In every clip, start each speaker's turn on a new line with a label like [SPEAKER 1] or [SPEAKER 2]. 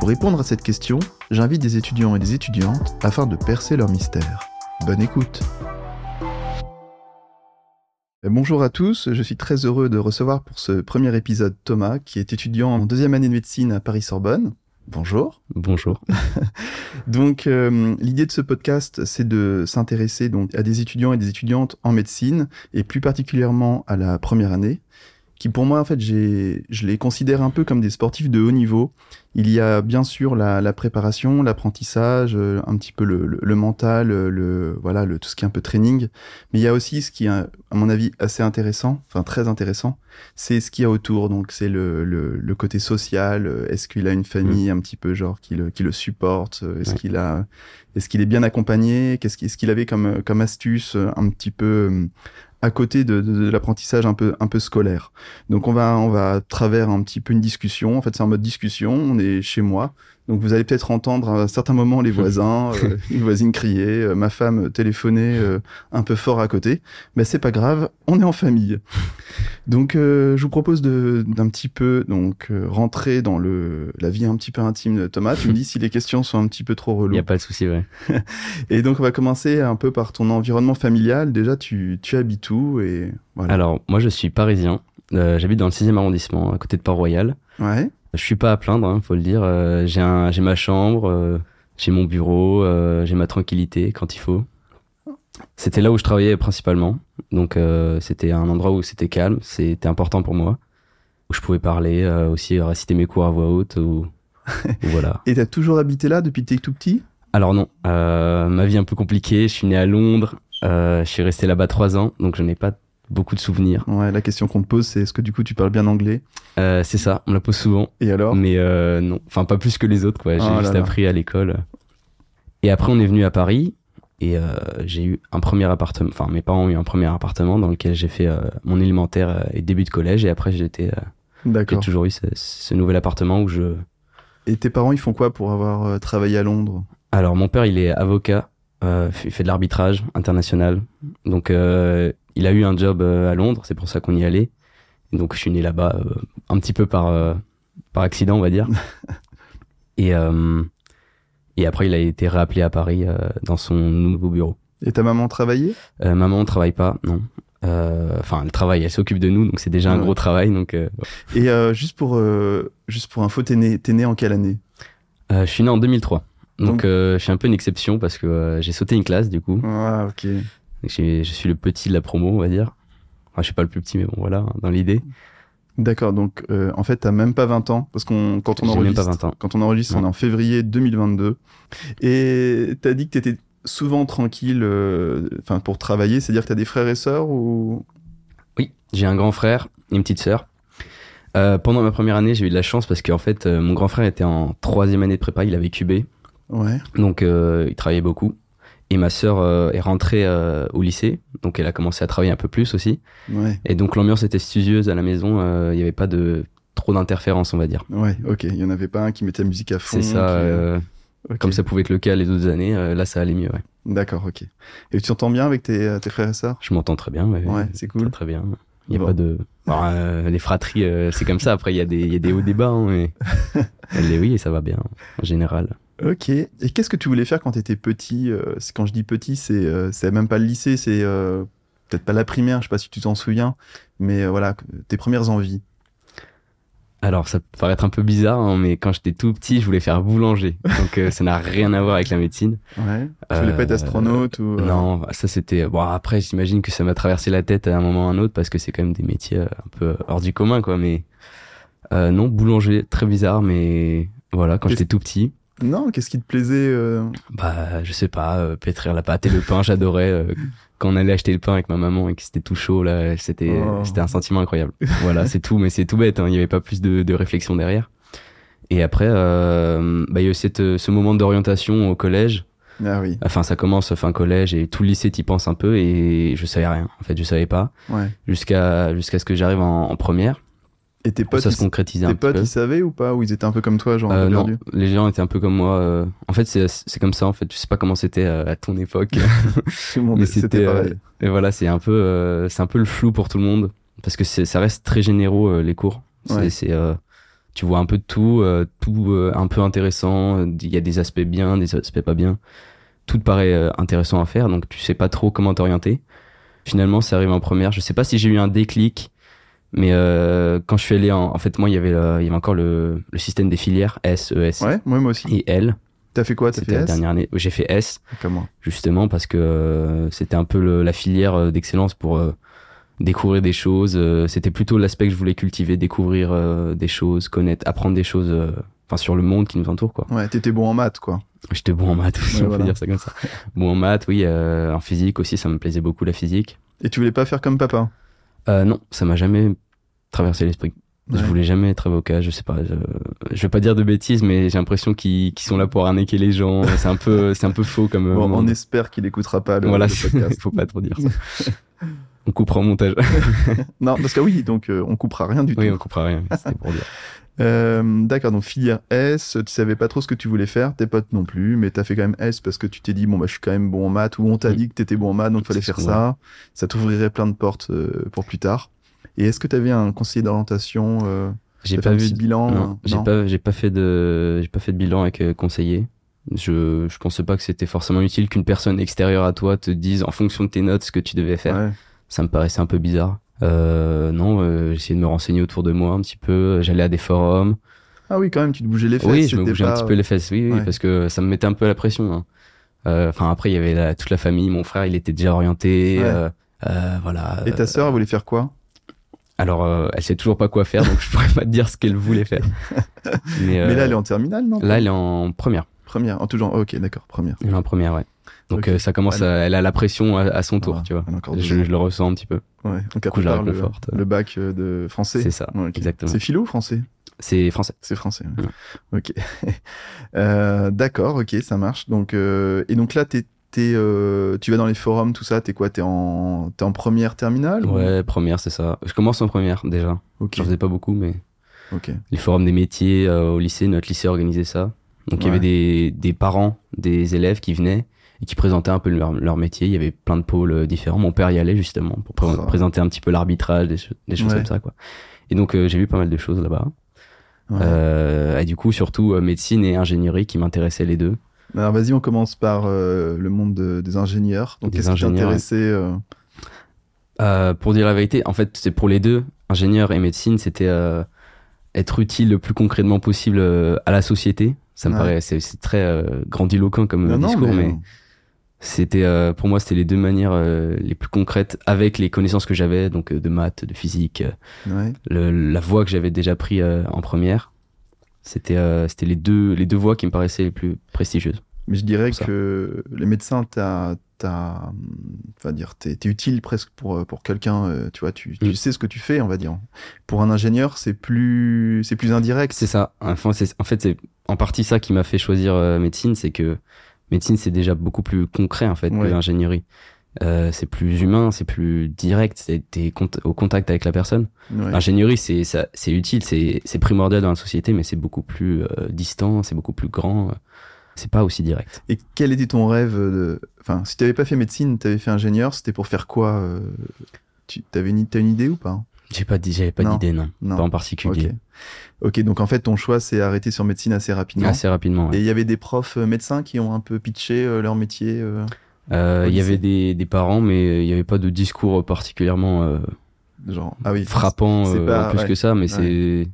[SPEAKER 1] Pour répondre à cette question, j'invite des étudiants et des étudiantes afin de percer leur mystère. Bonne écoute Euh, Bonjour à tous, je suis très heureux de recevoir pour ce premier épisode Thomas, qui est étudiant en deuxième année de médecine à Paris-Sorbonne. Bonjour.
[SPEAKER 2] Bonjour.
[SPEAKER 1] Donc, euh, l'idée de ce podcast, c'est de s'intéresser donc à des étudiants et des étudiantes en médecine, et plus particulièrement à la première année, qui pour moi, en fait, j'ai, je les considère un peu comme des sportifs de haut niveau. Il y a bien sûr la, la préparation, l'apprentissage, euh, un petit peu le, le- le mental, euh, le voilà, le, tout ce qui est un peu training. Mais il y a aussi ce qui est, à mon avis, assez intéressant, enfin très intéressant, c'est ce qu'il y a autour. Donc, c'est le, le, le côté social. euh, Est-ce qu'il a une famille un petit peu genre qui le, qui le supporte euh, Est-ce
[SPEAKER 2] Ouais.
[SPEAKER 1] qu'il a, est-ce qu'il est bien accompagné Qu'est-ce qu'il, est-ce qu'il avait comme euh, comme astuce euh, un petit peu euh, à côté de, de- de l'apprentissage un peu un peu scolaire. Donc, on va on va à travers un petit peu une discussion. En fait, c'est en mode discussion. On est chez moi. Donc vous allez peut-être entendre à certains moments les voisins, euh, les voisines crier, euh, ma femme téléphoner euh, un peu fort à côté. Mais c'est pas grave, on est en famille. Donc euh, je vous propose de d'un petit peu donc euh, rentrer dans le la vie un petit peu intime de Thomas. Tu me dis si les questions sont un petit peu trop
[SPEAKER 2] Il n'y
[SPEAKER 1] reloues.
[SPEAKER 2] a pas de souci, ouais.
[SPEAKER 1] Et donc on va commencer un peu par ton environnement familial. Déjà tu tu habites où et voilà.
[SPEAKER 2] Alors, moi, je suis parisien. Euh, J'habite dans le 6e arrondissement, à côté de Port-Royal.
[SPEAKER 1] Ouais.
[SPEAKER 2] Je suis pas à plaindre, hein, faut le dire. Euh, j'ai un- j'ai ma chambre, euh, j'ai mon bureau, euh, j'ai ma tranquillité quand il faut. C'était là où je travaillais principalement. Donc, euh, c'était un endroit où c'était calme, c'était important pour moi. Où je pouvais parler, euh, aussi réciter mes cours à voix haute. Ou, ou voilà.
[SPEAKER 1] Et t'as toujours habité là depuis que t'es tout petit
[SPEAKER 2] Alors non, euh, ma vie est un peu compliquée. Je suis né à Londres, euh, je suis resté là-bas trois ans, donc je n'ai pas beaucoup de souvenirs.
[SPEAKER 1] Ouais. La question qu'on te pose c'est est-ce que du coup tu parles bien anglais
[SPEAKER 2] Euh, c'est ça, on me la pose souvent,
[SPEAKER 1] Et alors
[SPEAKER 2] mais euh, non, enfin pas plus que les autres quoi. J'ai
[SPEAKER 1] Oh là
[SPEAKER 2] juste
[SPEAKER 1] là.
[SPEAKER 2] appris à l'école. Et après on est venu à Paris et euh, j'ai eu un premier appartement. Enfin mes parents ont eu un premier appartement dans lequel j'ai fait euh, mon élémentaire euh, et début de collège et après j'étais euh, j'ai
[SPEAKER 1] D'accord.
[SPEAKER 2] toujours eu ce, ce nouvel appartement où je.
[SPEAKER 1] Et tes parents ils font quoi pour avoir euh, travaillé à Londres
[SPEAKER 2] Alors mon père il est avocat, euh, il fait de l'arbitrage international, donc euh, il a eu un job euh, à Londres, c'est pour ça qu'on y allait. Et donc je suis né là-bas euh, un petit peu par euh, par accident on va dire. et euh, et après il a été réappelé à Paris euh, dans son nouveau bureau.
[SPEAKER 1] Et ta maman travaillait
[SPEAKER 2] Euh, maman on travaille pas non. Euh, Enfin elle travaille, elle s'occupe de nous donc c'est déjà un
[SPEAKER 1] Ouais.
[SPEAKER 2] gros travail donc. euh,
[SPEAKER 1] Et euh, juste pour euh, juste pour info, t'es né, t'es né en quelle année
[SPEAKER 2] euh, je suis né en 2003.
[SPEAKER 1] Donc-
[SPEAKER 2] Donc euh, je suis un peu une exception parce que euh, j'ai sauté une classe du coup.
[SPEAKER 1] Ah ok.
[SPEAKER 2] Donc, j'ai- Je suis le petit de la promo, on va dire. Enfin, je suis pas le plus petit, mais bon, voilà, hein, dans l'idée.
[SPEAKER 1] D'accord. Donc euh, en fait, t'as même pas 20 ans parce qu'on quand on
[SPEAKER 2] J'ai même
[SPEAKER 1] enregistre,
[SPEAKER 2] pas 20 ans.
[SPEAKER 1] quand on enregistre, on est en février 2022. Et t'as dit que t'étais souvent tranquille, euh, enfin pour travailler, c'est-à-dire que t'as des frères et sœurs ou
[SPEAKER 2] Oui, j'ai un grand frère et une petite sœur. Euh, pendant ma première année, j'ai eu de la chance parce qu'en fait, euh, mon grand frère était en troisième année de prépa, il avait cubé,
[SPEAKER 1] ouais.
[SPEAKER 2] donc euh, il travaillait beaucoup. Et ma sœur euh, est rentrée euh, au lycée, donc elle a commencé à travailler un peu plus aussi.
[SPEAKER 1] Ouais.
[SPEAKER 2] Et donc l'ambiance était studieuse à la maison, euh, il n'y avait pas de trop d'interférences, on va dire.
[SPEAKER 1] Ouais, ok. Il y en avait pas un qui mettait la musique à fond.
[SPEAKER 2] C'est ça,
[SPEAKER 1] qui-
[SPEAKER 2] euh,
[SPEAKER 1] ok.
[SPEAKER 2] comme ça pouvait être le cas les autres années, euh, là ça allait mieux, ouais.
[SPEAKER 1] D'accord, ok. Et tu t'entends bien avec tes, tes frères et sœurs
[SPEAKER 2] Je m'entends très bien, ouais.
[SPEAKER 1] Ouais, c'est cool.
[SPEAKER 2] Très, très bien. Il n'y a
[SPEAKER 1] Bon.
[SPEAKER 2] pas de. Bon, euh, les fratries, euh, c'est comme ça. Après, il y, a des- il y a des hauts débats. Hein, mais... Elle est oui et ça va bien, en général.
[SPEAKER 1] Ok. Et qu'est-ce que tu voulais faire quand tu étais petit euh, c'est- Quand je dis petit, c'est euh, c'est même pas le lycée, c'est euh, peut-être pas la primaire, je sais pas si tu t'en souviens, mais euh, voilà, que- tes premières envies.
[SPEAKER 2] Alors, ça peut paraître un peu bizarre, hein, mais quand j'étais tout petit, je voulais faire boulanger. Donc, euh, ça n'a rien à voir avec la médecine.
[SPEAKER 1] Ouais. Tu voulais
[SPEAKER 2] Euh,
[SPEAKER 1] pas être astronaute ou. euh,
[SPEAKER 2] Non, bah, ça c'était. Bon, après, j'imagine que ça m'a traversé la tête à un moment ou à un autre parce que c'est quand même des métiers euh, un peu hors du commun, quoi. Mais euh, non, boulanger, très bizarre, mais voilà, quand
[SPEAKER 1] Qu'est-ce-
[SPEAKER 2] j'étais tout petit.
[SPEAKER 1] Non, qu'est-ce qui te plaisait euh,
[SPEAKER 2] Bah, je sais pas, euh, pétrir la pâte et le pain, j'adorais euh, quand on allait acheter le pain avec ma maman et que c'était tout chaud là, euh, c'était
[SPEAKER 1] Oh.
[SPEAKER 2] c'était un sentiment incroyable. Voilà, c'est tout, mais c'est tout bête, hein, il n'y avait pas plus de, de réflexion derrière. Et après, euh, bah, il y a eu cette, euh, ce moment d'orientation au collège
[SPEAKER 1] Ah oui.
[SPEAKER 2] Enfin, ça commence fin collège et tout le lycée t'y pense un peu et je savais rien. En fait, je savais pas
[SPEAKER 1] Ouais.
[SPEAKER 2] jusqu'à jusqu'à ce que j'arrive en, en première.
[SPEAKER 1] Et tes potes,
[SPEAKER 2] ça se
[SPEAKER 1] ils,
[SPEAKER 2] concrétisait un
[SPEAKER 1] tes
[SPEAKER 2] petit peu.
[SPEAKER 1] potes ils savaient ou pas Ou ils étaient un peu comme toi, genre un
[SPEAKER 2] Euh,
[SPEAKER 1] peu
[SPEAKER 2] non,
[SPEAKER 1] perdus
[SPEAKER 2] les gens étaient un peu comme moi. euh, En fait, c'est c'est comme ça. En fait, je sais pas comment c'était euh, à ton époque.
[SPEAKER 1] Tout le monde-
[SPEAKER 2] Mais
[SPEAKER 1] C'était
[SPEAKER 2] c'était euh,
[SPEAKER 1] pareil.
[SPEAKER 2] et voilà, c'est un peu, euh, c'est un peu le flou pour tout le monde parce que c'est- ça reste très généraux euh, les cours. C'est,
[SPEAKER 1] Ouais.
[SPEAKER 2] c'est, euh, tu vois un peu de tout, euh, tout euh, un peu intéressant. Il y a des aspects bien, des aspects pas bien. Tout te paraît euh, intéressant à faire, donc tu sais pas trop comment t'orienter. Finalement, ça arrive en première. Je sais pas si j'ai eu un déclic, mais euh, quand je suis allé en, en fait, moi, il y avait, euh, il y avait encore le, le système des filières S, ES
[SPEAKER 1] Ouais, moi, moi aussi.
[SPEAKER 2] et L.
[SPEAKER 1] T'as fait quoi T'as fait
[SPEAKER 2] C'était la
[SPEAKER 1] S
[SPEAKER 2] dernière année. J'ai fait S
[SPEAKER 1] Comme moi.
[SPEAKER 2] justement parce que euh, c'était un peu le- la filière euh, d'excellence pour euh, découvrir des choses. euh, c'était plutôt l'aspect que je voulais cultiver, découvrir euh, des choses, connaître, apprendre des choses, euh, enfin sur le monde qui nous entoure quoi.
[SPEAKER 1] Ouais, t'étais bon en maths, quoi.
[SPEAKER 2] J'étais bon en maths aussi,
[SPEAKER 1] Ouais,
[SPEAKER 2] on
[SPEAKER 1] voilà.
[SPEAKER 2] peut dire ça comme ça. bon en maths, oui, euh, en physique aussi, ça me plaisait beaucoup la physique.
[SPEAKER 1] Et tu voulais pas faire comme papa
[SPEAKER 2] Euh, non, ça m'a jamais traversé l'esprit. Je
[SPEAKER 1] Ouais.
[SPEAKER 2] voulais jamais être avocat, je sais pas. Je, je vais pas dire de bêtises, mais j'ai l'impression qu'ils qu'ils sont là pour arnaquer les gens. C'est un peu, c'est un peu faux comme. euh,
[SPEAKER 1] Bon,
[SPEAKER 2] monde.
[SPEAKER 1] on espère qu'il écoutera pas le,
[SPEAKER 2] voilà,
[SPEAKER 1] le podcast.
[SPEAKER 2] il faut pas trop dire ça. on coupera au montage.
[SPEAKER 1] non, parce que oui, donc euh, on coupera rien du
[SPEAKER 2] oui,
[SPEAKER 1] tout.
[SPEAKER 2] on coupera rien. C'était pour dire.
[SPEAKER 1] Euh, D'accord, donc filière S, tu savais pas trop ce que tu voulais faire, tes potes non plus, mais t'as fait quand même S parce que tu t'es dit, bon, bah, je suis quand même bon en maths, ou on t'a
[SPEAKER 2] Mm.
[SPEAKER 1] dit que t'étais bon en maths, donc
[SPEAKER 2] C'est
[SPEAKER 1] fallait
[SPEAKER 2] ce
[SPEAKER 1] faire
[SPEAKER 2] qu'on
[SPEAKER 1] ça. Ça t'ouvrirait plein de portes euh, pour plus tard. Et est-ce que t'avais un conseiller d'orientation euh,
[SPEAKER 2] J'ai
[SPEAKER 1] t'as
[SPEAKER 2] pas
[SPEAKER 1] fait un
[SPEAKER 2] vu.
[SPEAKER 1] petit
[SPEAKER 2] de-
[SPEAKER 1] bilan
[SPEAKER 2] Non,
[SPEAKER 1] euh,
[SPEAKER 2] j'ai pas, j'ai pas fait de, j'ai pas fait de bilan avec euh, conseiller. Je, je pensais pas que c'était forcément utile qu'une personne extérieure à toi te dise en fonction de tes notes ce que tu devais faire.
[SPEAKER 1] Ouais.
[SPEAKER 2] Ça me paraissait un peu bizarre. Euh, non, euh, j'essayais de me renseigner autour de moi un petit peu. J'allais à des forums.
[SPEAKER 1] Ah oui, quand même, tu te bougeais les fesses.
[SPEAKER 2] oui, je me
[SPEAKER 1] c'était
[SPEAKER 2] bougeais un
[SPEAKER 1] pas-
[SPEAKER 2] petit peu les fesses, oui, oui,
[SPEAKER 1] Ouais.
[SPEAKER 2] parce que ça me mettait un peu la pression. hein. Euh, Enfin, après, il y avait la- toute la famille. Mon frère, il était déjà orienté.
[SPEAKER 1] Ouais.
[SPEAKER 2] euh, euh, voilà.
[SPEAKER 1] Et ta sœur, elle voulait faire quoi
[SPEAKER 2] Alors, euh, elle sait toujours pas quoi faire, donc je pourrais pas te dire ce qu'elle voulait faire. Mais, euh,
[SPEAKER 1] Mais là, elle est en terminale, non
[SPEAKER 2] là, elle est en première.
[SPEAKER 1] Première, en tout genre. Ok, d'accord, première.
[SPEAKER 2] Elle est en première, ouais. Donc
[SPEAKER 1] Ok. Ah.
[SPEAKER 2] euh, ça commence, à- elle a la pression à, à son tour,
[SPEAKER 1] Voilà,
[SPEAKER 2] tu vois.
[SPEAKER 1] elle a encore deux
[SPEAKER 2] Je,
[SPEAKER 1] ans.
[SPEAKER 2] je le ressens un petit peu.
[SPEAKER 1] Ouais, donc
[SPEAKER 2] coup,
[SPEAKER 1] après,
[SPEAKER 2] je la
[SPEAKER 1] par le,
[SPEAKER 2] réconforte.
[SPEAKER 1] le bac euh, de français.
[SPEAKER 2] C'est ça,
[SPEAKER 1] Ouais, ok.
[SPEAKER 2] exactement.
[SPEAKER 1] C'est philo ou français
[SPEAKER 2] C'est français.
[SPEAKER 1] C'est français. ouais. Ok. Euh, D'accord, ok, ça marche. Donc, euh, et donc là, t'es- t'es, euh, tu vas dans les forums, tout ça, t'es quoi T'es en, t'es en première terminale ou-
[SPEAKER 2] Ouais, première, c'est ça. Je commence en première déjà.
[SPEAKER 1] Ok,
[SPEAKER 2] J'en faisais pas beaucoup, mais
[SPEAKER 1] ok.
[SPEAKER 2] les forums des métiers euh, au lycée, notre lycée organisait ça. Donc il y
[SPEAKER 1] Ouais.
[SPEAKER 2] avait des, des parents, des élèves qui venaient et qui présentaient un peu leur, leur métier. Il y avait plein de pôles euh, différents. Mon père y allait justement pour pré-
[SPEAKER 1] Oh.
[SPEAKER 2] présenter un petit peu l'arbitrage, des, cho- des choses
[SPEAKER 1] Ouais.
[SPEAKER 2] comme ça. quoi. Et donc euh, j'ai vu pas mal de choses là-bas.
[SPEAKER 1] Ouais.
[SPEAKER 2] Euh, et du coup, surtout euh, médecine et ingénierie qui m'intéressaient les deux.
[SPEAKER 1] Alors vas-y, on commence par euh, le monde de- des ingénieurs. Donc,
[SPEAKER 2] Des
[SPEAKER 1] qu'est-ce qui
[SPEAKER 2] ingénieurs,
[SPEAKER 1] t'intéressait euh,
[SPEAKER 2] Euh, pour dire la vérité, en fait, c'est pour les deux, ingénieur et médecine, c'était euh, être utile le plus concrètement possible euh, à la société. Ça me
[SPEAKER 1] Ouais.
[SPEAKER 2] paraît, c'est c'est très euh, grandiloquent comme euh,
[SPEAKER 1] Non, non,
[SPEAKER 2] discours, mais,
[SPEAKER 1] mais,
[SPEAKER 2] c'était euh, pour moi c'était les deux manières euh, les plus concrètes avec les connaissances que j'avais donc euh, de maths de physique euh,
[SPEAKER 1] ouais.
[SPEAKER 2] le- la voie que j'avais déjà pris euh, en première c'était euh, c'était les deux les deux voies qui me paraissaient les plus prestigieuses
[SPEAKER 1] Mais je dirais
[SPEAKER 2] pour ça.
[SPEAKER 1] que les médecins, t'as, t'as, hum, enfin dire, t'es, t'es utile presque pour euh, pour quelqu'un. euh, Tu vois, tu, tu
[SPEAKER 2] Mm.
[SPEAKER 1] sais ce que tu fais, on va dire. Pour un ingénieur, c'est plus, c'est plus indirect.
[SPEAKER 2] c'est ça enfin c'est en fait c'est en partie ça qui m'a fait choisir euh, médecine c'est que médecine c'est déjà beaucoup plus concret en fait
[SPEAKER 1] Ouais.
[SPEAKER 2] que l'ingénierie Euh, c'est plus humain c'est plus direct c'est- t'es cont- au contact avec la personne
[SPEAKER 1] Ouais.
[SPEAKER 2] L'ingénierie, c'est ça- c'est utile, c'est c'est primordial dans la société, mais c'est beaucoup plus euh, distant, c'est beaucoup plus grand, euh, c'est pas aussi direct.
[SPEAKER 1] Et quel était ton rêve de... Enfin, si t'avais pas fait médecine, t'avais fait ingénieur, c'était pour faire quoi euh, Tu t'avais une... t'as une idée ou pas
[SPEAKER 2] J'ai pas dit- j'avais pas
[SPEAKER 1] Non.
[SPEAKER 2] d'idée, non.
[SPEAKER 1] Non.
[SPEAKER 2] pas en
[SPEAKER 1] Ok.
[SPEAKER 2] particulier.
[SPEAKER 1] Ok, donc en fait, ton choix s'est arrêté sur médecine assez rapidement.
[SPEAKER 2] Assez rapidement. ouais.
[SPEAKER 1] Et il y avait des profs euh, médecins qui ont un peu pitché euh, leur métier. euh,
[SPEAKER 2] Euh,
[SPEAKER 1] au
[SPEAKER 2] Il y
[SPEAKER 1] lycée.
[SPEAKER 2] avait des, des parents, mais il y avait pas de discours particulièrement euh,
[SPEAKER 1] genre, ah oui.
[SPEAKER 2] frappant
[SPEAKER 1] c'est
[SPEAKER 2] euh,
[SPEAKER 1] pas-
[SPEAKER 2] plus
[SPEAKER 1] ouais.
[SPEAKER 2] que ça,
[SPEAKER 1] Ouais.
[SPEAKER 2] mais c'est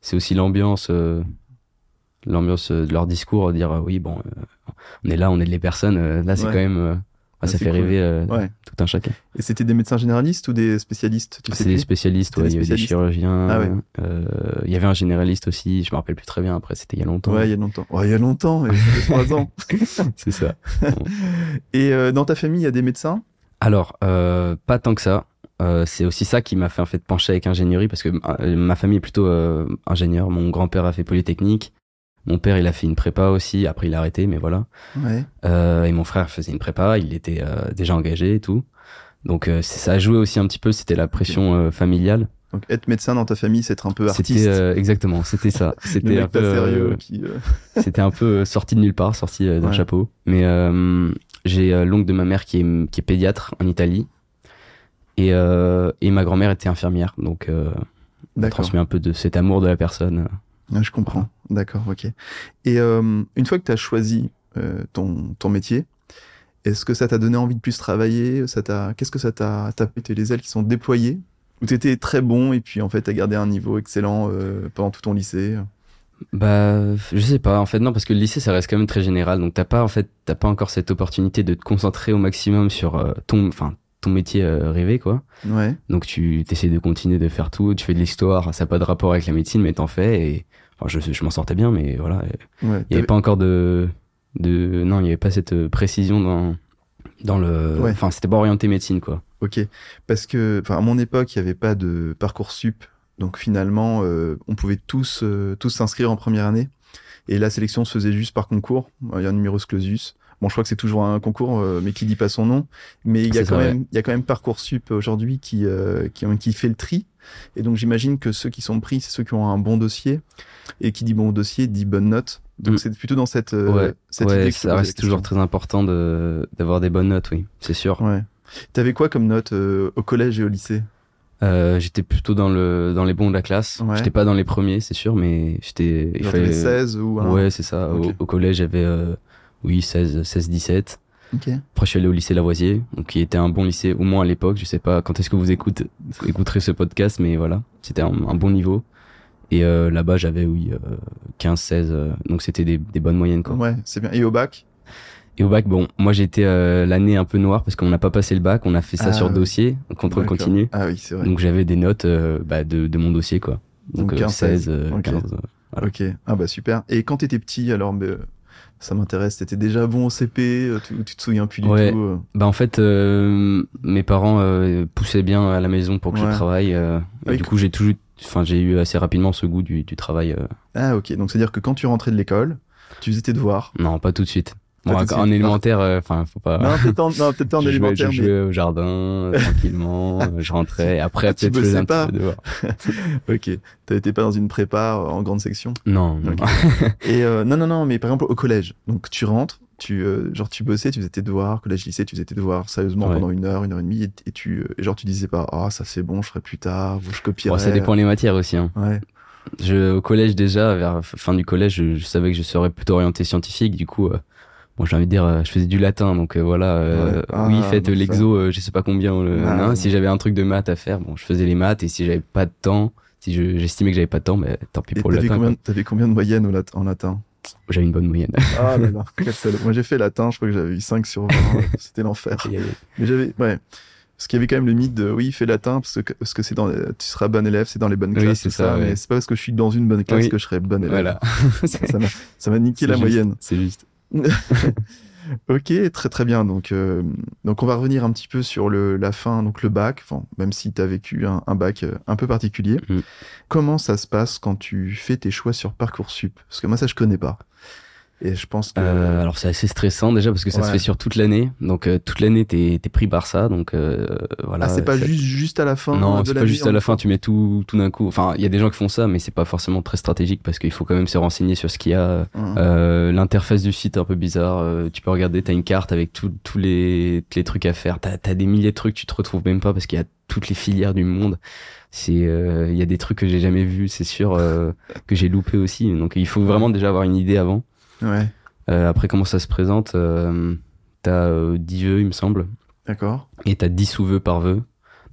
[SPEAKER 2] c'est aussi l'ambiance, euh, l'ambiance euh, de leur discours, dire euh, oui bon, euh, on est là, on est les personnes. euh, là, c'est
[SPEAKER 1] Ouais.
[SPEAKER 2] quand même, euh,
[SPEAKER 1] Ah,
[SPEAKER 2] ça
[SPEAKER 1] c'est
[SPEAKER 2] fait
[SPEAKER 1] cool.
[SPEAKER 2] rêver euh,
[SPEAKER 1] Ouais.
[SPEAKER 2] tout un chacun.
[SPEAKER 1] Et c'était des médecins généralistes ou des spécialistes tu sais
[SPEAKER 2] Ah, C'est des
[SPEAKER 1] plus
[SPEAKER 2] spécialistes,
[SPEAKER 1] C'était
[SPEAKER 2] ouais,
[SPEAKER 1] Ah, des
[SPEAKER 2] il y avait des
[SPEAKER 1] spécialistes.
[SPEAKER 2] chirurgiens,
[SPEAKER 1] Ah ouais.
[SPEAKER 2] euh, il y avait un généraliste aussi, je me rappelle plus très bien, après c'était il y a longtemps.
[SPEAKER 1] Ouais, il y a longtemps. Ouais, il y a longtemps, il y a trois ans.
[SPEAKER 2] c'est ça.
[SPEAKER 1] Et euh, dans ta famille, il y a des médecins
[SPEAKER 2] Alors, euh, pas tant que ça. Euh, c'est aussi ça qui m'a fait en fait euh, pencher avec ingénierie parce que ma, ma famille est plutôt euh, ingénieur. Mon grand-père a fait polytechnique, Mon père, il a fait une prépa aussi. Après, il a arrêté, mais voilà.
[SPEAKER 1] Ouais.
[SPEAKER 2] Euh, et mon frère faisait une prépa. Il était euh, déjà engagé et tout. Donc euh, c'est- ça a joué aussi un petit peu. C'était la pression euh, familiale.
[SPEAKER 1] Donc être médecin dans ta famille, c'est être un peu artiste.
[SPEAKER 2] C'était euh, exactement. C'était ça.
[SPEAKER 1] le
[SPEAKER 2] C'était
[SPEAKER 1] mec
[SPEAKER 2] un peu.
[SPEAKER 1] pas sérieux
[SPEAKER 2] euh,
[SPEAKER 1] qui. euh,
[SPEAKER 2] c'était un peu euh, sorti de nulle part, sorti euh, d'un
[SPEAKER 1] Ouais.
[SPEAKER 2] chapeau. Mais euh, j'ai euh, l'oncle de ma mère qui est, qui est pédiatre en Italie. Et, euh, et ma grand-mère était infirmière. Donc, euh, on
[SPEAKER 1] D'accord.
[SPEAKER 2] transmet un peu de cet amour de la personne.
[SPEAKER 1] Ah, je comprends. D'accord, ok. Et euh, une fois que tu as choisi euh, ton, ton métier, est-ce que ça t'a donné envie de plus travailler Ça t'a, qu'est-ce que ça t'a tapé T'as les ailes qui sont déployées Ou t'étais très bon et puis en fait t'as gardé un niveau excellent euh, pendant tout ton lycée
[SPEAKER 2] Bah, je sais pas, en fait, non, parce que le lycée, ça reste quand même très général. Donc, t'as pas, en fait, t'as pas encore cette opportunité de te concentrer au maximum sur euh, ton, enfin, ton métier euh, rêvé, quoi.
[SPEAKER 1] Ouais.
[SPEAKER 2] Donc, tu essaies de continuer de faire tout. Tu fais de l'histoire, ça n'a pas de rapport avec la médecine, mais t'en fais. Et, enfin, je, je m'en sortais bien, mais voilà.
[SPEAKER 1] Ouais.
[SPEAKER 2] Il y avait pas encore de, de, non, il y avait pas cette euh, précision dans, dans le,
[SPEAKER 1] Ouais.
[SPEAKER 2] enfin, c'était pas orienté médecine, quoi.
[SPEAKER 1] Ok, parce que enfin, à mon époque, il n'y avait pas de parcours sup, donc finalement, euh, on pouvait tous euh, tous s'inscrire en première année. Et la sélection se faisait juste par concours. Euh, Il y a un numerus clausus. Bon, je crois que c'est toujours un concours, euh, mais qui dit pas son nom. Mais il y a
[SPEAKER 2] C'est
[SPEAKER 1] quand
[SPEAKER 2] ça,
[SPEAKER 1] même il y a quand même parcoursup aujourd'hui qui euh, qui qui fait le tri. Et donc j'imagine que ceux qui sont pris, c'est ceux qui ont un bon dossier. Et qui dit bon dossier dit bonne note. Donc
[SPEAKER 2] Mm.
[SPEAKER 1] c'est plutôt dans cette euh, cette idée
[SPEAKER 2] ouais,
[SPEAKER 1] que je te
[SPEAKER 2] ça
[SPEAKER 1] posais la
[SPEAKER 2] reste toujours
[SPEAKER 1] question.
[SPEAKER 2] très important de, d'avoir des bonnes notes, oui, c'est sûr.
[SPEAKER 1] Ouais. T'avais quoi comme note euh, au collège et au lycée
[SPEAKER 2] Euh, j'étais plutôt dans le dans les bons de la classe.
[SPEAKER 1] Ouais.
[SPEAKER 2] J'étais pas dans les premiers, c'est sûr, mais j'étais. il
[SPEAKER 1] Genre
[SPEAKER 2] fallait-
[SPEAKER 1] t'avais 16 ou un...
[SPEAKER 2] Ouais, c'est ça. Au-
[SPEAKER 1] Ok.
[SPEAKER 2] Au, collège, j'avais euh, oui 16, 16, 17.
[SPEAKER 1] Ok.
[SPEAKER 2] Après, je suis allé au lycée Lavoisier, donc qui était un bon lycée, au moins à l'époque. Je sais pas quand est-ce que vous écoute, écouterez ce podcast, mais voilà, c'était un, un bon niveau. Et euh, là-bas, j'avais oui euh, 15, 16, euh, donc c'était des, des bonnes moyennes quoi.
[SPEAKER 1] Ouais, c'est bien. Et au bac
[SPEAKER 2] Et au bac, bon, moi j'étais euh, l'année un peu noire parce qu'on n'a pas passé le bac, on a fait ça
[SPEAKER 1] Ah,
[SPEAKER 2] sur
[SPEAKER 1] oui.
[SPEAKER 2] dossier, contrôle
[SPEAKER 1] D'accord.
[SPEAKER 2] continu.
[SPEAKER 1] Ah oui, c'est vrai.
[SPEAKER 2] Donc j'avais des notes euh, bah, de, de mon dossier, quoi. Donc,
[SPEAKER 1] Donc,
[SPEAKER 2] euh,
[SPEAKER 1] 15,
[SPEAKER 2] 16, euh,
[SPEAKER 1] ok.
[SPEAKER 2] 15. euh. voilà.
[SPEAKER 1] Ok. Ah bah super. Et quand t'étais petit, alors, mais, euh, ça m'intéresse, t'étais déjà bon au CP euh, tu, ou tu te souviens plus du
[SPEAKER 2] Ouais.
[SPEAKER 1] tout euh.
[SPEAKER 2] Bah, en fait, euh, mes parents euh, poussaient bien à la maison pour que
[SPEAKER 1] Ouais.
[SPEAKER 2] je travaille. euh, et
[SPEAKER 1] Oui,
[SPEAKER 2] du
[SPEAKER 1] que-
[SPEAKER 2] coup, j'ai toujours, enfin, j'ai eu assez rapidement ce goût du, du travail. euh.
[SPEAKER 1] Ah ok, donc c'est-à-dire que quand tu rentrais de l'école, tu faisais tes devoirs.
[SPEAKER 2] Non, pas tout de suite.
[SPEAKER 1] Pas
[SPEAKER 2] Bon,
[SPEAKER 1] tout de
[SPEAKER 2] en
[SPEAKER 1] suite.
[SPEAKER 2] élémentaire, euh, enfin, faut pas.
[SPEAKER 1] Non, peut-être en, non, peut-être en
[SPEAKER 2] je jouais, je
[SPEAKER 1] élémentaire, mais...
[SPEAKER 2] jouais au jardin euh, tranquillement, euh, je rentrais. Et Après,
[SPEAKER 1] Ah, tu
[SPEAKER 2] peut-être je faisais
[SPEAKER 1] bossais
[SPEAKER 2] un
[SPEAKER 1] pas
[SPEAKER 2] petit peu de devoir.
[SPEAKER 1] Ok, t'étais pas dans une prépa euh, en grande section.
[SPEAKER 2] Non, non.
[SPEAKER 1] Ok. Et euh, non, non, non, mais par exemple au collège, donc tu rentres, tu, euh, genre tu bossais, tu faisais tes devoirs, collège, lycée, tu faisais tes devoirs sérieusement
[SPEAKER 2] Ouais.
[SPEAKER 1] pendant une heure, une heure et demie, et, et tu, euh, et genre tu disais pas, ah ça c'est bon, je ferai plus tard, ou je
[SPEAKER 2] Bon,
[SPEAKER 1] copierai.
[SPEAKER 2] ça dépend les matières aussi. Hein.
[SPEAKER 1] Ouais,
[SPEAKER 2] Je, au collège déjà, vers la fin du collège, je, je savais que je serais plutôt orienté scientifique. Du coup, euh, bon, j'ai envie de dire, euh, je faisais du latin, donc euh, voilà. euh,
[SPEAKER 1] Ouais. Ah,
[SPEAKER 2] oui, faites
[SPEAKER 1] donc ça-
[SPEAKER 2] l'exo, euh, je sais pas combien. euh,
[SPEAKER 1] Ah,
[SPEAKER 2] nan,
[SPEAKER 1] ouais.
[SPEAKER 2] Si j'avais un truc de maths à faire, bon, je faisais les maths. Et si j'avais pas de temps, si je- j'estimais que j'avais pas de temps, mais tant pis
[SPEAKER 1] Et
[SPEAKER 2] pour le
[SPEAKER 1] t'avais
[SPEAKER 2] latin.
[SPEAKER 1] combien,
[SPEAKER 2] quoi.
[SPEAKER 1] t'avais combien de moyenne au lat- en latin
[SPEAKER 2] J'avais une bonne moyenne.
[SPEAKER 1] Ah là là, quel salaud. Moi j'ai fait latin, je crois que j'avais eu 5 sur 20, c'était l'enfer. Mais j'avais, ouais. Parce qu'il y avait quand même le mythe de oui, fais latin parce que parce que c'est dans les- tu seras bon élève, c'est dans les bonnes
[SPEAKER 2] Oui,
[SPEAKER 1] classes,
[SPEAKER 2] c'est
[SPEAKER 1] tout
[SPEAKER 2] ça,
[SPEAKER 1] ça.
[SPEAKER 2] ouais.
[SPEAKER 1] Mais c'est pas parce que je suis dans une bonne classe
[SPEAKER 2] Oui.
[SPEAKER 1] que je serai bon élève.
[SPEAKER 2] voilà.
[SPEAKER 1] Ça m'a- ça m'a niqué
[SPEAKER 2] C'est
[SPEAKER 1] la
[SPEAKER 2] juste.
[SPEAKER 1] moyenne.
[SPEAKER 2] C'est juste.
[SPEAKER 1] Ok, très très bien. Donc, euh, donc on va revenir un petit peu sur le, la fin, donc le bac, Enfin, même si tu as vécu un, un bac euh, un peu particulier.
[SPEAKER 2] Mhm.
[SPEAKER 1] Comment ça se passe quand tu fais tes choix sur Parcoursup Parce que moi, ça, je connais pas. Et je pense que.
[SPEAKER 2] Euh, alors c'est assez stressant déjà parce que ça se
[SPEAKER 1] Ouais.
[SPEAKER 2] fait sur toute l'année. Donc euh, toute l'année t'es t'es pris par ça. Donc euh, voilà.
[SPEAKER 1] ah, c'est pas
[SPEAKER 2] ça-
[SPEAKER 1] juste, juste à la fin euh,
[SPEAKER 2] Non,
[SPEAKER 1] de
[SPEAKER 2] c'est
[SPEAKER 1] la hein.
[SPEAKER 2] pas juste à la fin, tu mets tout, tout d'un coup. Enfin, il y a des gens qui font ça, mais c'est pas forcément très stratégique parce qu'il faut quand même se renseigner sur ce qu'il y a.
[SPEAKER 1] Hein.
[SPEAKER 2] Euh, L'interface du site est un peu bizarre. Euh, tu peux regarder, t'as une carte avec tout- tous les, tous les trucs à faire. T'as as des milliers de trucs, tu te retrouves même pas parce qu'il y a toutes les filières du monde. C'est, euh, il y a des trucs que j'ai jamais vus, c'est sûr, euh, que j'ai loupé aussi. Donc il faut vraiment déjà avoir une idée avant.
[SPEAKER 1] Ouais,
[SPEAKER 2] Euh, après, comment ça se présente euh, T'as euh, 10 vœux, il me semble,
[SPEAKER 1] d'accord.
[SPEAKER 2] et t'as 10 sous-vœux par vœu.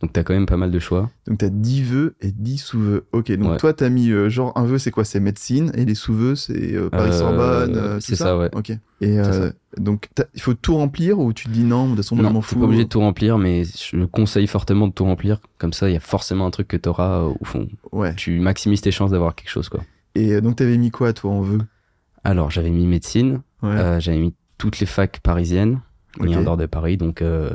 [SPEAKER 2] Donc t'as quand même pas mal de choix.
[SPEAKER 1] Donc, tu as 10 vœux et 10 sous-vœux. Ok, donc
[SPEAKER 2] Ouais.
[SPEAKER 1] toi, tu as mis euh, genre un vœu, c'est quoi C'est médecine, et les sous-vœux, c'est euh, Paris-Sorbonne.
[SPEAKER 2] Euh,
[SPEAKER 1] euh, tout
[SPEAKER 2] c'est ça, ouais.
[SPEAKER 1] Ok. Et euh, donc, t'as- il faut tout remplir ou tu te dis non, de toute façon, moi, je m'en
[SPEAKER 2] Non, t'es
[SPEAKER 1] fous
[SPEAKER 2] pas obligé de tout remplir, mais je le conseille fortement de tout remplir. Comme ça, il y a forcément un truc que t'auras euh, au fond.
[SPEAKER 1] Ouais.
[SPEAKER 2] Tu maximises tes chances d'avoir quelque chose, quoi.
[SPEAKER 1] Et euh, donc, t'avais mis quoi, toi, en vœu
[SPEAKER 2] Alors, j'avais mis médecine,
[SPEAKER 1] Ouais.
[SPEAKER 2] euh, j'avais mis toutes les facs parisiennes, mis
[SPEAKER 1] Ok.
[SPEAKER 2] en dehors de Paris, donc euh,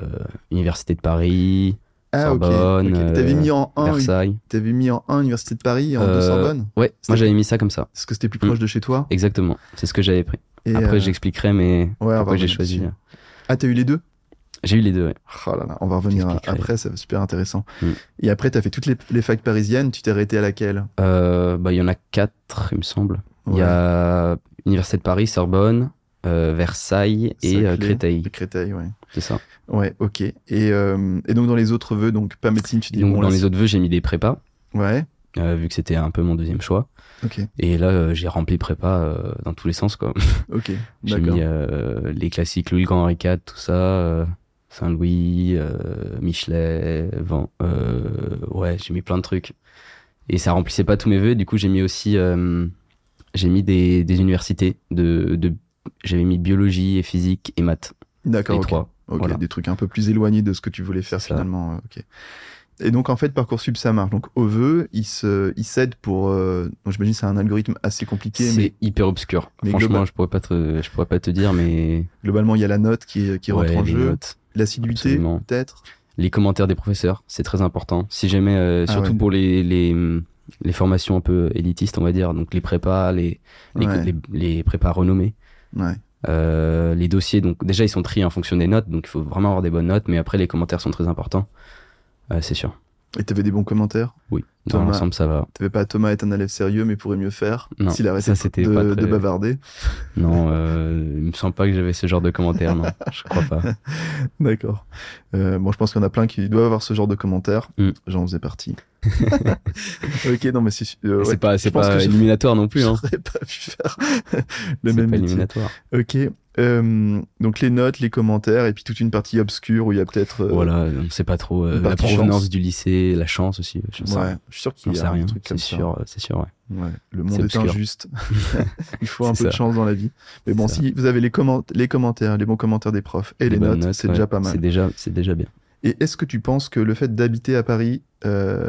[SPEAKER 2] Université de Paris,
[SPEAKER 1] Ah, ok.
[SPEAKER 2] Sorbonne, euh,
[SPEAKER 1] ok. T'avais mis en 1
[SPEAKER 2] Versailles.
[SPEAKER 1] T'avais mis en 1 Université de Paris et en 2
[SPEAKER 2] Euh,
[SPEAKER 1] Sorbonne
[SPEAKER 2] Ouais, moi j'avais mis ça comme ça.
[SPEAKER 1] Parce que c'était plus proche de chez toi
[SPEAKER 2] Exactement, c'est ce que j'avais pris.
[SPEAKER 1] et,
[SPEAKER 2] Après
[SPEAKER 1] euh,
[SPEAKER 2] j'expliquerai, mais
[SPEAKER 1] on va
[SPEAKER 2] pourquoi j'ai
[SPEAKER 1] revenir
[SPEAKER 2] choisi.
[SPEAKER 1] dessus. Ah, t'as eu les deux
[SPEAKER 2] J'ai eu les deux. ouais.
[SPEAKER 1] Oh là là, on va revenir à-
[SPEAKER 2] J'expliquerai.
[SPEAKER 1] après, c'est super intéressant.
[SPEAKER 2] Mm.
[SPEAKER 1] Et après, t'as fait toutes les, les facs parisiennes, tu t'es arrêté à laquelle
[SPEAKER 2] Euh, bah, il y en a quatre, il me semble. Il y a Université de Paris, Sorbonne, euh, Versailles et euh,
[SPEAKER 1] Saclay.
[SPEAKER 2] Créteil.
[SPEAKER 1] Le Créteil, ouais.
[SPEAKER 2] C'est ça.
[SPEAKER 1] Ouais, ok. Et, euh, et donc, dans les autres vœux, donc pas médecine, tu dis
[SPEAKER 2] Donc
[SPEAKER 1] bon,
[SPEAKER 2] dans
[SPEAKER 1] là,
[SPEAKER 2] les autres vœux, j'ai mis des prépas,
[SPEAKER 1] c'est- Ouais,
[SPEAKER 2] euh, vu que c'était un peu mon deuxième choix.
[SPEAKER 1] ok,
[SPEAKER 2] Et là, euh, j'ai rempli prépa euh, dans tous les sens. quoi.
[SPEAKER 1] ok,
[SPEAKER 2] J'ai
[SPEAKER 1] d'accord.
[SPEAKER 2] mis euh, les classiques Louis le Grand Henri IV, tout ça, euh, Saint-Louis, euh, Michelet, Van, euh, ouais, j'ai mis plein de trucs. Et ça remplissait pas tous mes vœux. Du coup, j'ai mis aussi, euh, j'ai mis des, des universités de, de j'avais mis biologie et physique et maths, les
[SPEAKER 1] D'accord, ok.
[SPEAKER 2] trois.
[SPEAKER 1] Ok,
[SPEAKER 2] Voilà.
[SPEAKER 1] des trucs un peu plus éloignés de ce que tu voulais faire
[SPEAKER 2] C'est ça.
[SPEAKER 1] finalement. euh, Ok. Et donc en fait, Parcoursup, ça marche. Donc au vœu, il se, il s'aide pour. euh, donc j'imagine que c'est un algorithme assez compliqué,
[SPEAKER 2] C'est
[SPEAKER 1] mais
[SPEAKER 2] hyper obscur.
[SPEAKER 1] mais
[SPEAKER 2] Franchement,
[SPEAKER 1] global-
[SPEAKER 2] je pourrais pas te, je pourrais pas te dire, mais
[SPEAKER 1] globalement il y a la note qui, qui
[SPEAKER 2] ouais,
[SPEAKER 1] rentre en
[SPEAKER 2] les
[SPEAKER 1] jeu,
[SPEAKER 2] notes.
[SPEAKER 1] l'assiduité
[SPEAKER 2] absolument.
[SPEAKER 1] peut-être.
[SPEAKER 2] les commentaires des professeurs, c'est très important. Si jamais, euh,
[SPEAKER 1] Ah
[SPEAKER 2] surtout
[SPEAKER 1] ouais.
[SPEAKER 2] pour les, les, les formations un peu élitistes, on va dire, donc les prépas, les, les,
[SPEAKER 1] Ouais.
[SPEAKER 2] les, les prépas renommés,
[SPEAKER 1] Ouais.
[SPEAKER 2] euh, les dossiers, donc déjà ils sont triés en fonction des notes, donc il faut vraiment avoir des bonnes notes, mais après les commentaires sont très importants, Euh, c'est sûr.
[SPEAKER 1] Et t'avais des bons commentaires.
[SPEAKER 2] Oui, dans
[SPEAKER 1] Thomas.
[SPEAKER 2] l'ensemble ça va.
[SPEAKER 1] T'avais pas Thomas est un élève sérieux mais pourrait mieux faire.
[SPEAKER 2] Non,
[SPEAKER 1] S'il arrêtait
[SPEAKER 2] ça, c'était
[SPEAKER 1] de,
[SPEAKER 2] pas très-
[SPEAKER 1] de bavarder.
[SPEAKER 2] Non, euh, il me semble pas que j'avais ce genre de commentaires, non, je crois pas.
[SPEAKER 1] D'accord. Euh, bon, je pense qu'il y en a plein qui doivent avoir ce genre de commentaires.
[SPEAKER 2] Mm.
[SPEAKER 1] J'en faisais partie. ok, non mais c'est. su- euh, ouais,
[SPEAKER 2] c'est pas, c'est
[SPEAKER 1] pense
[SPEAKER 2] pas
[SPEAKER 1] que je-
[SPEAKER 2] éliminatoire non plus, hein.
[SPEAKER 1] J'aurais pas pu faire le
[SPEAKER 2] C'est
[SPEAKER 1] même
[SPEAKER 2] pas
[SPEAKER 1] métier.
[SPEAKER 2] éliminatoire.
[SPEAKER 1] Ok. Euh, donc les notes, les commentaires, et puis toute une partie obscure où il y a peut-être. euh,
[SPEAKER 2] Voilà, on sait pas trop euh,
[SPEAKER 1] une
[SPEAKER 2] la
[SPEAKER 1] partie
[SPEAKER 2] provenance
[SPEAKER 1] chance.
[SPEAKER 2] du lycée, la chance aussi, je sais
[SPEAKER 1] Ouais, je suis sûr
[SPEAKER 2] J'en
[SPEAKER 1] qu'il y
[SPEAKER 2] sais
[SPEAKER 1] a un
[SPEAKER 2] rien,
[SPEAKER 1] truc
[SPEAKER 2] c'est
[SPEAKER 1] comme ça.
[SPEAKER 2] sûr, euh, c'est sûr, ouais.
[SPEAKER 1] Ouais, le monde
[SPEAKER 2] C'est
[SPEAKER 1] est,
[SPEAKER 2] obscur.
[SPEAKER 1] injuste. il faut un peu
[SPEAKER 2] C'est
[SPEAKER 1] de
[SPEAKER 2] ça.
[SPEAKER 1] chance dans la vie. Mais bon,
[SPEAKER 2] C'est
[SPEAKER 1] si vous avez les, comment- les commentaires, les bons commentaires des profs et
[SPEAKER 2] Des
[SPEAKER 1] les notes,
[SPEAKER 2] bonnes
[SPEAKER 1] c'est
[SPEAKER 2] ouais.
[SPEAKER 1] déjà pas
[SPEAKER 2] C'est
[SPEAKER 1] mal.
[SPEAKER 2] déjà, c'est déjà bien.
[SPEAKER 1] Et est-ce que tu penses que le fait d'habiter à Paris, euh,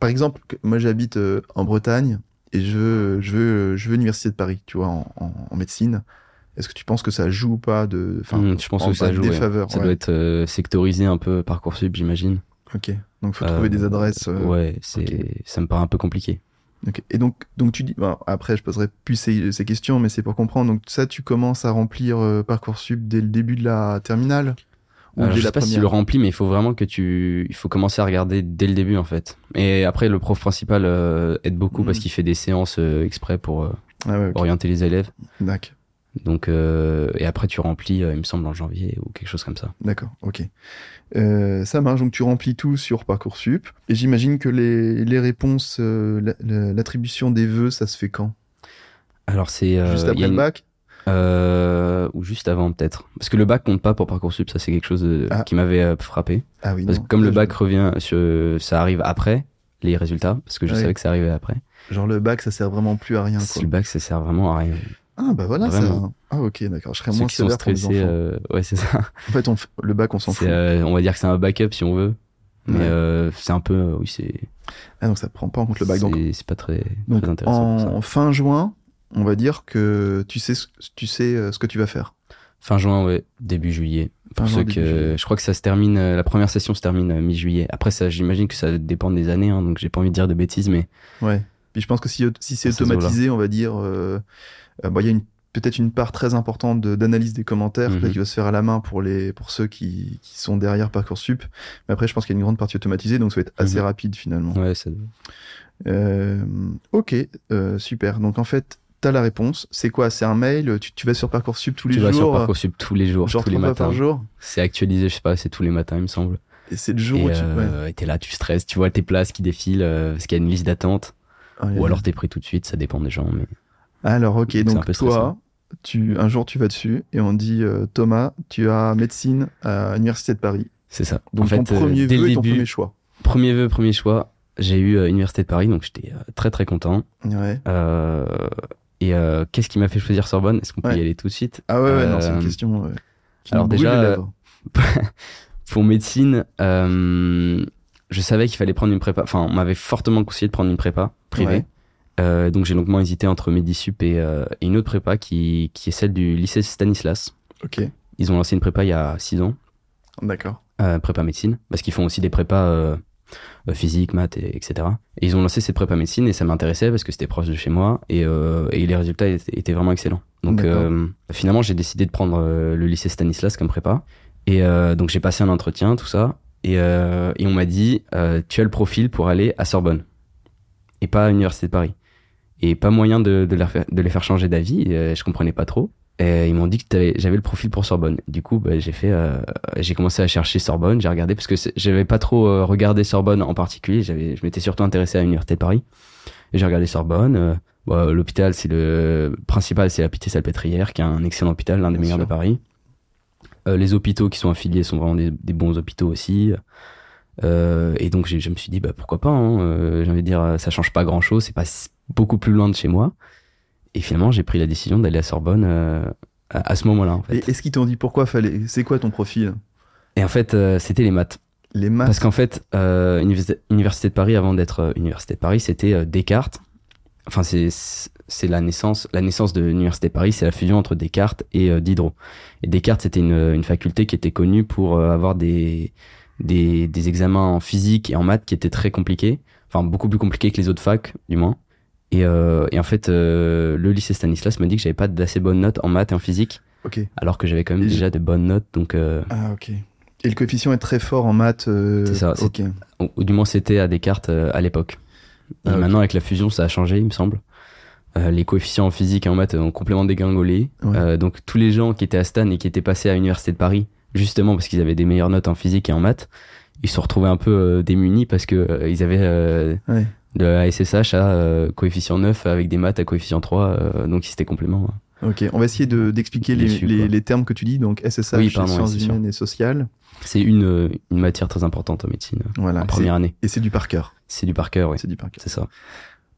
[SPEAKER 1] par exemple, que- moi j'habite euh, en Bretagne et je veux, je veux, je veux l'université de Paris, tu vois, en, en- en médecine. Est-ce que tu penses que ça joue ou pas de, enfin,
[SPEAKER 2] Hum, je pense
[SPEAKER 1] en-
[SPEAKER 2] que ça
[SPEAKER 1] en
[SPEAKER 2] joue. ouais.
[SPEAKER 1] défaveur,
[SPEAKER 2] Ça
[SPEAKER 1] ouais.
[SPEAKER 2] doit être euh, sectorisé un peu parcoursup, j'imagine.
[SPEAKER 1] Ok, donc faut
[SPEAKER 2] Euh,
[SPEAKER 1] trouver des adresses. euh,
[SPEAKER 2] ouais, c'est, ça me paraît un peu compliqué.
[SPEAKER 1] ok. Et donc, donc tu dis, bon, après je poserai plus ces, ces questions, mais c'est pour comprendre. Donc ça, tu commences à remplir euh, parcoursup dès le début de la terminale ou
[SPEAKER 2] Alors,
[SPEAKER 1] dès
[SPEAKER 2] je sais
[SPEAKER 1] la
[SPEAKER 2] pas si
[SPEAKER 1] première.
[SPEAKER 2] tu le remplis, mais il faut vraiment que tu, il faut commencer à regarder dès le début en fait. Et après, le prof principal euh, aide beaucoup
[SPEAKER 1] Mhm.
[SPEAKER 2] parce qu'il fait des séances euh, exprès pour euh,
[SPEAKER 1] Ah ouais, ok.
[SPEAKER 2] orienter les élèves.
[SPEAKER 1] Dac.
[SPEAKER 2] Donc, euh, et après tu remplis, euh, il me semble en janvier ou quelque chose comme ça.
[SPEAKER 1] D'accord, ok. Euh, ça marche, donc tu remplis tout sur Parcoursup. Et j'imagine que les, les réponses, euh, la- la- l'attribution des vœux, ça se fait quand
[SPEAKER 2] Alors c'est euh,
[SPEAKER 1] Juste
[SPEAKER 2] il y
[SPEAKER 1] après
[SPEAKER 2] a
[SPEAKER 1] le
[SPEAKER 2] une-
[SPEAKER 1] bac
[SPEAKER 2] Euh, ou juste avant peut-être. Parce que le bac compte pas pour Parcoursup, ça c'est quelque chose de-
[SPEAKER 1] Ah.
[SPEAKER 2] qui m'avait euh, frappé.
[SPEAKER 1] Ah oui,
[SPEAKER 2] Parce
[SPEAKER 1] non.
[SPEAKER 2] que comme le
[SPEAKER 1] Je-
[SPEAKER 2] bac revient, sur- ça arrive après les résultats, parce que je
[SPEAKER 1] Ouais.
[SPEAKER 2] savais que ça arrivait après.
[SPEAKER 1] Genre le bac, ça sert vraiment plus à rien.
[SPEAKER 2] Si
[SPEAKER 1] Quoi.
[SPEAKER 2] le bac, ça sert vraiment à rien.
[SPEAKER 1] Ah bah voilà, ça...
[SPEAKER 2] Vraiment.
[SPEAKER 1] Ah ok, d'accord, je serais
[SPEAKER 2] Ceux
[SPEAKER 1] moins
[SPEAKER 2] qui sont
[SPEAKER 1] sévère pour les enfants.
[SPEAKER 2] stressés, euh, ouais, c'est ça.
[SPEAKER 1] En fait, on f- le bac, on s'en
[SPEAKER 2] C'est,
[SPEAKER 1] fout.
[SPEAKER 2] euh, on va dire que c'est un backup si on veut, mais
[SPEAKER 1] Ouais.
[SPEAKER 2] euh, c'est un peu, euh, oui, c'est.
[SPEAKER 1] Ah donc ça prend pas en compte le bac. Donc
[SPEAKER 2] c'est- C'est pas très,
[SPEAKER 1] Donc,
[SPEAKER 2] très intéressant. pour ça.
[SPEAKER 1] en fin juin, on va dire que tu sais, ce- tu sais euh, ce que tu vas faire.
[SPEAKER 2] Fin juin, ouais, début juillet.
[SPEAKER 1] Fin
[SPEAKER 2] Pour
[SPEAKER 1] juin,
[SPEAKER 2] ceux
[SPEAKER 1] début juillet.
[SPEAKER 2] que, je crois que ça se termine, euh, la première session se termine euh, mi-juillet. Après ça, j'imagine que ça dépend des années, hein, donc j'ai pas envie de dire de bêtises, mais
[SPEAKER 1] Ouais. Puis je pense que si, si c'est
[SPEAKER 2] Dans ces eaux-là.
[SPEAKER 1] automatisé, on va dire, euh, euh, bon, il y a une peut-être une part très importante de- d'analyse des commentaires
[SPEAKER 2] Mhm.
[SPEAKER 1] peut-être qui va se faire à la main pour les pour ceux qui, qui sont derrière parcoursup mais après je pense qu'il y a une grande partie automatisée donc ça va être assez
[SPEAKER 2] Mhm.
[SPEAKER 1] rapide finalement
[SPEAKER 2] ouais, ça,
[SPEAKER 1] Euh, ok euh, super donc en fait t'as la réponse c'est quoi c'est un mail tu, tu vas sur parcoursup tous les
[SPEAKER 2] tu
[SPEAKER 1] jours
[SPEAKER 2] vas sur
[SPEAKER 1] euh,
[SPEAKER 2] Parcoursup tous les jours,
[SPEAKER 1] genre
[SPEAKER 2] tous les
[SPEAKER 1] trois fois par
[SPEAKER 2] matins.
[SPEAKER 1] jour
[SPEAKER 2] C'est actualisé, je sais pas, c'est tous les matins, il me semble.
[SPEAKER 1] et c'est le jour où
[SPEAKER 2] et
[SPEAKER 1] tu ouais.
[SPEAKER 2] euh, et t'es là, tu stresses, tu vois tes places qui défilent euh, parce qu'il y a une liste d'attente.
[SPEAKER 1] Ah, il y a-
[SPEAKER 2] Ou alors t'es pris tout de suite, ça dépend des gens. Mais...
[SPEAKER 1] Alors, ok,
[SPEAKER 2] C'est un
[SPEAKER 1] donc
[SPEAKER 2] peu
[SPEAKER 1] toi,
[SPEAKER 2] stressant.
[SPEAKER 1] tu, un jour tu vas dessus et on dit euh, Thomas, tu as médecine à l'Université de Paris.
[SPEAKER 2] C'est ça.
[SPEAKER 1] Donc
[SPEAKER 2] en fait,
[SPEAKER 1] ton
[SPEAKER 2] euh,
[SPEAKER 1] premier
[SPEAKER 2] dès
[SPEAKER 1] vœu
[SPEAKER 2] le
[SPEAKER 1] et ton
[SPEAKER 2] début,
[SPEAKER 1] premier choix.
[SPEAKER 2] premier vœu, premier choix, j'ai eu euh, Université de Paris, donc j'étais euh, très très content.
[SPEAKER 1] Ouais.
[SPEAKER 2] Euh, et euh, qu'est-ce qui m'a fait choisir Sorbonne Est-ce qu'on peut
[SPEAKER 1] Ouais.
[SPEAKER 2] y aller tout de suite
[SPEAKER 1] Ah ouais, ouais, non, c'est une
[SPEAKER 2] Euh,
[SPEAKER 1] question. euh, qui
[SPEAKER 2] alors
[SPEAKER 1] me brûle
[SPEAKER 2] déjà,
[SPEAKER 1] les lèvres.
[SPEAKER 2] Pour médecine, euh, je savais qu'il fallait prendre une prépa. Enfin, on m'avait fortement conseillé de prendre une prépa privée.
[SPEAKER 1] Ouais.
[SPEAKER 2] Euh, donc j'ai longuement hésité entre Medisup et, euh, et une autre prépa qui, qui est celle du lycée Stanislas.
[SPEAKER 1] Ok,
[SPEAKER 2] Ils ont lancé une prépa il y a 6 ans.
[SPEAKER 1] d'accord.
[SPEAKER 2] euh, prépa médecine, parce qu'ils font aussi des prépas euh, physique, maths, et- etc. Et ils ont lancé ces prépas médecine et ça m'intéressait parce que c'était proche de chez moi et, euh, et les résultats étaient, étaient vraiment excellents. Donc
[SPEAKER 1] D'accord.
[SPEAKER 2] euh, finalement, j'ai décidé de prendre euh, le lycée Stanislas comme prépa. Et euh, donc j'ai passé un entretien, tout ça. Et, euh, et on m'a dit, euh, tu as le profil pour aller à Sorbonne et pas à l'Université de Paris. Et pas moyen de, de, leur faire- de les faire changer d'avis, euh, je comprenais pas trop. Et ils m'ont dit que t'avais- j'avais le profil pour Sorbonne. Du coup, bah, j'ai fait, euh, j'ai commencé à chercher Sorbonne, j'ai regardé parce que c'est- j'avais pas trop euh, regardé Sorbonne en particulier. J'avais, je m'étais surtout intéressé à l'université de Paris. Et j'ai regardé Sorbonne. euh, bah, l'hôpital, c'est le principal, c'est la Pitié-Salpêtrière, qui est un excellent hôpital, l'un des
[SPEAKER 1] Bien
[SPEAKER 2] meilleurs
[SPEAKER 1] sûr.
[SPEAKER 2] de Paris. Euh, les hôpitaux qui sont affiliés sont vraiment des, des bons hôpitaux aussi. Euh, et donc j'ai- je me suis dit bah pourquoi pas. Hein, euh, j'ai envie de dire euh, ça change pas grand chose. C'est pas s- beaucoup plus loin de chez moi. Et finalement j'ai pris la décision d'aller à Sorbonne euh, à, à ce moment-là en fait.
[SPEAKER 1] Et est-ce qu'ils t'ont dit pourquoi fallait C'est quoi ton profil
[SPEAKER 2] Et en fait, euh, c'était les maths.
[SPEAKER 1] Les maths
[SPEAKER 2] Parce qu'en fait, euh, Univers- Université de Paris, avant d'être euh, Université de Paris, c'était euh, Descartes. Enfin, c'est- c'est la naissance, la naissance de l'Université de Paris, c'est la fusion entre Descartes et euh, Diderot. Et Descartes, c'était une, une faculté qui était connue pour euh, avoir des, des, des examens en physique et en maths qui étaient très compliqués. Enfin, beaucoup plus compliqués que les autres facs, du moins. Et, euh, et en fait, euh, le lycée Stanislas m'a dit que j'avais pas d'assez bonnes notes en maths et en physique,
[SPEAKER 1] Ok.
[SPEAKER 2] alors que j'avais quand même
[SPEAKER 1] Et je-
[SPEAKER 2] déjà de bonnes notes. Donc, euh,
[SPEAKER 1] Ah, ok. Et le coefficient est très fort en maths. euh,
[SPEAKER 2] C'est ça, c'est-
[SPEAKER 1] Ok.
[SPEAKER 2] ou, ou du moins c'était à Descartes euh, à l'époque. Et
[SPEAKER 1] Ah, ok.
[SPEAKER 2] maintenant avec la fusion ça a changé il me semble. Euh, les coefficients en physique et en maths ont complètement dégringolé.
[SPEAKER 1] Ouais.
[SPEAKER 2] Euh, donc tous les gens qui étaient à Stan et qui étaient passés à l'université de Paris justement parce qu'ils avaient des meilleures notes en physique et en maths, ils se sont retrouvés un peu euh, démunis parce que euh, ils avaient euh,
[SPEAKER 1] Ouais.
[SPEAKER 2] de la SSH à euh, coefficient 9 avec des maths à coefficient 3 euh, donc c'était complément.
[SPEAKER 1] Ok. On va essayer de- d'expliquer
[SPEAKER 2] Les
[SPEAKER 1] les,
[SPEAKER 2] sucs,
[SPEAKER 1] les-
[SPEAKER 2] quoi.
[SPEAKER 1] les termes que tu dis. Donc SSH,
[SPEAKER 2] Oui, pardon,
[SPEAKER 1] sciences
[SPEAKER 2] ouais, c'est sûr.
[SPEAKER 1] humaines et sociales.
[SPEAKER 2] C'est une euh, une matière très importante en médecine euh,
[SPEAKER 1] Voilà.
[SPEAKER 2] en
[SPEAKER 1] Et
[SPEAKER 2] première année.
[SPEAKER 1] c'est- Et c'est du par cœur.
[SPEAKER 2] C'est du par cœur oui.
[SPEAKER 1] C'est du par cœur.
[SPEAKER 2] C'est ça.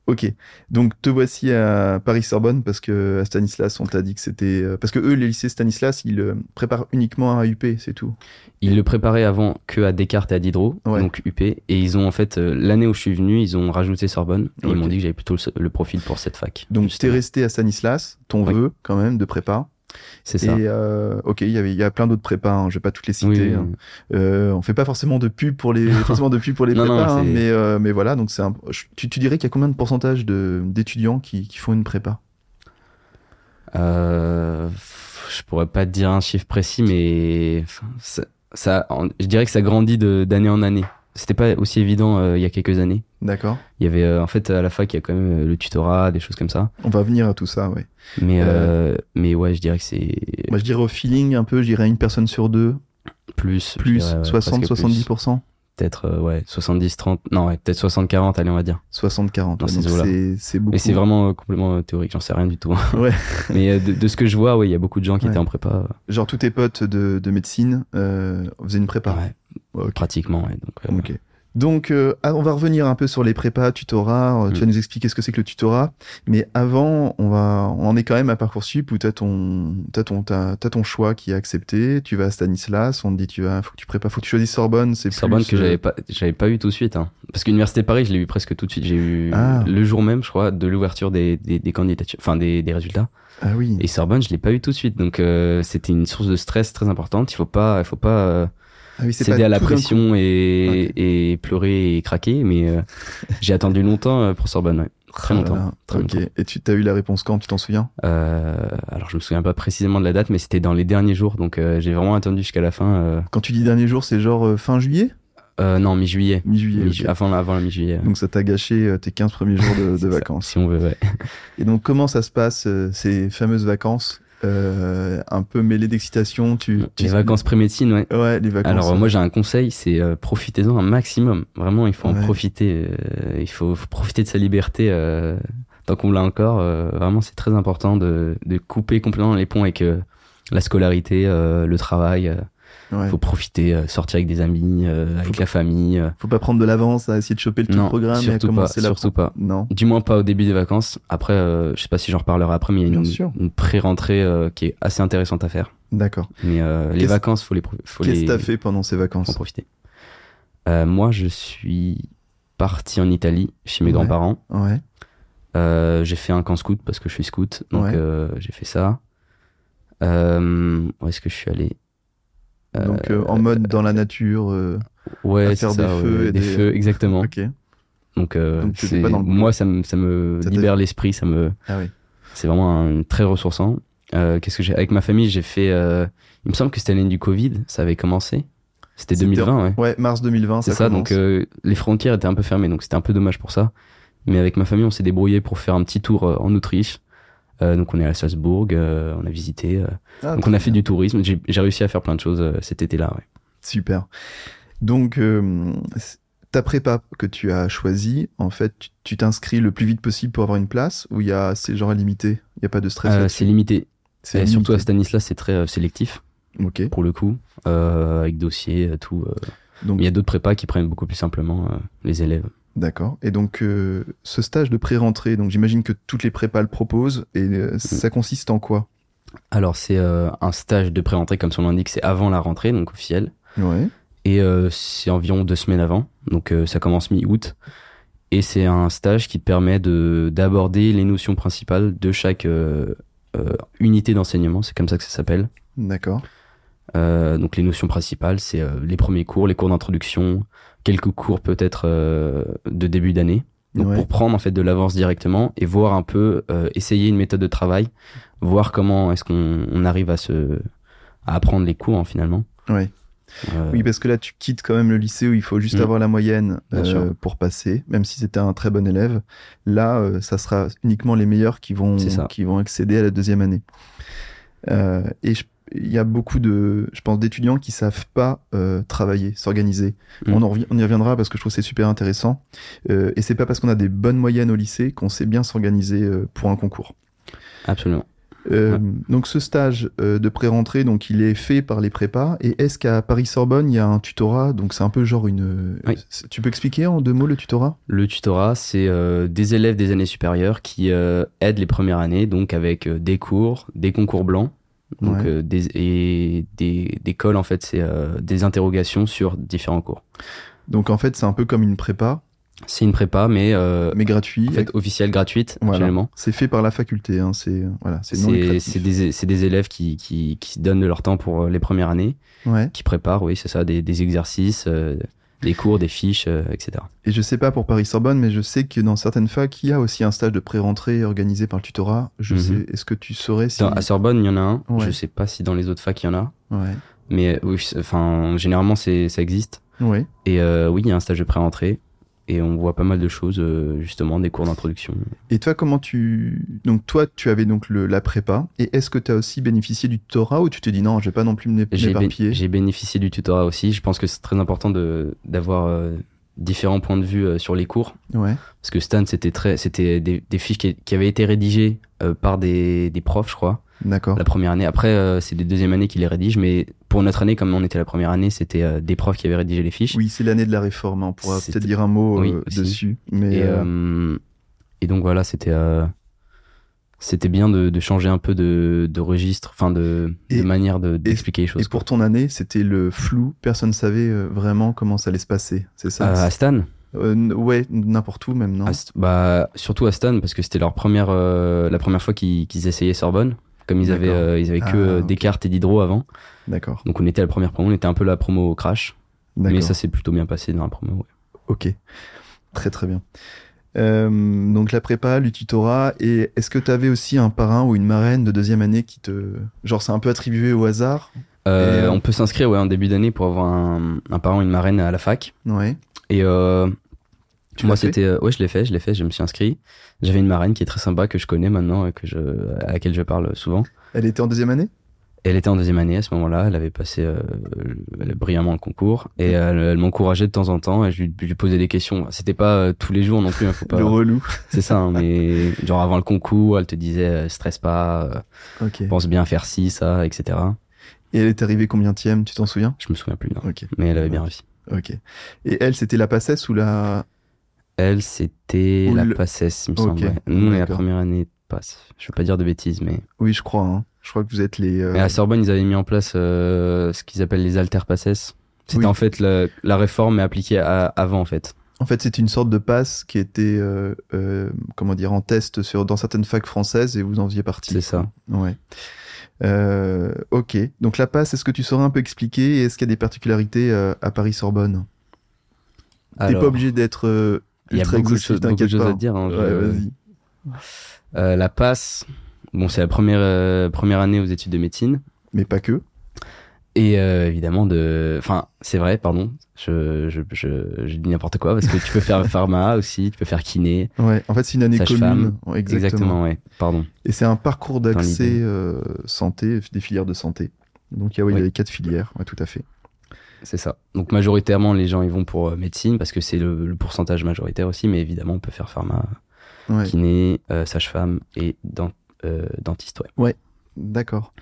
[SPEAKER 1] Ok. Donc te voici à Paris Sorbonne parce que à Stanislas on t'a dit que c'était euh, parce que eux les lycées Stanislas ils euh, préparent uniquement à UP c'est tout.
[SPEAKER 2] Ils le préparaient avant que à Descartes et à Diderot,
[SPEAKER 1] Ouais.
[SPEAKER 2] donc UP, et ils ont en fait, euh, l'année où je suis venu, ils ont rajouté Sorbonne, et
[SPEAKER 1] Ok.
[SPEAKER 2] ils m'ont dit que j'avais plutôt le, le profil pour cette fac. euh,
[SPEAKER 1] Donc t'es
[SPEAKER 2] Justement.
[SPEAKER 1] resté à Stanislas, ton
[SPEAKER 2] Oui.
[SPEAKER 1] vœu quand même de prépa.
[SPEAKER 2] c'est
[SPEAKER 1] Et
[SPEAKER 2] ça.
[SPEAKER 1] euh, ok il y avait il y a plein d'autres prépas, hein, je vais pas toutes les citer.
[SPEAKER 2] Oui, oui,
[SPEAKER 1] hein.
[SPEAKER 2] oui.
[SPEAKER 1] Euh, on fait pas forcément de pub pour les forcément de pub pour les
[SPEAKER 2] Non, non,
[SPEAKER 1] prépas, hein,
[SPEAKER 2] c'est-
[SPEAKER 1] mais euh, mais voilà donc c'est un... je- tu, tu dirais qu'il y a combien de pourcentage de d'étudiants qui, qui font une prépa
[SPEAKER 2] Euh, je pourrais pas te dire un chiffre précis, mais ça, ça- en- je dirais que ça grandit de- d'année en année. C'était pas aussi évident euh, il y a quelques années.
[SPEAKER 1] D'accord.
[SPEAKER 2] Il y avait euh, en fait à la fac, il y a quand même euh, le tutorat, des choses comme ça.
[SPEAKER 1] On va venir à tout ça ouais.
[SPEAKER 2] Mais
[SPEAKER 1] Euh.
[SPEAKER 2] euh, mais ouais, je dirais que c'est
[SPEAKER 1] Moi je dirais au feeling un peu, je dirais une personne sur deux,
[SPEAKER 2] plus je
[SPEAKER 1] plus
[SPEAKER 2] dirais, ouais, presque
[SPEAKER 1] 60
[SPEAKER 2] plus.
[SPEAKER 1] 70
[SPEAKER 2] Peut-être euh, ouais 70 30 non ouais, peut-être 60 40 allez on va dire.
[SPEAKER 1] 60-40.
[SPEAKER 2] Dans
[SPEAKER 1] ouais,
[SPEAKER 2] ces
[SPEAKER 1] donc
[SPEAKER 2] eaux-là.
[SPEAKER 1] c'est- c'est beaucoup.
[SPEAKER 2] Mais c'est vraiment euh, complètement euh, théorique, j'en sais rien du tout.
[SPEAKER 1] Ouais.
[SPEAKER 2] Mais euh, de, de ce que je vois, ouais, il y a beaucoup de gens qui
[SPEAKER 1] Ouais.
[SPEAKER 2] étaient en prépa,
[SPEAKER 1] hein. Genre, tous tes potes de, de médecine euh, faisaient une
[SPEAKER 2] euh,
[SPEAKER 1] prépa.
[SPEAKER 2] ouais,
[SPEAKER 1] Ouais, ok.
[SPEAKER 2] pratiquement. ouais, donc, euh,
[SPEAKER 1] Ok. Donc, euh, ah, on va revenir un peu sur les prépas, tutorat. euh, Tu
[SPEAKER 2] Mm.
[SPEAKER 1] vas nous expliquer ce que c'est que le tutorat. Mais avant, on va, on en est quand même à Parcoursup où t'as ton, t'as ton, t'as, t'as ton choix qui est accepté. Tu vas à Stanislas, on te dit tu vas, faut que tu prépares, faut que tu choisisses Sorbonne. C'est
[SPEAKER 2] Sorbonne
[SPEAKER 1] plus,
[SPEAKER 2] que
[SPEAKER 1] euh,
[SPEAKER 2] j'avais pas, j'avais pas eu tout de suite. Hein. Parce que l'université de Paris, je l'ai eu presque tout de suite. J'ai eu
[SPEAKER 1] Ah.
[SPEAKER 2] le jour même, je crois, de l'ouverture des, des, des candidatures, enfin des, des résultats.
[SPEAKER 1] Ah oui.
[SPEAKER 2] Et Sorbonne, je l'ai pas eu tout de suite. Donc euh, c'était une source de stress très importante. Il faut pas, il faut pas euh,
[SPEAKER 1] Ah oui, c'est
[SPEAKER 2] céder
[SPEAKER 1] pas
[SPEAKER 2] à la
[SPEAKER 1] tout d'un coup.
[SPEAKER 2] pression et, et pleurer et craquer. Mais euh, j'ai attendu longtemps euh, pour Sorbonne. ouais. Très
[SPEAKER 1] Ah là
[SPEAKER 2] longtemps.
[SPEAKER 1] là.
[SPEAKER 2] très
[SPEAKER 1] Ok.
[SPEAKER 2] longtemps.
[SPEAKER 1] Et tu t'as eu la réponse quand Tu t'en souviens
[SPEAKER 2] Euh, alors je me souviens pas précisément de la date, mais c'était dans les derniers jours, donc euh, j'ai vraiment attendu jusqu'à la fin. Euh,
[SPEAKER 1] Quand tu dis dernier jour, c'est genre euh, fin juillet,
[SPEAKER 2] euh, non, mi-juillet.
[SPEAKER 1] mi-juillet.
[SPEAKER 2] Mi-ju-
[SPEAKER 1] ok.
[SPEAKER 2] avant, la- avant la mi-juillet.
[SPEAKER 1] Donc ça t'a gâché euh, tes 15 premiers jours de, de
[SPEAKER 2] ça.
[SPEAKER 1] vacances.
[SPEAKER 2] Si on veut, ouais.
[SPEAKER 1] Et donc comment ça se passe euh, ces fameuses vacances euh, un peu mêlées d'excitation tu, tu-
[SPEAKER 2] Les vacances pré-médecine, ouais.
[SPEAKER 1] Ouais, les vacances.
[SPEAKER 2] Alors euh, moi j'ai un conseil, c'est euh, profitez-en un maximum. Vraiment, il faut en
[SPEAKER 1] Ouais.
[SPEAKER 2] profiter. euh, il faut, faut profiter de sa liberté euh, tant qu'on l'a encore. euh, vraiment, c'est très important de, de couper complètement les ponts avec euh, la scolarité, euh, le travail. euh,
[SPEAKER 1] Ouais.
[SPEAKER 2] Faut
[SPEAKER 1] faut...
[SPEAKER 2] profiter, euh, sortir avec des amis, euh, avec la famille. euh.
[SPEAKER 1] pas prendre de l'avance à essayer de choper le tout
[SPEAKER 2] non,
[SPEAKER 1] programme et à
[SPEAKER 2] surtout pas.
[SPEAKER 1] commencer la
[SPEAKER 2] Surtout pas.
[SPEAKER 1] Non.
[SPEAKER 2] Du moins pas au début des vacances. Après, euh, je sais pas si j'en reparlerai après, mais il y a
[SPEAKER 1] Bien
[SPEAKER 2] une,
[SPEAKER 1] sûr.
[SPEAKER 2] une pré-rentrée euh, qui est assez intéressante à faire.
[SPEAKER 1] D'accord.
[SPEAKER 2] Mais euh, les
[SPEAKER 1] Qu'est-ce-
[SPEAKER 2] vacances, faut les, pro- faut
[SPEAKER 1] Qu'est-ce
[SPEAKER 2] les
[SPEAKER 1] que t'as fait pendant ces
[SPEAKER 2] faut en
[SPEAKER 1] vacances
[SPEAKER 2] profiter. Euh, moi, je suis parti en Italie chez mes
[SPEAKER 1] Ouais.
[SPEAKER 2] grands-parents.
[SPEAKER 1] Ouais.
[SPEAKER 2] Euh, j'ai fait un camp scout parce que je suis scout, donc
[SPEAKER 1] Ouais.
[SPEAKER 2] euh, j'ai fait ça. Euh, où est-ce que je suis allé
[SPEAKER 1] Donc euh, en mode dans la nature, euh,
[SPEAKER 2] ouais,
[SPEAKER 1] à
[SPEAKER 2] c'est
[SPEAKER 1] faire des
[SPEAKER 2] ça, ouais,
[SPEAKER 1] feux et
[SPEAKER 2] des
[SPEAKER 1] des-
[SPEAKER 2] feux, exactement.
[SPEAKER 1] ok.
[SPEAKER 2] Donc, euh,
[SPEAKER 1] Donc, tu
[SPEAKER 2] c'est-
[SPEAKER 1] t'es pas dans le boulot.
[SPEAKER 2] moi, ça me, ça me
[SPEAKER 1] Ça t'a-
[SPEAKER 2] libère l'esprit, ça me,
[SPEAKER 1] Ah oui.
[SPEAKER 2] c'est vraiment un- très ressourçant. Euh, Qu'est-ce que j'ai avec ma famille J'ai fait, euh, il me semble que c'était l'année du Covid, ça avait commencé. C'était
[SPEAKER 1] C'était-
[SPEAKER 2] 2020, ouais.
[SPEAKER 1] Ouais, mars 2020,
[SPEAKER 2] C'est
[SPEAKER 1] ça,
[SPEAKER 2] ça, donc
[SPEAKER 1] commence.
[SPEAKER 2] euh, les frontières étaient un peu fermées, donc c'était un peu dommage pour ça. Mais avec ma famille, on s'est débrouillé pour faire un petit tour euh, en Autriche. Euh, donc on est allé à Salzbourg, euh, on a visité. euh,
[SPEAKER 1] Ah,
[SPEAKER 2] donc on a fait du tourisme. J'ai j'ai réussi à faire plein de choses euh, cet été-là. Ouais.
[SPEAKER 1] Super. Donc, euh, c- ta prépa que tu as choisie, en fait, tu- tu t'inscris le plus vite possible pour avoir une place ou il y a c'est genre limité Il n'y a pas de stress
[SPEAKER 2] Euh,
[SPEAKER 1] là-dessus
[SPEAKER 2] c'est limité.
[SPEAKER 1] C'est
[SPEAKER 2] Et surtout à
[SPEAKER 1] limité.
[SPEAKER 2] Stanislas, c'est très euh, sélectif
[SPEAKER 1] Ok.
[SPEAKER 2] pour le coup, euh, avec dossier, euh, tout. euh.
[SPEAKER 1] Donc,
[SPEAKER 2] Mais il y a d'autres prépas qui prennent beaucoup plus simplement euh, les élèves.
[SPEAKER 1] D'accord. Et donc, euh, ce stage de pré-rentrée, donc j'imagine que toutes les prépas le proposent et euh,
[SPEAKER 2] Mm.
[SPEAKER 1] ça consiste en quoi
[SPEAKER 2] Alors c'est euh, un stage de pré-rentrée, comme son nom l'indique, c'est avant la rentrée, donc officielle.
[SPEAKER 1] Ouais.
[SPEAKER 2] Et euh, c'est environ deux semaines avant, donc euh, ça commence mi-août. Et c'est un stage qui te permet de d'aborder les notions principales de chaque euh, euh, unité d'enseignement, c'est comme ça que ça s'appelle.
[SPEAKER 1] D'accord.
[SPEAKER 2] Euh, donc les notions principales, c'est euh, les premiers cours, les cours d'introduction, quelques cours peut-être euh, de début d'année. Donc,
[SPEAKER 1] Ouais.
[SPEAKER 2] pour prendre en fait de l'avance directement et voir un peu, euh, essayer une méthode de travail, voir comment est-ce qu'on on arrive à se à apprendre les cours hein, finalement.
[SPEAKER 1] Ouais.
[SPEAKER 2] Euh,
[SPEAKER 1] Oui, parce que là, tu quittes quand même le lycée où il faut juste
[SPEAKER 2] Mm.
[SPEAKER 1] avoir la moyenne
[SPEAKER 2] Bien
[SPEAKER 1] euh,
[SPEAKER 2] sûr.
[SPEAKER 1] pour passer, même si c'était un très bon élève. Là, euh, ça sera uniquement les meilleurs qui vont,
[SPEAKER 2] C'est ça.
[SPEAKER 1] qui vont accéder à la deuxième année. Euh, et je- il y a beaucoup de, je pense, d'étudiants qui savent pas euh, travailler, s'organiser.
[SPEAKER 2] Mm.
[SPEAKER 1] On, en revi- on y reviendra parce que je trouve que c'est super intéressant. Euh, et c'est pas parce qu'on a des bonnes moyennes au lycée qu'on sait bien s'organiser euh, pour un concours.
[SPEAKER 2] Absolument.
[SPEAKER 1] Euh,
[SPEAKER 2] Ouais.
[SPEAKER 1] Donc ce stage euh, de pré-rentrée, donc il est fait par les prépas. Et est-ce qu'à Paris Sorbonne il y a un tutorat Donc c'est un peu genre une. euh,
[SPEAKER 2] Oui.
[SPEAKER 1] c'est- Tu peux expliquer en deux mots le tutorat
[SPEAKER 2] Le tutorat, c'est euh, des élèves des années supérieures qui euh, aident les premières années, donc avec euh, des cours, des concours blancs, donc
[SPEAKER 1] Ouais.
[SPEAKER 2] euh, des, et des, des calls, en fait, c'est euh, des interrogations sur différents cours.
[SPEAKER 1] Donc en fait c'est un peu comme une prépa,
[SPEAKER 2] C'est une prépa, mais, euh,
[SPEAKER 1] mais gratuit.
[SPEAKER 2] en fait officielle, gratuite,
[SPEAKER 1] Voilà.
[SPEAKER 2] finalement.
[SPEAKER 1] C'est fait par la faculté. hein, C'est voilà, c'est non
[SPEAKER 2] C'est
[SPEAKER 1] lucratif.
[SPEAKER 2] c'est des, c'est des élèves qui, qui, qui se donnent de leur temps pour euh, les premières années,
[SPEAKER 1] Ouais.
[SPEAKER 2] qui préparent, oui, c'est ça, des, des exercices, euh, des cours, des fiches, euh, etc.
[SPEAKER 1] Et je sais pas pour Paris Sorbonne, mais je sais que dans certaines facs il y a aussi un stage de pré-rentrée organisé par le tutorat. Je
[SPEAKER 2] Mhm.
[SPEAKER 1] sais. Est-ce que tu saurais si
[SPEAKER 2] Dans- à Sorbonne, il y en a un.
[SPEAKER 1] Ouais.
[SPEAKER 2] Je sais pas si dans les autres facs, il y en a.
[SPEAKER 1] Ouais.
[SPEAKER 2] Mais euh, oui, c'est- enfin, généralement, c'est- ça existe.
[SPEAKER 1] Ouais.
[SPEAKER 2] Et euh, oui, il y a un stage de pré-entrée. Et on voit pas mal de choses, euh, justement, des cours d'introduction.
[SPEAKER 1] Et toi, comment tu. Donc, toi, tu avais donc le, la prépa. Et est-ce que tu as aussi bénéficié du tutorat ou tu te dis non, je vais pas non plus m'é-
[SPEAKER 2] J'ai bé-
[SPEAKER 1] m'éparpiller
[SPEAKER 2] j'ai bénéficié du tutorat aussi. Je pense que c'est très important de- d'avoir euh, différents points de vue euh, sur les cours.
[SPEAKER 1] Ouais,
[SPEAKER 2] Parce que Stan, c'était très- c'était des, des fiches qui, qui avaient été rédigées euh, par des, des profs, je crois,
[SPEAKER 1] d'accord.
[SPEAKER 2] la première année. Après, euh, c'est des deuxième années qui les rédigent. Mais pour notre année, comme on était la première année, c'était euh, des profs qui avaient rédigé les fiches.
[SPEAKER 1] Oui, c'est l'année de la réforme. hein. On pourra
[SPEAKER 2] C'était-
[SPEAKER 1] peut-être dire un mot
[SPEAKER 2] Oui,
[SPEAKER 1] euh,
[SPEAKER 2] aussi.
[SPEAKER 1] dessus. Mais
[SPEAKER 2] Et,
[SPEAKER 1] euh,
[SPEAKER 2] euh, et donc voilà, c'était euh, c'était bien de, de changer un peu de, de registre, enfin de, de
[SPEAKER 1] Et-
[SPEAKER 2] manière de- d'expliquer les
[SPEAKER 1] et
[SPEAKER 2] choses.
[SPEAKER 1] pour ton année, c'était le flou. Personne ne savait euh, vraiment comment ça allait se passer. C'est
[SPEAKER 2] Euh,
[SPEAKER 1] ça
[SPEAKER 2] à Stan,
[SPEAKER 1] Euh, n- Ouais, n'importe où même, non
[SPEAKER 2] à St- bah, surtout à Stan, parce que c'était leur première, euh, la première fois qu'ils qu'ils essayaient Sorbonne. Comme ils avaient,
[SPEAKER 1] D'accord.
[SPEAKER 2] euh, ils avaient que
[SPEAKER 1] Ah,
[SPEAKER 2] euh,
[SPEAKER 1] ok.
[SPEAKER 2] Descartes et Diderot avant.
[SPEAKER 1] D'accord.
[SPEAKER 2] Donc on était à la première promo, on était un peu la promo crash. Mais
[SPEAKER 1] D'accord.
[SPEAKER 2] ça s'est plutôt bien passé dans la promo. ouais.
[SPEAKER 1] Ok. Très, très bien. Euh, donc la prépa, le tutorat, et est-ce que tu avais aussi un parrain ou une marraine de deuxième année qui te... Genre c'est un peu attribué au hasard
[SPEAKER 2] Euh,
[SPEAKER 1] euh,
[SPEAKER 2] On peut s'inscrire ouais, en début d'année pour avoir un, un parent, une marraine à la fac.
[SPEAKER 1] Ouais.
[SPEAKER 2] Et euh,
[SPEAKER 1] Tu
[SPEAKER 2] moi
[SPEAKER 1] l'as fait
[SPEAKER 2] c'était euh, ouais je l'ai fait je l'ai fait je me suis inscrit j'avais une marraine qui est très sympa que je connais maintenant et que je à laquelle je parle souvent
[SPEAKER 1] Elle était en deuxième année
[SPEAKER 2] elle était en deuxième année à ce moment-là elle avait passé euh, le- brillamment le concours et elle, elle m'encourageait de temps en temps et je lui, je lui posais des questions c'était pas euh, tous les jours non plus hein, faut pas
[SPEAKER 1] Le relou.
[SPEAKER 2] c'est ça hein, mais genre avant le concours elle te disait euh, stresse pas euh,
[SPEAKER 1] Ok.
[SPEAKER 2] pense bien faire ci ça etc
[SPEAKER 1] Et elle est arrivée combien tième, tu t'en souviens
[SPEAKER 2] je me souviens plus non.
[SPEAKER 1] Ok,
[SPEAKER 2] mais elle avait bien réussi
[SPEAKER 1] ok. Et elle, c'était la passesse ou la...
[SPEAKER 2] elle c'était
[SPEAKER 1] Ou
[SPEAKER 2] la
[SPEAKER 1] le-
[SPEAKER 2] passesse il me
[SPEAKER 1] Ok,
[SPEAKER 2] semble ouais. nous on est la
[SPEAKER 1] d'accord.
[SPEAKER 2] première année de passe je veux pas dire de bêtises mais
[SPEAKER 1] Oui, je crois. hein. Je crois que vous êtes les... euh,
[SPEAKER 2] Mais à Sorbonne, ils avaient mis en place euh, ce qu'ils appellent les alter passes. C'était
[SPEAKER 1] Oui.
[SPEAKER 2] en fait la, la réforme mais appliquée à- avant en fait.
[SPEAKER 1] En fait, c'était une sorte de passe qui était, euh, euh, comment dire, en test sur, dans certaines facs françaises et vous en faisiez partie.
[SPEAKER 2] C'est ça.
[SPEAKER 1] Ouais. Euh, ok. Donc la passe, est-ce que tu saurais un peu expliquer et Est-ce qu'il y a des particularités euh, à Paris-Sorbonne T'es
[SPEAKER 2] Alors,
[SPEAKER 1] pas obligé d'être euh,
[SPEAKER 2] il y a
[SPEAKER 1] ultra
[SPEAKER 2] beaucoup de
[SPEAKER 1] exhaustif,
[SPEAKER 2] choses, beaucoup de
[SPEAKER 1] t'inquiète
[SPEAKER 2] choses
[SPEAKER 1] pas.
[SPEAKER 2] à dire. hein, je-
[SPEAKER 1] Ouais, vas-y.
[SPEAKER 2] Euh, la passe, bon, c'est la première, euh, première année aux études de médecine.
[SPEAKER 1] Mais pas que.
[SPEAKER 2] Et euh, évidemment, de... enfin, c'est vrai, pardon, je, je, je, je dis n'importe quoi, parce que tu peux faire pharma aussi, tu peux faire kiné.
[SPEAKER 1] Ouais. En fait, c'est une année
[SPEAKER 2] Sage-femme.
[SPEAKER 1] commune. Ouais, Exactement.
[SPEAKER 2] ouais, pardon.
[SPEAKER 1] Et c'est un parcours d'accès
[SPEAKER 2] l'idée.
[SPEAKER 1] euh, santé, des filières de santé. Donc, ah ouais, il y
[SPEAKER 2] Oui.
[SPEAKER 1] avait quatre filières. Ouais, tout à fait.
[SPEAKER 2] C'est ça. Donc majoritairement, les gens ils vont pour euh, médecine parce que c'est le, le pourcentage majoritaire aussi, mais évidemment, on peut faire pharma,
[SPEAKER 1] Ouais.
[SPEAKER 2] kiné, euh, sage-femme et dent- euh, dentiste. Ouais.
[SPEAKER 1] D'accord.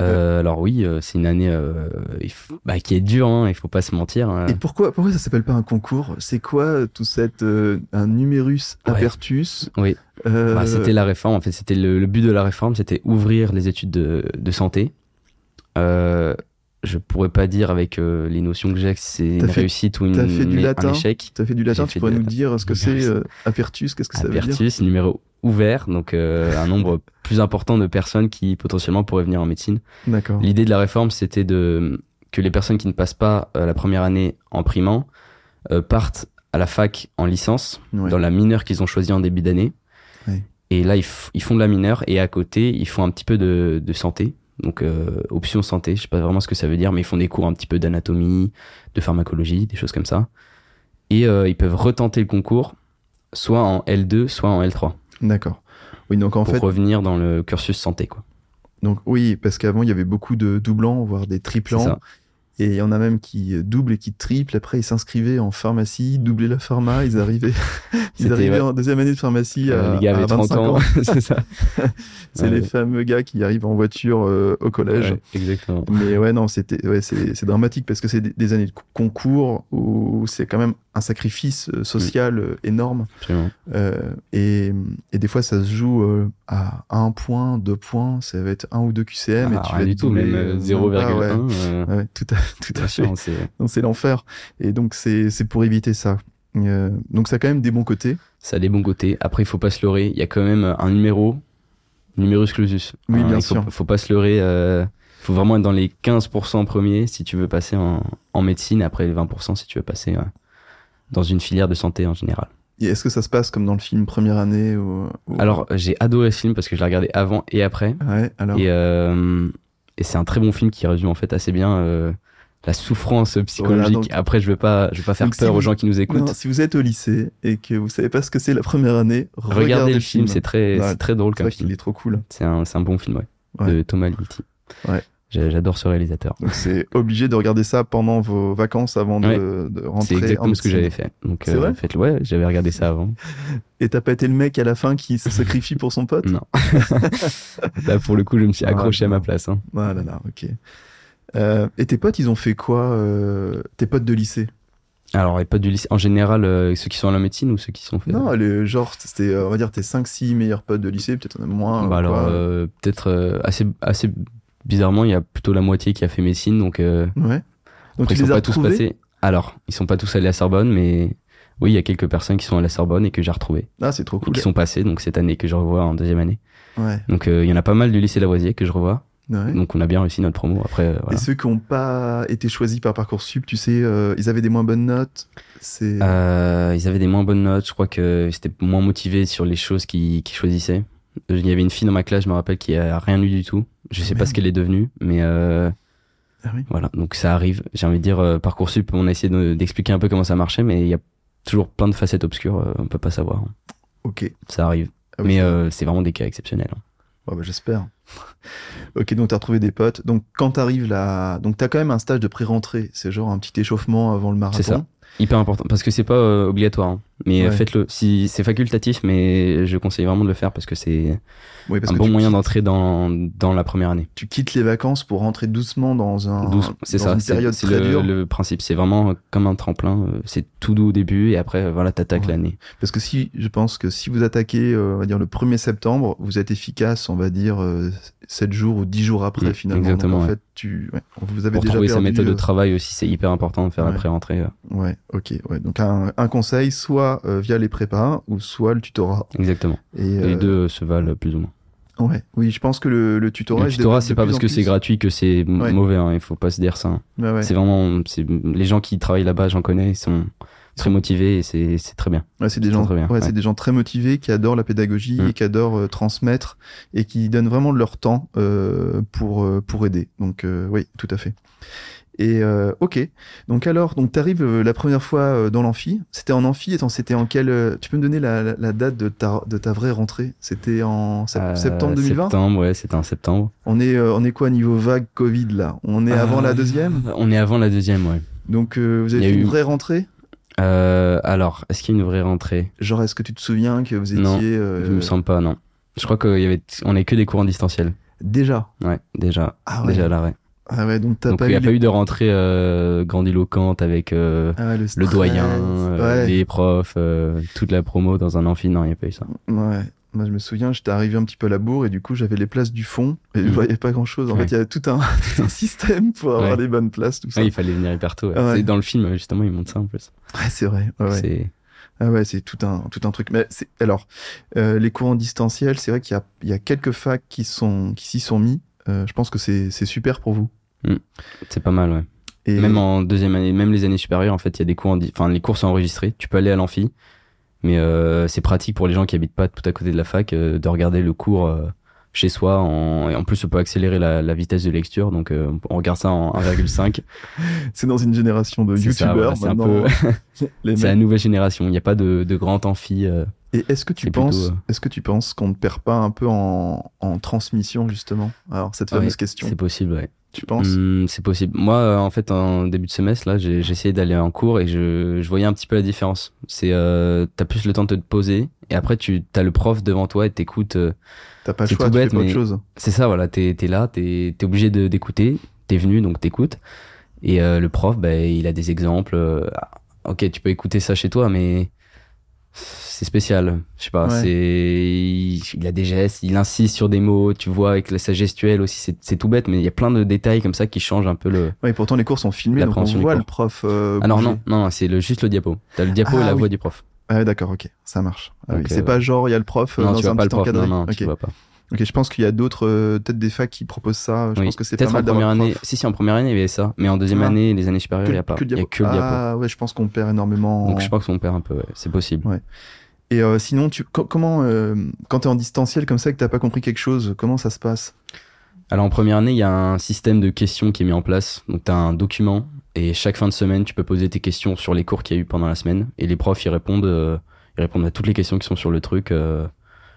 [SPEAKER 2] Euh, Alors oui, euh, c'est une année euh, il faut- bah, qui est dure, hein, il faut pas se mentir. hein.
[SPEAKER 1] Et pourquoi, pourquoi ça s'appelle pas un concours C'est quoi euh, tout cette euh, un numerus
[SPEAKER 2] Ouais.
[SPEAKER 1] apertus
[SPEAKER 2] Oui.
[SPEAKER 1] Euh,
[SPEAKER 2] Bah, c'était la réforme, en fait, c'était le, le but de la réforme, c'était ouvrir les études de, de santé. Euh, je pourrais pas dire avec euh, les notions que j'ai que c'est
[SPEAKER 1] T'as
[SPEAKER 2] une
[SPEAKER 1] fait-
[SPEAKER 2] réussite ou une,
[SPEAKER 1] t'as fait du
[SPEAKER 2] un
[SPEAKER 1] latin
[SPEAKER 2] échec.
[SPEAKER 1] T'as fait du latin,
[SPEAKER 2] J'ai
[SPEAKER 1] tu
[SPEAKER 2] fait
[SPEAKER 1] pourrais
[SPEAKER 2] de-
[SPEAKER 1] nous dire ce que c'est
[SPEAKER 2] Numerus.
[SPEAKER 1] euh, apertus, qu'est-ce que ça veut dire
[SPEAKER 2] Apertus, numéro ouvert, donc euh, un nombre plus important de personnes qui potentiellement pourraient venir en médecine.
[SPEAKER 1] D'accord.
[SPEAKER 2] L'idée de la réforme, c'était de que les personnes qui ne passent pas euh, la première année en primant euh, partent à la fac en licence,
[SPEAKER 1] Ouais.
[SPEAKER 2] dans la mineure qu'ils ont choisie en début d'année.
[SPEAKER 1] Ouais.
[SPEAKER 2] Et là, ils, f- ils font de la mineure et à côté, ils font un petit peu de, de santé. Donc, euh, option santé, je sais pas vraiment ce que ça veut dire, mais ils font des cours un petit peu d'anatomie, de pharmacologie, des choses comme ça. Et euh, ils peuvent retenter le concours, soit en L2, soit en L3,
[SPEAKER 1] D'accord. Oui, donc en
[SPEAKER 2] pour
[SPEAKER 1] fait,
[SPEAKER 2] revenir dans le cursus santé. Quoi.
[SPEAKER 1] donc oui, parce qu'avant il y avait beaucoup de doublants, voire des
[SPEAKER 2] C'est
[SPEAKER 1] triplants,
[SPEAKER 2] ça.
[SPEAKER 1] et il y en a même qui euh, doublent et qui triplent. Après, ils s'inscrivaient en pharmacie, doublaient la pharma, ils arrivaient, ils
[SPEAKER 2] C'était,
[SPEAKER 1] arrivaient
[SPEAKER 2] ouais. Euh,
[SPEAKER 1] en deuxième année de pharmacie à,
[SPEAKER 2] les gars
[SPEAKER 1] à
[SPEAKER 2] avaient 30
[SPEAKER 1] 25
[SPEAKER 2] ans,
[SPEAKER 1] ans.
[SPEAKER 2] c'est ça.
[SPEAKER 1] C'est les fameux gars qui arrivent en voiture euh, au collège.
[SPEAKER 2] Ouais, exactement.
[SPEAKER 1] Mais ouais, non, c'était, ouais, c'est, c'est dramatique parce que c'est des, des années de co- concours où c'est quand même un sacrifice euh, social euh, énorme.
[SPEAKER 2] absolument.
[SPEAKER 1] Euh, et, et des fois, ça se joue euh, à un point, deux points, ça va être un ou deux QCM. et
[SPEAKER 2] Ah,
[SPEAKER 1] tu
[SPEAKER 2] rien
[SPEAKER 1] vas
[SPEAKER 2] du
[SPEAKER 1] te
[SPEAKER 2] tout,
[SPEAKER 1] tomber,
[SPEAKER 2] même
[SPEAKER 1] euh,
[SPEAKER 2] euh,
[SPEAKER 1] pas,
[SPEAKER 2] 0,1.
[SPEAKER 1] ouais.
[SPEAKER 2] euh,
[SPEAKER 1] Ouais, tout à, tout à
[SPEAKER 2] bien
[SPEAKER 1] fait.
[SPEAKER 2] sûr, c'est-
[SPEAKER 1] Non, c'est l'enfer. Et donc, c'est, c'est pour éviter ça. Euh, donc, ça a quand même des bons côtés.
[SPEAKER 2] ça a des bons côtés. Après, il faut pas se leurrer. Il y a quand même un numéro, numerus clausus. Hein,
[SPEAKER 1] Oui, bien
[SPEAKER 2] il faut,
[SPEAKER 1] sûr.
[SPEAKER 2] faut pas se leurrer. euh, faut vraiment être dans les 15% premiers si tu veux passer en, en médecine. Après, les 20% si tu veux passer euh, dans une filière de santé en général.
[SPEAKER 1] Et est-ce que ça se passe comme dans le film Première année ou, ou-
[SPEAKER 2] Alors, euh, j'ai adoré ce film parce que je l'ai regardé avant et après.
[SPEAKER 1] Ouais, alors.
[SPEAKER 2] Et, euh, et c'est un très bon film qui résume en fait assez bien euh, la souffrance psychologique.
[SPEAKER 1] Voilà, donc-
[SPEAKER 2] Après, je vais pas, je vais pas faire
[SPEAKER 1] Donc, si
[SPEAKER 2] peur
[SPEAKER 1] vous-
[SPEAKER 2] aux gens qui nous écoutent.
[SPEAKER 1] Non, si vous êtes au lycée et que vous savez pas ce que c'est la première année, regardez,
[SPEAKER 2] Regardez, le film, c'est très,
[SPEAKER 1] Ouais,
[SPEAKER 2] c'est très drôle
[SPEAKER 1] C'est
[SPEAKER 2] comme
[SPEAKER 1] vrai qu'il
[SPEAKER 2] film.
[SPEAKER 1] est trop cool.
[SPEAKER 2] C'est un, c'est un bon film, ouais,
[SPEAKER 1] Ouais.
[SPEAKER 2] de Thomas Litti.
[SPEAKER 1] Ouais.
[SPEAKER 2] J'a- J'adore ce réalisateur.
[SPEAKER 1] Donc c'est obligé de regarder ça pendant vos vacances avant de-
[SPEAKER 2] Ouais.
[SPEAKER 1] de, rentrer.
[SPEAKER 2] C'est
[SPEAKER 1] en
[SPEAKER 2] exactement ce que
[SPEAKER 1] médecine.
[SPEAKER 2] j'avais fait. Donc, euh,
[SPEAKER 1] C'est vrai
[SPEAKER 2] faites-le. ouais, j'avais regardé ça avant.
[SPEAKER 1] Et t'as pas été le mec à la fin qui se sacrifie pour son pote
[SPEAKER 2] Non. Là, pour le coup, je me suis
[SPEAKER 1] Ah,
[SPEAKER 2] accroché à
[SPEAKER 1] non.
[SPEAKER 2] ma place. hein.
[SPEAKER 1] Ah là là, ok. Euh, et tes potes, ils ont fait quoi euh, Tes potes de lycée
[SPEAKER 2] Alors, et pas du lycée. En général, euh, ceux qui sont à la médecine ou ceux qui sont fait.
[SPEAKER 1] Non, le, genre, c'était, euh, on va dire, tes 5-6 meilleurs potes de lycée, peut-être en a moins.
[SPEAKER 2] Bah
[SPEAKER 1] ou
[SPEAKER 2] alors,
[SPEAKER 1] quoi.
[SPEAKER 2] euh, peut-être euh, assez, assez bizarrement, il y a plutôt la moitié qui a fait médecine. Donc, euh,
[SPEAKER 1] Ouais. Donc
[SPEAKER 2] après,
[SPEAKER 1] tu
[SPEAKER 2] ils
[SPEAKER 1] les
[SPEAKER 2] sont
[SPEAKER 1] as
[SPEAKER 2] pas tous
[SPEAKER 1] retrouvés
[SPEAKER 2] passés. Alors, ils sont pas tous allés à Sorbonne, mais oui, il y a quelques personnes qui sont à la Sorbonne et que j'ai retrouvées.
[SPEAKER 1] Ah, c'est trop
[SPEAKER 2] et
[SPEAKER 1] cool.
[SPEAKER 2] Qui sont passées, donc cette année que je revois en deuxième année.
[SPEAKER 1] Ouais.
[SPEAKER 2] Donc euh, il y en a pas mal du lycée Lavoisier que je revois.
[SPEAKER 1] ouais.
[SPEAKER 2] Donc on a bien réussi notre promo. Après, euh,
[SPEAKER 1] Et
[SPEAKER 2] voilà.
[SPEAKER 1] ceux qui n'ont pas été choisis par Parcoursup, tu sais, euh, ils avaient des moins bonnes notes. C'est
[SPEAKER 2] Euh, ils avaient des moins bonnes notes. Je crois que c'était moins motivé sur les choses qu'ils qu'ils choisissaient. Euh, Il y avait une fille dans ma classe, je me rappelle, qui a rien eu du tout. Je sais pas
[SPEAKER 1] Merde.
[SPEAKER 2] ce qu'elle est devenue, mais euh,
[SPEAKER 1] Ah oui.
[SPEAKER 2] voilà. Donc ça arrive. J'ai envie de dire euh, parcoursup. On a essayé de- d'expliquer un peu comment ça marchait, mais il y a toujours plein de facettes obscures. euh, on peut pas savoir.
[SPEAKER 1] ok.
[SPEAKER 2] Ça arrive.
[SPEAKER 1] Ah oui,
[SPEAKER 2] mais
[SPEAKER 1] ça-
[SPEAKER 2] euh, c'est vraiment des cas exceptionnels. hein.
[SPEAKER 1] Ouais, bah, j'espère. ok, donc t'as retrouvé des potes. Donc quand t'arrives là, donc t'as quand même un stage de pré-rentrée. C'est genre un petit échauffement avant le marathon.
[SPEAKER 2] C'est ça. Hyper important parce que c'est pas euh, obligatoire. hein. Mais euh,
[SPEAKER 1] Ouais.
[SPEAKER 2] faites-le. Si c'est facultatif, mais je conseille vraiment de le faire parce que c'est
[SPEAKER 1] Oui, parce
[SPEAKER 2] un
[SPEAKER 1] que
[SPEAKER 2] bon
[SPEAKER 1] tu,
[SPEAKER 2] moyen d'entrer dans, dans la première année.
[SPEAKER 1] tu quittes les vacances pour rentrer doucement dans un
[SPEAKER 2] Douce- c'est
[SPEAKER 1] Ah, dans
[SPEAKER 2] ça,
[SPEAKER 1] une
[SPEAKER 2] c'est
[SPEAKER 1] période
[SPEAKER 2] c'est
[SPEAKER 1] très
[SPEAKER 2] le,
[SPEAKER 1] dure.
[SPEAKER 2] le principe. C'est vraiment comme un tremplin. euh, C'est tout doux au début et après, euh, voilà, t'attaques
[SPEAKER 1] Ouais.
[SPEAKER 2] l'année.
[SPEAKER 1] Parce que si, je pense que si vous attaquez, euh, on va dire le 1er septembre, vous êtes efficace, on va dire euh, 7 jours ou 10 jours après
[SPEAKER 2] Mm,
[SPEAKER 1] finalement.
[SPEAKER 2] exactement,
[SPEAKER 1] Donc, en
[SPEAKER 2] ouais.
[SPEAKER 1] fait, tu, ouais, vous avez
[SPEAKER 2] Pour
[SPEAKER 1] déjà
[SPEAKER 2] trouver sa
[SPEAKER 1] perdu,
[SPEAKER 2] méthode de
[SPEAKER 1] euh,
[SPEAKER 2] travail aussi, c'est hyper important de faire
[SPEAKER 1] Ouais.
[SPEAKER 2] la pré-rentrée. euh.
[SPEAKER 1] Ouais, ok. Ouais. Donc un, un conseil, soit euh, via les prépas ou soit le tutorat.
[SPEAKER 2] Exactement.
[SPEAKER 1] Et,
[SPEAKER 2] Les
[SPEAKER 1] euh,
[SPEAKER 2] deux euh, se valent plus ou moins.
[SPEAKER 1] Ouais. Oui, je pense que le, le tutorat.
[SPEAKER 2] le
[SPEAKER 1] je
[SPEAKER 2] tutorat,
[SPEAKER 1] développe
[SPEAKER 2] c'est
[SPEAKER 1] de
[SPEAKER 2] pas
[SPEAKER 1] plus
[SPEAKER 2] parce
[SPEAKER 1] en
[SPEAKER 2] que c'est
[SPEAKER 1] plus.
[SPEAKER 2] gratuit que c'est m-
[SPEAKER 1] Ouais.
[SPEAKER 2] mauvais. hein, Il faut pas se dire ça. hein.
[SPEAKER 1] Ouais, ouais.
[SPEAKER 2] C'est vraiment, c'est les gens qui travaillent là-bas, j'en connais, ils sont très motivés et c'est c'est très bien.
[SPEAKER 1] Ouais, c'est des
[SPEAKER 2] C'est
[SPEAKER 1] gens,
[SPEAKER 2] très bien,
[SPEAKER 1] ouais,
[SPEAKER 2] ouais.
[SPEAKER 1] c'est des gens très motivés qui adorent la pédagogie
[SPEAKER 2] Mm.
[SPEAKER 1] et qui adorent euh, transmettre et qui donnent vraiment de leur temps euh, pour euh, pour aider. Donc euh, oui, tout à fait. Et euh, ok. Donc alors, donc t'arrives euh, la première fois euh, dans l'amphi. C'était en amphi. et t'en- c'était en quel euh, Tu peux me donner la, la- la date de ta de ta vraie rentrée C'était en sep-
[SPEAKER 2] Euh,
[SPEAKER 1] septembre 2020.
[SPEAKER 2] Septembre, ouais, c'était en septembre.
[SPEAKER 1] On est euh, on est quoi niveau vague Covid là On est avant
[SPEAKER 2] Euh,
[SPEAKER 1] la deuxième.
[SPEAKER 2] On est avant la deuxième, ouais.
[SPEAKER 1] Donc euh, vous
[SPEAKER 2] Il y
[SPEAKER 1] avez
[SPEAKER 2] a
[SPEAKER 1] fait une
[SPEAKER 2] eu-
[SPEAKER 1] vraie rentrée.
[SPEAKER 2] Euh, alors, est-ce qu'il y a une vraie rentrée
[SPEAKER 1] Genre est-ce que tu te souviens que vous étiez
[SPEAKER 2] Non,
[SPEAKER 1] euh,
[SPEAKER 2] Je me sens pas, non. Je crois qu'on y avait, on est que des cours en distanciel.
[SPEAKER 1] déjà
[SPEAKER 2] Ouais, déjà,
[SPEAKER 1] Ah
[SPEAKER 2] déjà à l'arrêt.
[SPEAKER 1] Ah ouais, donc t'as
[SPEAKER 2] Donc
[SPEAKER 1] pas
[SPEAKER 2] il n'y
[SPEAKER 1] eu
[SPEAKER 2] a
[SPEAKER 1] les-
[SPEAKER 2] pas eu de rentrée euh, grandiloquente avec euh,
[SPEAKER 1] Ah ouais, le,
[SPEAKER 2] le
[SPEAKER 1] stress.
[SPEAKER 2] doyen, euh,
[SPEAKER 1] ouais.
[SPEAKER 2] les profs, euh, toute la promo dans un amphi. Non, il n'y a pas eu ça.
[SPEAKER 1] ouais. Moi, je me souviens, j'étais arrivé un petit peu à la bourre et du coup, j'avais les places du fond et je
[SPEAKER 2] Mm.
[SPEAKER 1] voyais pas grand chose. En
[SPEAKER 2] Ouais.
[SPEAKER 1] fait, il y avait tout un, tout un système pour avoir
[SPEAKER 2] Ouais.
[SPEAKER 1] les bonnes places, tout ça.
[SPEAKER 2] Ouais, il fallait venir hyper tôt. ouais.
[SPEAKER 1] Ah ouais.
[SPEAKER 2] C'est dans le film, justement, ils montrent ça en plus.
[SPEAKER 1] Ouais, c'est vrai. Ouais, ouais.
[SPEAKER 2] C'est-
[SPEAKER 1] Ah ouais, c'est tout un, tout un truc. Mais c'est, alors, euh, les cours en distanciel, c'est vrai qu'il y a, il y a quelques facs qui sont, qui s'y sont mis. Euh, je pense que c'est, c'est super pour vous.
[SPEAKER 2] C'est pas mal, ouais.
[SPEAKER 1] Et
[SPEAKER 2] Même en deuxième année, même les années supérieures, en fait, il y a des cours, en di- enfin, les cours sont enregistrés. Tu peux aller à l'amphi, mais euh, c'est pratique pour les gens qui habitent pas tout à côté de la fac euh, de regarder le cours euh, chez soi. En... Et en plus, on peut accélérer la, la vitesse de lecture, donc euh, on regarde ça en 1,5.
[SPEAKER 1] c'est dans une génération de
[SPEAKER 2] C'est ça, voilà,
[SPEAKER 1] youtubeurs
[SPEAKER 2] c'est un
[SPEAKER 1] maintenant.
[SPEAKER 2] peu-
[SPEAKER 1] Les
[SPEAKER 2] c'est la nouvelle génération. Il n'y a pas de, de grand amphi. euh,
[SPEAKER 1] Et est-ce que tu
[SPEAKER 2] C'est
[SPEAKER 1] penses,
[SPEAKER 2] plutôt, euh,
[SPEAKER 1] est-ce que tu penses qu'on ne perd pas un peu en, en transmission justement Alors cette
[SPEAKER 2] Ah Ouais,
[SPEAKER 1] fameuse question,
[SPEAKER 2] c'est possible, ouais.
[SPEAKER 1] tu penses
[SPEAKER 2] Hmm, C'est possible. Moi, euh, en fait, en début de semestre, là, j'ai j'ai essayé d'aller en cours et je, je voyais un petit peu la différence. C'est, euh, t'as plus le temps de te poser et après, tu as le prof devant toi et t'écoutes. euh,
[SPEAKER 1] T'as pas le
[SPEAKER 2] c'est
[SPEAKER 1] choix,
[SPEAKER 2] tout
[SPEAKER 1] tu
[SPEAKER 2] bête,
[SPEAKER 1] fais pas autre
[SPEAKER 2] mais-
[SPEAKER 1] chose.
[SPEAKER 2] C'est ça, voilà, t'es es là, t'es es obligé de- d'écouter, t'es venu, donc t'écoutes. Et euh, le prof, bah, il a des exemples. euh, ah, ok, tu peux écouter ça chez toi, mais c'est spécial. Je sais pas,
[SPEAKER 1] Ouais.
[SPEAKER 2] c'est il, il a des gestes, il insiste sur des mots, tu vois, avec la- sa gestuelle aussi, c'est- c'est tout bête, mais il y a plein de détails comme ça qui changent un peu le.
[SPEAKER 1] Ouais, et pourtant les cours sont filmés, donc on
[SPEAKER 2] L'appréhension du
[SPEAKER 1] voit
[SPEAKER 2] cours.
[SPEAKER 1] le prof. euh,
[SPEAKER 2] Alors
[SPEAKER 1] bouger.
[SPEAKER 2] non, non, non, c'est le, juste le diapo. T'as le diapo
[SPEAKER 1] Ah,
[SPEAKER 2] et la
[SPEAKER 1] oui.
[SPEAKER 2] voix du prof.
[SPEAKER 1] Ah ouais, d'accord, ok, ça marche. Ah oui,
[SPEAKER 2] Donc,
[SPEAKER 1] c'est
[SPEAKER 2] euh,
[SPEAKER 1] pas genre il y a le prof euh,
[SPEAKER 2] non,
[SPEAKER 1] dans
[SPEAKER 2] tu vois
[SPEAKER 1] un
[SPEAKER 2] pas le
[SPEAKER 1] petit
[SPEAKER 2] prof.
[SPEAKER 1] encadré.
[SPEAKER 2] Non, non,
[SPEAKER 1] ok,
[SPEAKER 2] tu vois pas.
[SPEAKER 1] Ok, je pense qu'il y a d'autres euh, peut-être des facs qui proposent ça. Je
[SPEAKER 2] Oui.
[SPEAKER 1] pense que c'est pas
[SPEAKER 2] Peut-être en
[SPEAKER 1] mal d'avoir
[SPEAKER 2] première
[SPEAKER 1] le prof.
[SPEAKER 2] année. Si, si, en première année, il y avait ça. Mais en deuxième
[SPEAKER 1] Ah.
[SPEAKER 2] année, les années supérieures, il n'y a pas.
[SPEAKER 1] que
[SPEAKER 2] Il y a que le diapo.
[SPEAKER 1] ah ouais, je pense qu'on perd énormément.
[SPEAKER 2] Donc je pense qu'on perd un peu, ouais. c'est possible.
[SPEAKER 1] Ouais. Et euh, sinon, tu co- comment euh, quand t'es en distanciel comme ça et que t'as pas compris quelque chose, comment ça se passe
[SPEAKER 2] Alors en première année, il y a un système de questions qui est mis en place. Donc tu as un document et chaque fin de semaine, tu peux poser tes questions sur les cours qu'il y a eu pendant la semaine. Et les profs, ils répondent, euh, ils répondent à toutes les questions qui sont sur le truc. euh,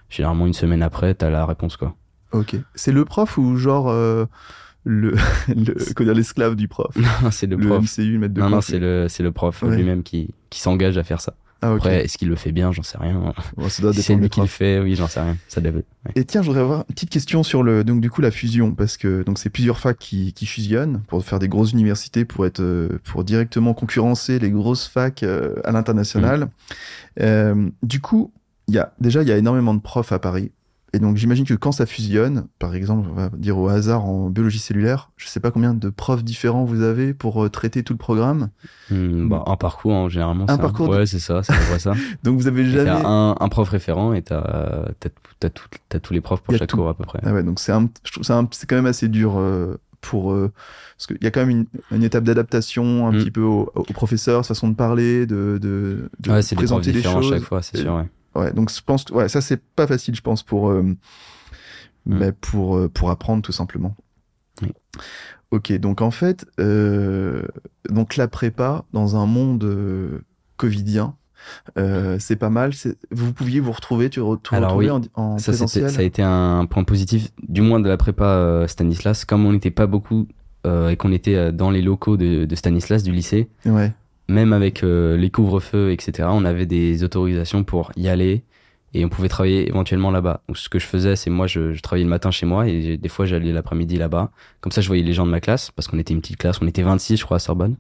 [SPEAKER 2] généralement une semaine après, tu as la réponse. quoi.
[SPEAKER 1] Ok, c'est le prof ou genre euh, le, le comment dire, l'esclave du prof
[SPEAKER 2] Non, c'est le
[SPEAKER 1] le
[SPEAKER 2] prof.
[SPEAKER 1] MCU, le maître de
[SPEAKER 2] non, non,
[SPEAKER 1] conflit.
[SPEAKER 2] c'est le, c'est le prof
[SPEAKER 1] Ouais.
[SPEAKER 2] lui-même qui, qui s'engage à faire ça.
[SPEAKER 1] Ah, ok.
[SPEAKER 2] Après, est-ce qu'il le fait bien J'en sais rien.
[SPEAKER 1] Bon, ça doit
[SPEAKER 2] Si c'est
[SPEAKER 1] dépendre des
[SPEAKER 2] lui qui le
[SPEAKER 1] profs.
[SPEAKER 2] fait, oui, j'en sais rien. Ça doit- ouais.
[SPEAKER 1] Et tiens, je voudrais avoir une petite question sur le, donc du coup la fusion, parce que donc c'est plusieurs facs qui, qui fusionnent pour faire des grosses universités, pour être, euh, pour directement concurrencer les grosses facs euh, à l'international. Euh, du coup, il y a déjà il y a énormément de profs à Paris, et donc j'imagine que quand ça fusionne, par exemple, on va dire au hasard en biologie cellulaire, je sais pas combien de profs différents vous avez pour euh, traiter tout le programme.
[SPEAKER 2] Hmm, bah, un parcours, hein, généralement. c'est
[SPEAKER 1] Mm. parcours de-
[SPEAKER 2] Ouais, c'est ça, c'est à peu près ça.
[SPEAKER 1] Donc vous avez
[SPEAKER 2] Et
[SPEAKER 1] jamais
[SPEAKER 2] T'as un, un prof référent et t'as euh, t'as- t'as tout- t'as tous les profs pour
[SPEAKER 1] Y a
[SPEAKER 2] chaque
[SPEAKER 1] tout.
[SPEAKER 2] cours à peu près.
[SPEAKER 1] Ah ouais, donc c'est un, je trouve c'est un- c'est quand même assez dur euh, pour euh, parce qu'il y a quand même une, une étape d'adaptation un
[SPEAKER 2] Mm.
[SPEAKER 1] petit peu au, au professeur, sa façon de parler, de, de, de
[SPEAKER 2] Ouais, c'est des profs
[SPEAKER 1] présenter les
[SPEAKER 2] différents
[SPEAKER 1] choses.
[SPEAKER 2] chaque fois, c'est
[SPEAKER 1] Et-
[SPEAKER 2] sûr. Ouais.
[SPEAKER 1] Ouais, donc je pense que ouais, ça c'est pas facile, je pense pour euh, bah, pour euh, pour apprendre tout simplement.
[SPEAKER 2] Mm. Oui.
[SPEAKER 1] Ok, donc en fait, euh, donc la prépa dans un monde euh, covidien, euh, c'est pas mal. c'est- Vous pouviez vous retrouver, tu re- te
[SPEAKER 2] Alors
[SPEAKER 1] retrouver
[SPEAKER 2] oui,
[SPEAKER 1] en, en
[SPEAKER 2] Ça, c'était-
[SPEAKER 1] présentiel.
[SPEAKER 2] ça a été un point positif, du moins de la prépa euh, Stanislas. Comme on n'était pas beaucoup euh, et qu'on était euh, dans les locaux de, de Stanislas, du lycée,
[SPEAKER 1] Ouais.
[SPEAKER 2] même avec euh, les couvre-feux, etc., on avait des autorisations pour y aller et on pouvait travailler éventuellement là-bas. Donc, ce que je faisais, c'est moi, je, je travaillais le matin chez moi et j'ai- des fois, j'allais l'après-midi là-bas. Comme ça, je voyais les gens de ma classe parce qu'on était une petite classe, on était 26, je crois, à Sorbonne.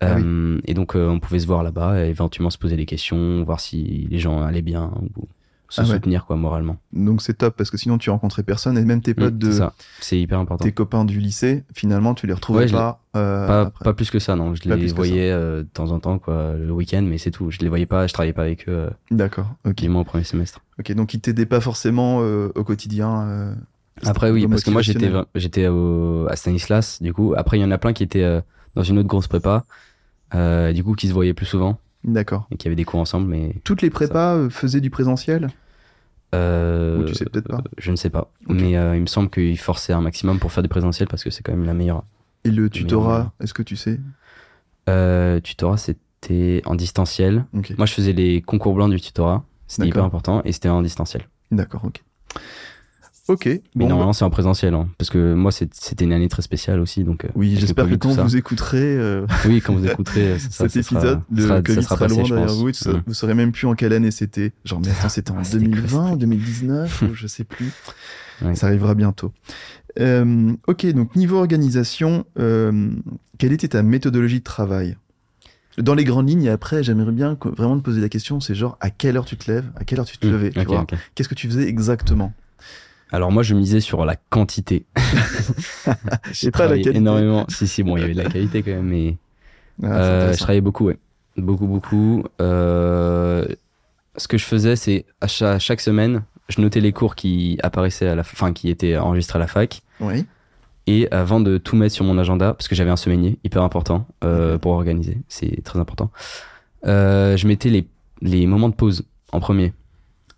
[SPEAKER 1] Ah oui.
[SPEAKER 2] Euh, Et donc, euh, on pouvait se voir là-bas et éventuellement se poser des questions, voir si les gens allaient bien. ou- se
[SPEAKER 1] Ah ouais.
[SPEAKER 2] soutenir quoi moralement.
[SPEAKER 1] Donc c'est top parce que sinon tu rencontrais personne et même tes potes
[SPEAKER 2] Mm,
[SPEAKER 1] de
[SPEAKER 2] C'est ça, c'est hyper important.
[SPEAKER 1] tes copains du lycée, finalement tu les retrouvais
[SPEAKER 2] Ouais, je
[SPEAKER 1] pas. euh,
[SPEAKER 2] Pas,
[SPEAKER 1] après.
[SPEAKER 2] pas plus que ça, non. Je
[SPEAKER 1] Pas plus
[SPEAKER 2] les
[SPEAKER 1] que ça.
[SPEAKER 2] voyais euh, de temps en temps, quoi, le week-end, mais c'est tout. Je les voyais pas, je travaillais pas avec eux, euh,
[SPEAKER 1] D'accord. Ok.
[SPEAKER 2] quasiment au premier semestre.
[SPEAKER 1] Ok. Donc ils t'aidaient pas forcément euh, au quotidien. euh,
[SPEAKER 2] Après, oui, parce que moi, j'étais,
[SPEAKER 1] motivationnel.
[SPEAKER 2] vra- j'étais au- à Stanislas, du coup. Après, il y en a plein qui étaient euh, dans une autre grosse prépa, euh, du coup, qui se voyaient plus souvent
[SPEAKER 1] D'accord.
[SPEAKER 2] et qui avaient des cours ensemble, mais.
[SPEAKER 1] Toutes les prépas euh, faisaient du présentiel
[SPEAKER 2] euh,
[SPEAKER 1] Ou tu sais peut-être pas.
[SPEAKER 2] euh, Je ne sais pas.
[SPEAKER 1] Ok.
[SPEAKER 2] Mais euh, il me semble qu'ils forçaient un maximum pour faire des présentiels parce que c'est quand même la meilleure.
[SPEAKER 1] Et le
[SPEAKER 2] euh,
[SPEAKER 1] tutorat, est-ce que tu sais
[SPEAKER 2] Euh, tutorat, c'était en distanciel.
[SPEAKER 1] Ok.
[SPEAKER 2] Moi, je faisais les concours blancs du tutorat. C'était hyper
[SPEAKER 1] D'accord.
[SPEAKER 2] important et c'était en distanciel.
[SPEAKER 1] D'accord. Ok. Ok.
[SPEAKER 2] Mais
[SPEAKER 1] bon, bah
[SPEAKER 2] normalement, c'est en présentiel, hein, parce que moi, c'est- c'était une année très spéciale aussi. Donc, euh,
[SPEAKER 1] Oui,
[SPEAKER 2] avec le
[SPEAKER 1] j'espère que
[SPEAKER 2] Covid,
[SPEAKER 1] quand
[SPEAKER 2] tout ça.
[SPEAKER 1] vous écouterez euh,
[SPEAKER 2] Oui, quand vous écouterez euh, ça,
[SPEAKER 1] cet
[SPEAKER 2] ça sera-
[SPEAKER 1] épisode,
[SPEAKER 2] ça
[SPEAKER 1] le
[SPEAKER 2] sera- ça
[SPEAKER 1] Covid sera
[SPEAKER 2] passé,
[SPEAKER 1] loin
[SPEAKER 2] je
[SPEAKER 1] derrière
[SPEAKER 2] pense.
[SPEAKER 1] vous, et tu sa-
[SPEAKER 2] Mm.
[SPEAKER 1] vous saurez même plus en quelle année c'était. Genre, mais attends, c'était en
[SPEAKER 2] Ah, c'était quoi,
[SPEAKER 1] 2020,
[SPEAKER 2] c'était
[SPEAKER 1] 2019, ou je sais plus.
[SPEAKER 2] Ouais.
[SPEAKER 1] Ça arrivera bientôt. Euh, ok, donc niveau organisation, euh, quelle était ta méthodologie de travail dans les grandes lignes, et après, j'aimerais bien que- vraiment te poser la question, c'est genre, à quelle heure tu te lèves, à quelle heure tu te
[SPEAKER 2] Mm.
[SPEAKER 1] levais, tu
[SPEAKER 2] Ok,
[SPEAKER 1] vois
[SPEAKER 2] ok.
[SPEAKER 1] Qu'est-ce que tu faisais exactement
[SPEAKER 2] Alors moi, je misais sur la quantité.
[SPEAKER 1] sais
[SPEAKER 2] J'ai
[SPEAKER 1] pas la
[SPEAKER 2] travaillé
[SPEAKER 1] qualité.
[SPEAKER 2] énormément. Si, si, bon, il y avait de la qualité quand même, mais
[SPEAKER 1] Ah, c'est
[SPEAKER 2] euh, je
[SPEAKER 1] intéressant.
[SPEAKER 2] travaillais beaucoup, ouais. Beaucoup, beaucoup. Euh, ce que je faisais, c'est à cha- chaque, semaine, je notais les cours qui apparaissaient à la, fin, qui étaient enregistrés à la fac.
[SPEAKER 1] Oui,
[SPEAKER 2] Et avant de tout mettre sur mon agenda, parce que j'avais un semainier hyper important euh,
[SPEAKER 1] Ok.
[SPEAKER 2] pour organiser, c'est très important, euh, je mettais les, les moments de pause en premier.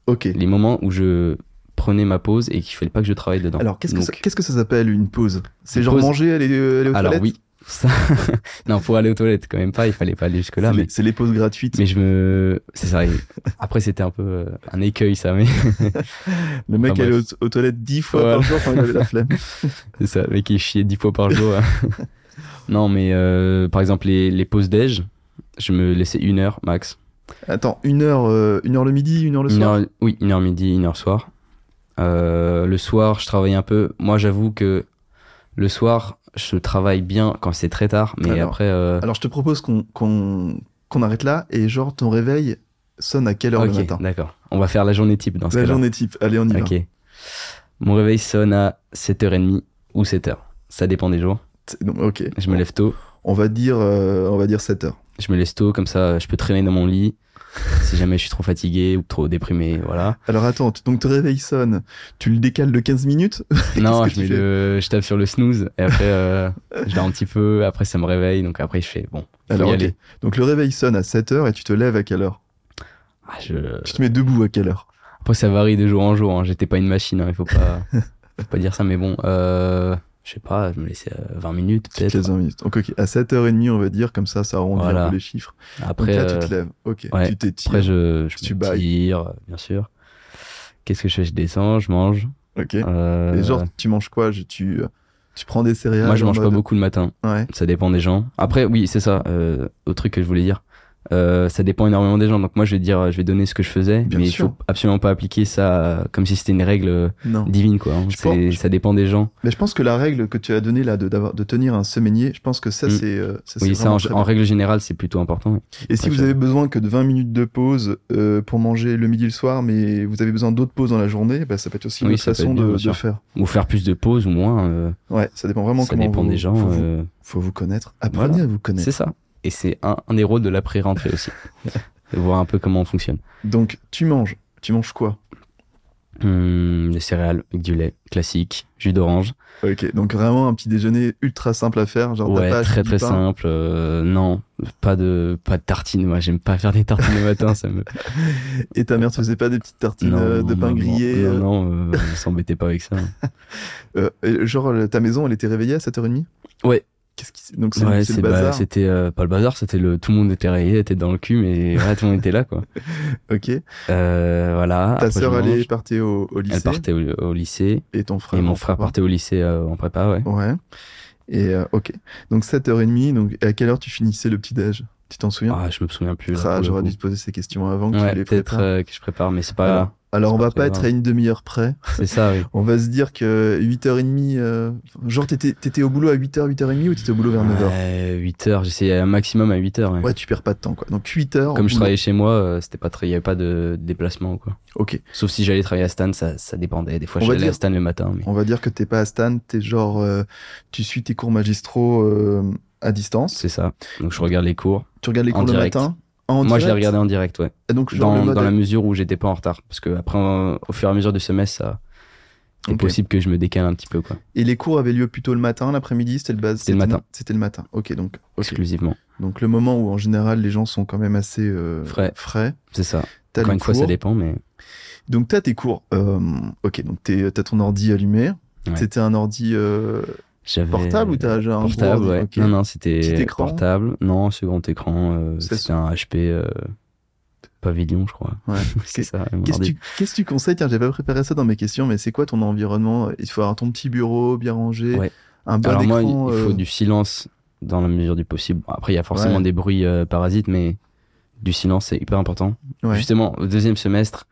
[SPEAKER 1] ok.
[SPEAKER 2] Les moments où je prenais ma pause et qu'il fallait pas que je travaille dedans.
[SPEAKER 1] Alors, qu'est-ce que,
[SPEAKER 2] Donc,
[SPEAKER 1] ça- qu'est-ce que ça s'appelle une pause C'est
[SPEAKER 2] Une
[SPEAKER 1] genre
[SPEAKER 2] pause
[SPEAKER 1] manger, aller, euh, aller aux
[SPEAKER 2] Alors
[SPEAKER 1] toilettes
[SPEAKER 2] oui, ça... non, pour aller aux toilettes quand même pas, il fallait pas aller jusque-là.
[SPEAKER 1] C'est
[SPEAKER 2] Mais,
[SPEAKER 1] les- c'est les pauses gratuites.
[SPEAKER 2] mais je me... C'est ça, et- après c'était un peu euh, un écueil ça, mais...
[SPEAKER 1] Le mec
[SPEAKER 2] Enfin,
[SPEAKER 1] allait
[SPEAKER 2] bref.
[SPEAKER 1] aux, aux toilettes dix fois
[SPEAKER 2] Voilà.
[SPEAKER 1] par jour quand il avait la flemme.
[SPEAKER 2] C'est ça, le mec il chiait 10 fois par jour. hein. non, mais euh, par exemple les, les pauses déj, je me laissais une heure max.
[SPEAKER 1] Attends, une heure, euh, une heure le midi, une heure le
[SPEAKER 2] Une
[SPEAKER 1] soir
[SPEAKER 2] heure- oui, une heure midi, une heure soir. Euh, le soir, je travaille un peu. Moi, j'avoue que le soir, je travaille bien quand c'est très tard, mais
[SPEAKER 1] Alors.
[SPEAKER 2] après. euh,
[SPEAKER 1] Alors je te propose qu'on qu'on qu'on arrête là et genre ton réveil sonne à quelle heure
[SPEAKER 2] ok,
[SPEAKER 1] le matin
[SPEAKER 2] d'accord. On va faire la journée type dans ce
[SPEAKER 1] La
[SPEAKER 2] cas-là.
[SPEAKER 1] journée type, allez on y va.
[SPEAKER 2] Ok. Mon réveil sonne à 7h30 ou 7h. Ça dépend des jours.
[SPEAKER 1] C'est- donc, ok,
[SPEAKER 2] Je me lève tôt.
[SPEAKER 1] on va dire, euh, on va dire 7 heures.
[SPEAKER 2] Je me laisse tôt, comme ça, je peux traîner dans mon lit. si jamais je suis trop fatigué ou trop déprimé, voilà.
[SPEAKER 1] Alors attends, tu- donc ton réveil sonne, tu le décales de 15 minutes
[SPEAKER 2] Non,
[SPEAKER 1] Qu'est-ce que
[SPEAKER 2] je, mets
[SPEAKER 1] tu fais
[SPEAKER 2] le- je tape sur le snooze et après euh, je dors un petit peu, après ça me réveille, donc après je fais bon. faut
[SPEAKER 1] Alors
[SPEAKER 2] y
[SPEAKER 1] ok,
[SPEAKER 2] aller.
[SPEAKER 1] donc le réveil sonne à 7 heures et tu te lèves à quelle heure
[SPEAKER 2] Ah, je-
[SPEAKER 1] Tu te mets debout à quelle heure
[SPEAKER 2] Après ça varie de jour en jour, hein. j'étais pas une machine, hein, il faut pas... faut pas dire ça, mais bon, euh, je sais pas, je me laissais euh, 20 minutes
[SPEAKER 1] Tu te
[SPEAKER 2] peut-être.
[SPEAKER 1] lèves 20 minutes. Donc ok, à 7h30 on va dire, comme ça ça arrondit un
[SPEAKER 2] Voilà.
[SPEAKER 1] peu les chiffres.
[SPEAKER 2] Après,
[SPEAKER 1] donc là tu
[SPEAKER 2] euh,
[SPEAKER 1] te lèves, ok,
[SPEAKER 2] ouais.
[SPEAKER 1] tu t'étires,
[SPEAKER 2] après je, je
[SPEAKER 1] Tu
[SPEAKER 2] me
[SPEAKER 1] bailles.
[SPEAKER 2] tire, euh, bien sûr. Qu'est-ce que je fais Je descends, je mange.
[SPEAKER 1] ok.
[SPEAKER 2] euh,
[SPEAKER 1] Et genre, tu manges quoi Je- tu, euh, tu prends des céréales
[SPEAKER 2] moi je
[SPEAKER 1] en
[SPEAKER 2] mange pas
[SPEAKER 1] mode-
[SPEAKER 2] beaucoup le matin,
[SPEAKER 1] Ouais,
[SPEAKER 2] ça dépend des gens. Après oui, c'est ça, euh, autre truc que je voulais dire. Euh, ça dépend énormément des gens, donc moi je vais dire, je vais donner ce que je faisais,
[SPEAKER 1] Bien
[SPEAKER 2] mais il
[SPEAKER 1] sûr.
[SPEAKER 2] faut absolument pas appliquer ça euh, comme si c'était une règle euh,
[SPEAKER 1] non.
[SPEAKER 2] divine quoi. hein.
[SPEAKER 1] Je
[SPEAKER 2] C'est-
[SPEAKER 1] pense-
[SPEAKER 2] Ça dépend des gens.
[SPEAKER 1] Mais je pense que la règle que tu as donnée là de, d'avoir- de tenir un semainier, je pense que ça
[SPEAKER 2] Mm.
[SPEAKER 1] c'est euh, ça, c'est
[SPEAKER 2] Oui, ça
[SPEAKER 1] vraiment
[SPEAKER 2] en,
[SPEAKER 1] très
[SPEAKER 2] en
[SPEAKER 1] bien.
[SPEAKER 2] règle générale c'est plutôt important.
[SPEAKER 1] Et si
[SPEAKER 2] ouais,
[SPEAKER 1] vous
[SPEAKER 2] ça-
[SPEAKER 1] avez besoin que de 20 minutes de pause euh, pour manger le midi et le soir, mais vous avez besoin d'autres pauses dans la journée, bah, ça peut être aussi une
[SPEAKER 2] Oui,
[SPEAKER 1] autre
[SPEAKER 2] ça peut
[SPEAKER 1] façon
[SPEAKER 2] être bien,
[SPEAKER 1] de,
[SPEAKER 2] bien
[SPEAKER 1] de
[SPEAKER 2] sûr.
[SPEAKER 1] faire.
[SPEAKER 2] ou faire plus de pauses ou moins. euh,
[SPEAKER 1] Ouais, ça dépend vraiment
[SPEAKER 2] ça
[SPEAKER 1] comment
[SPEAKER 2] dépend
[SPEAKER 1] vous-
[SPEAKER 2] des gens.
[SPEAKER 1] Faut, vous,
[SPEAKER 2] euh,
[SPEAKER 1] faut vous connaître. Apprenez
[SPEAKER 2] Voilà.
[SPEAKER 1] à vous connaître.
[SPEAKER 2] c'est ça. Et c'est un, un des rôles de l'après-rentrée aussi. de voir un peu comment on fonctionne.
[SPEAKER 1] Donc tu manges. Tu manges quoi
[SPEAKER 2] Hum, des céréales avec du lait classique, jus d'orange.
[SPEAKER 1] Ok, donc vraiment un petit déjeuner ultra simple à faire, genre t'as
[SPEAKER 2] ouais,
[SPEAKER 1] pas
[SPEAKER 2] très
[SPEAKER 1] acheté du
[SPEAKER 2] très
[SPEAKER 1] pain.
[SPEAKER 2] simple. euh, non, pas de pas de tartines. Moi, j'aime pas faire des tartines le matin. Ça me.
[SPEAKER 1] Et ta mère te faisait pas des petites tartines
[SPEAKER 2] Non,
[SPEAKER 1] euh, de
[SPEAKER 2] non,
[SPEAKER 1] pain
[SPEAKER 2] non,
[SPEAKER 1] grillé
[SPEAKER 2] Non,
[SPEAKER 1] euh,
[SPEAKER 2] non, euh, on s'embêtait pas avec ça.
[SPEAKER 1] Euh, et genre, euh, ta maison, elle était réveillée à 7h30
[SPEAKER 2] Ouais.
[SPEAKER 1] Qu'est-ce qui... Donc, c'est
[SPEAKER 2] Ouais,
[SPEAKER 1] c'est le
[SPEAKER 2] bah,
[SPEAKER 1] bazar.
[SPEAKER 2] c'était euh, pas le bazar, c'était le tout le monde était rayé, était dans le cul, mais ouais, tout le monde était là quoi.
[SPEAKER 1] ok.
[SPEAKER 2] Euh, voilà.
[SPEAKER 1] ta
[SPEAKER 2] après, je
[SPEAKER 1] sœur, elle
[SPEAKER 2] mange.
[SPEAKER 1] est partie au, au lycée.
[SPEAKER 2] Elle partait au, au lycée.
[SPEAKER 1] Et ton frère.
[SPEAKER 2] et mon
[SPEAKER 1] en
[SPEAKER 2] frère
[SPEAKER 1] prépa.
[SPEAKER 2] partait au lycée euh, en prépa, ouais.
[SPEAKER 1] Ouais. Et euh, ok. Donc, 7h30. Donc, à quelle heure tu finissais le petit-déj Tu t'en souviens
[SPEAKER 2] Ah, je me souviens plus. là,
[SPEAKER 1] Ah,
[SPEAKER 2] pour le
[SPEAKER 1] J'aurais
[SPEAKER 2] coup.
[SPEAKER 1] dû te poser ces questions avant que tu
[SPEAKER 2] Ouais,
[SPEAKER 1] les
[SPEAKER 2] peut-être
[SPEAKER 1] prépares.
[SPEAKER 2] euh, que je prépare, mais c'est pas.
[SPEAKER 1] Alors, Alors,
[SPEAKER 2] C'est
[SPEAKER 1] on
[SPEAKER 2] pas
[SPEAKER 1] va
[SPEAKER 2] très
[SPEAKER 1] pas être
[SPEAKER 2] grave.
[SPEAKER 1] à une demi-heure près.
[SPEAKER 2] C'est ça, oui.
[SPEAKER 1] On va se dire que 8h30, euh, genre, t'étais, t'étais au boulot à 8h, 8h30 ou t'étais au boulot vers 9h
[SPEAKER 2] 8h, j'essayais un maximum à 8h.
[SPEAKER 1] Ouais, tu perds pas de temps, quoi. Donc 8h.
[SPEAKER 2] Comme je travaillais chez moi, euh, c'était pas très, il n'y avait pas de déplacement ou quoi.
[SPEAKER 1] Ok.
[SPEAKER 2] Sauf si j'allais travailler à Stan, ça, ça dépendait. Des fois,
[SPEAKER 1] On va
[SPEAKER 2] j'allais
[SPEAKER 1] dire-
[SPEAKER 2] à Stan le matin. Mais...
[SPEAKER 1] On va dire que t'es pas à Stan, t'es genre, euh, tu suis tes cours magistraux euh, à distance.
[SPEAKER 2] C'est ça. Donc, je regarde les cours.
[SPEAKER 1] Tu regardes les
[SPEAKER 2] En
[SPEAKER 1] cours le
[SPEAKER 2] direct.
[SPEAKER 1] matin. En
[SPEAKER 2] Moi, je les
[SPEAKER 1] direct
[SPEAKER 2] regardais en direct, ouais.
[SPEAKER 1] Et donc, genre,
[SPEAKER 2] Dans,
[SPEAKER 1] le mode-
[SPEAKER 2] dans la mesure où j'étais pas en retard. Parce que après, euh, au fur et à mesure du semestre, ça. C'est
[SPEAKER 1] Ok.
[SPEAKER 2] possible que je me décale un petit peu, quoi.
[SPEAKER 1] Et les cours avaient lieu plutôt le matin, l'après-midi, c'était le base.
[SPEAKER 2] C'était le matin.
[SPEAKER 1] C'était le matin. Ok, donc, ok.
[SPEAKER 2] Exclusivement.
[SPEAKER 1] Donc le moment où en général les gens sont quand même assez euh,
[SPEAKER 2] Frais.
[SPEAKER 1] frais.
[SPEAKER 2] C'est ça.
[SPEAKER 1] T'as
[SPEAKER 2] Encore
[SPEAKER 1] les
[SPEAKER 2] une fois,
[SPEAKER 1] cours.
[SPEAKER 2] ça dépend, mais.
[SPEAKER 1] Donc t'as tes cours. euh, ok, donc t'es- t'as ton ordi allumé.
[SPEAKER 2] Ouais.
[SPEAKER 1] C'était un ordi euh,
[SPEAKER 2] J'avais.
[SPEAKER 1] portable ou t'as genre un gros
[SPEAKER 2] Portable,
[SPEAKER 1] ordi
[SPEAKER 2] ouais.
[SPEAKER 1] Ok.
[SPEAKER 2] Non, non, c'était
[SPEAKER 1] Petit écran
[SPEAKER 2] portable. Non, second écran. euh,
[SPEAKER 1] Ça,
[SPEAKER 2] c'était un HP euh, Pavillon, je crois.
[SPEAKER 1] Ouais.
[SPEAKER 2] c'est ça. un
[SPEAKER 1] Qu'est-ce que
[SPEAKER 2] ordi.
[SPEAKER 1] tu, qu'est-ce que tu conseilles Tiens, j'ai pas préparé ça dans mes questions, mais c'est quoi ton environnement Il faut avoir ton petit bureau bien rangé,
[SPEAKER 2] Ouais.
[SPEAKER 1] un bon
[SPEAKER 2] Alors moi,
[SPEAKER 1] écran.
[SPEAKER 2] il il faut
[SPEAKER 1] euh,
[SPEAKER 2] du silence dans la mesure du possible. Bon, Après, il y a forcément
[SPEAKER 1] Ouais.
[SPEAKER 2] des bruits euh, parasites, mais du silence, c'est hyper important.
[SPEAKER 1] ouais.
[SPEAKER 2] Justement, au deuxième semestre,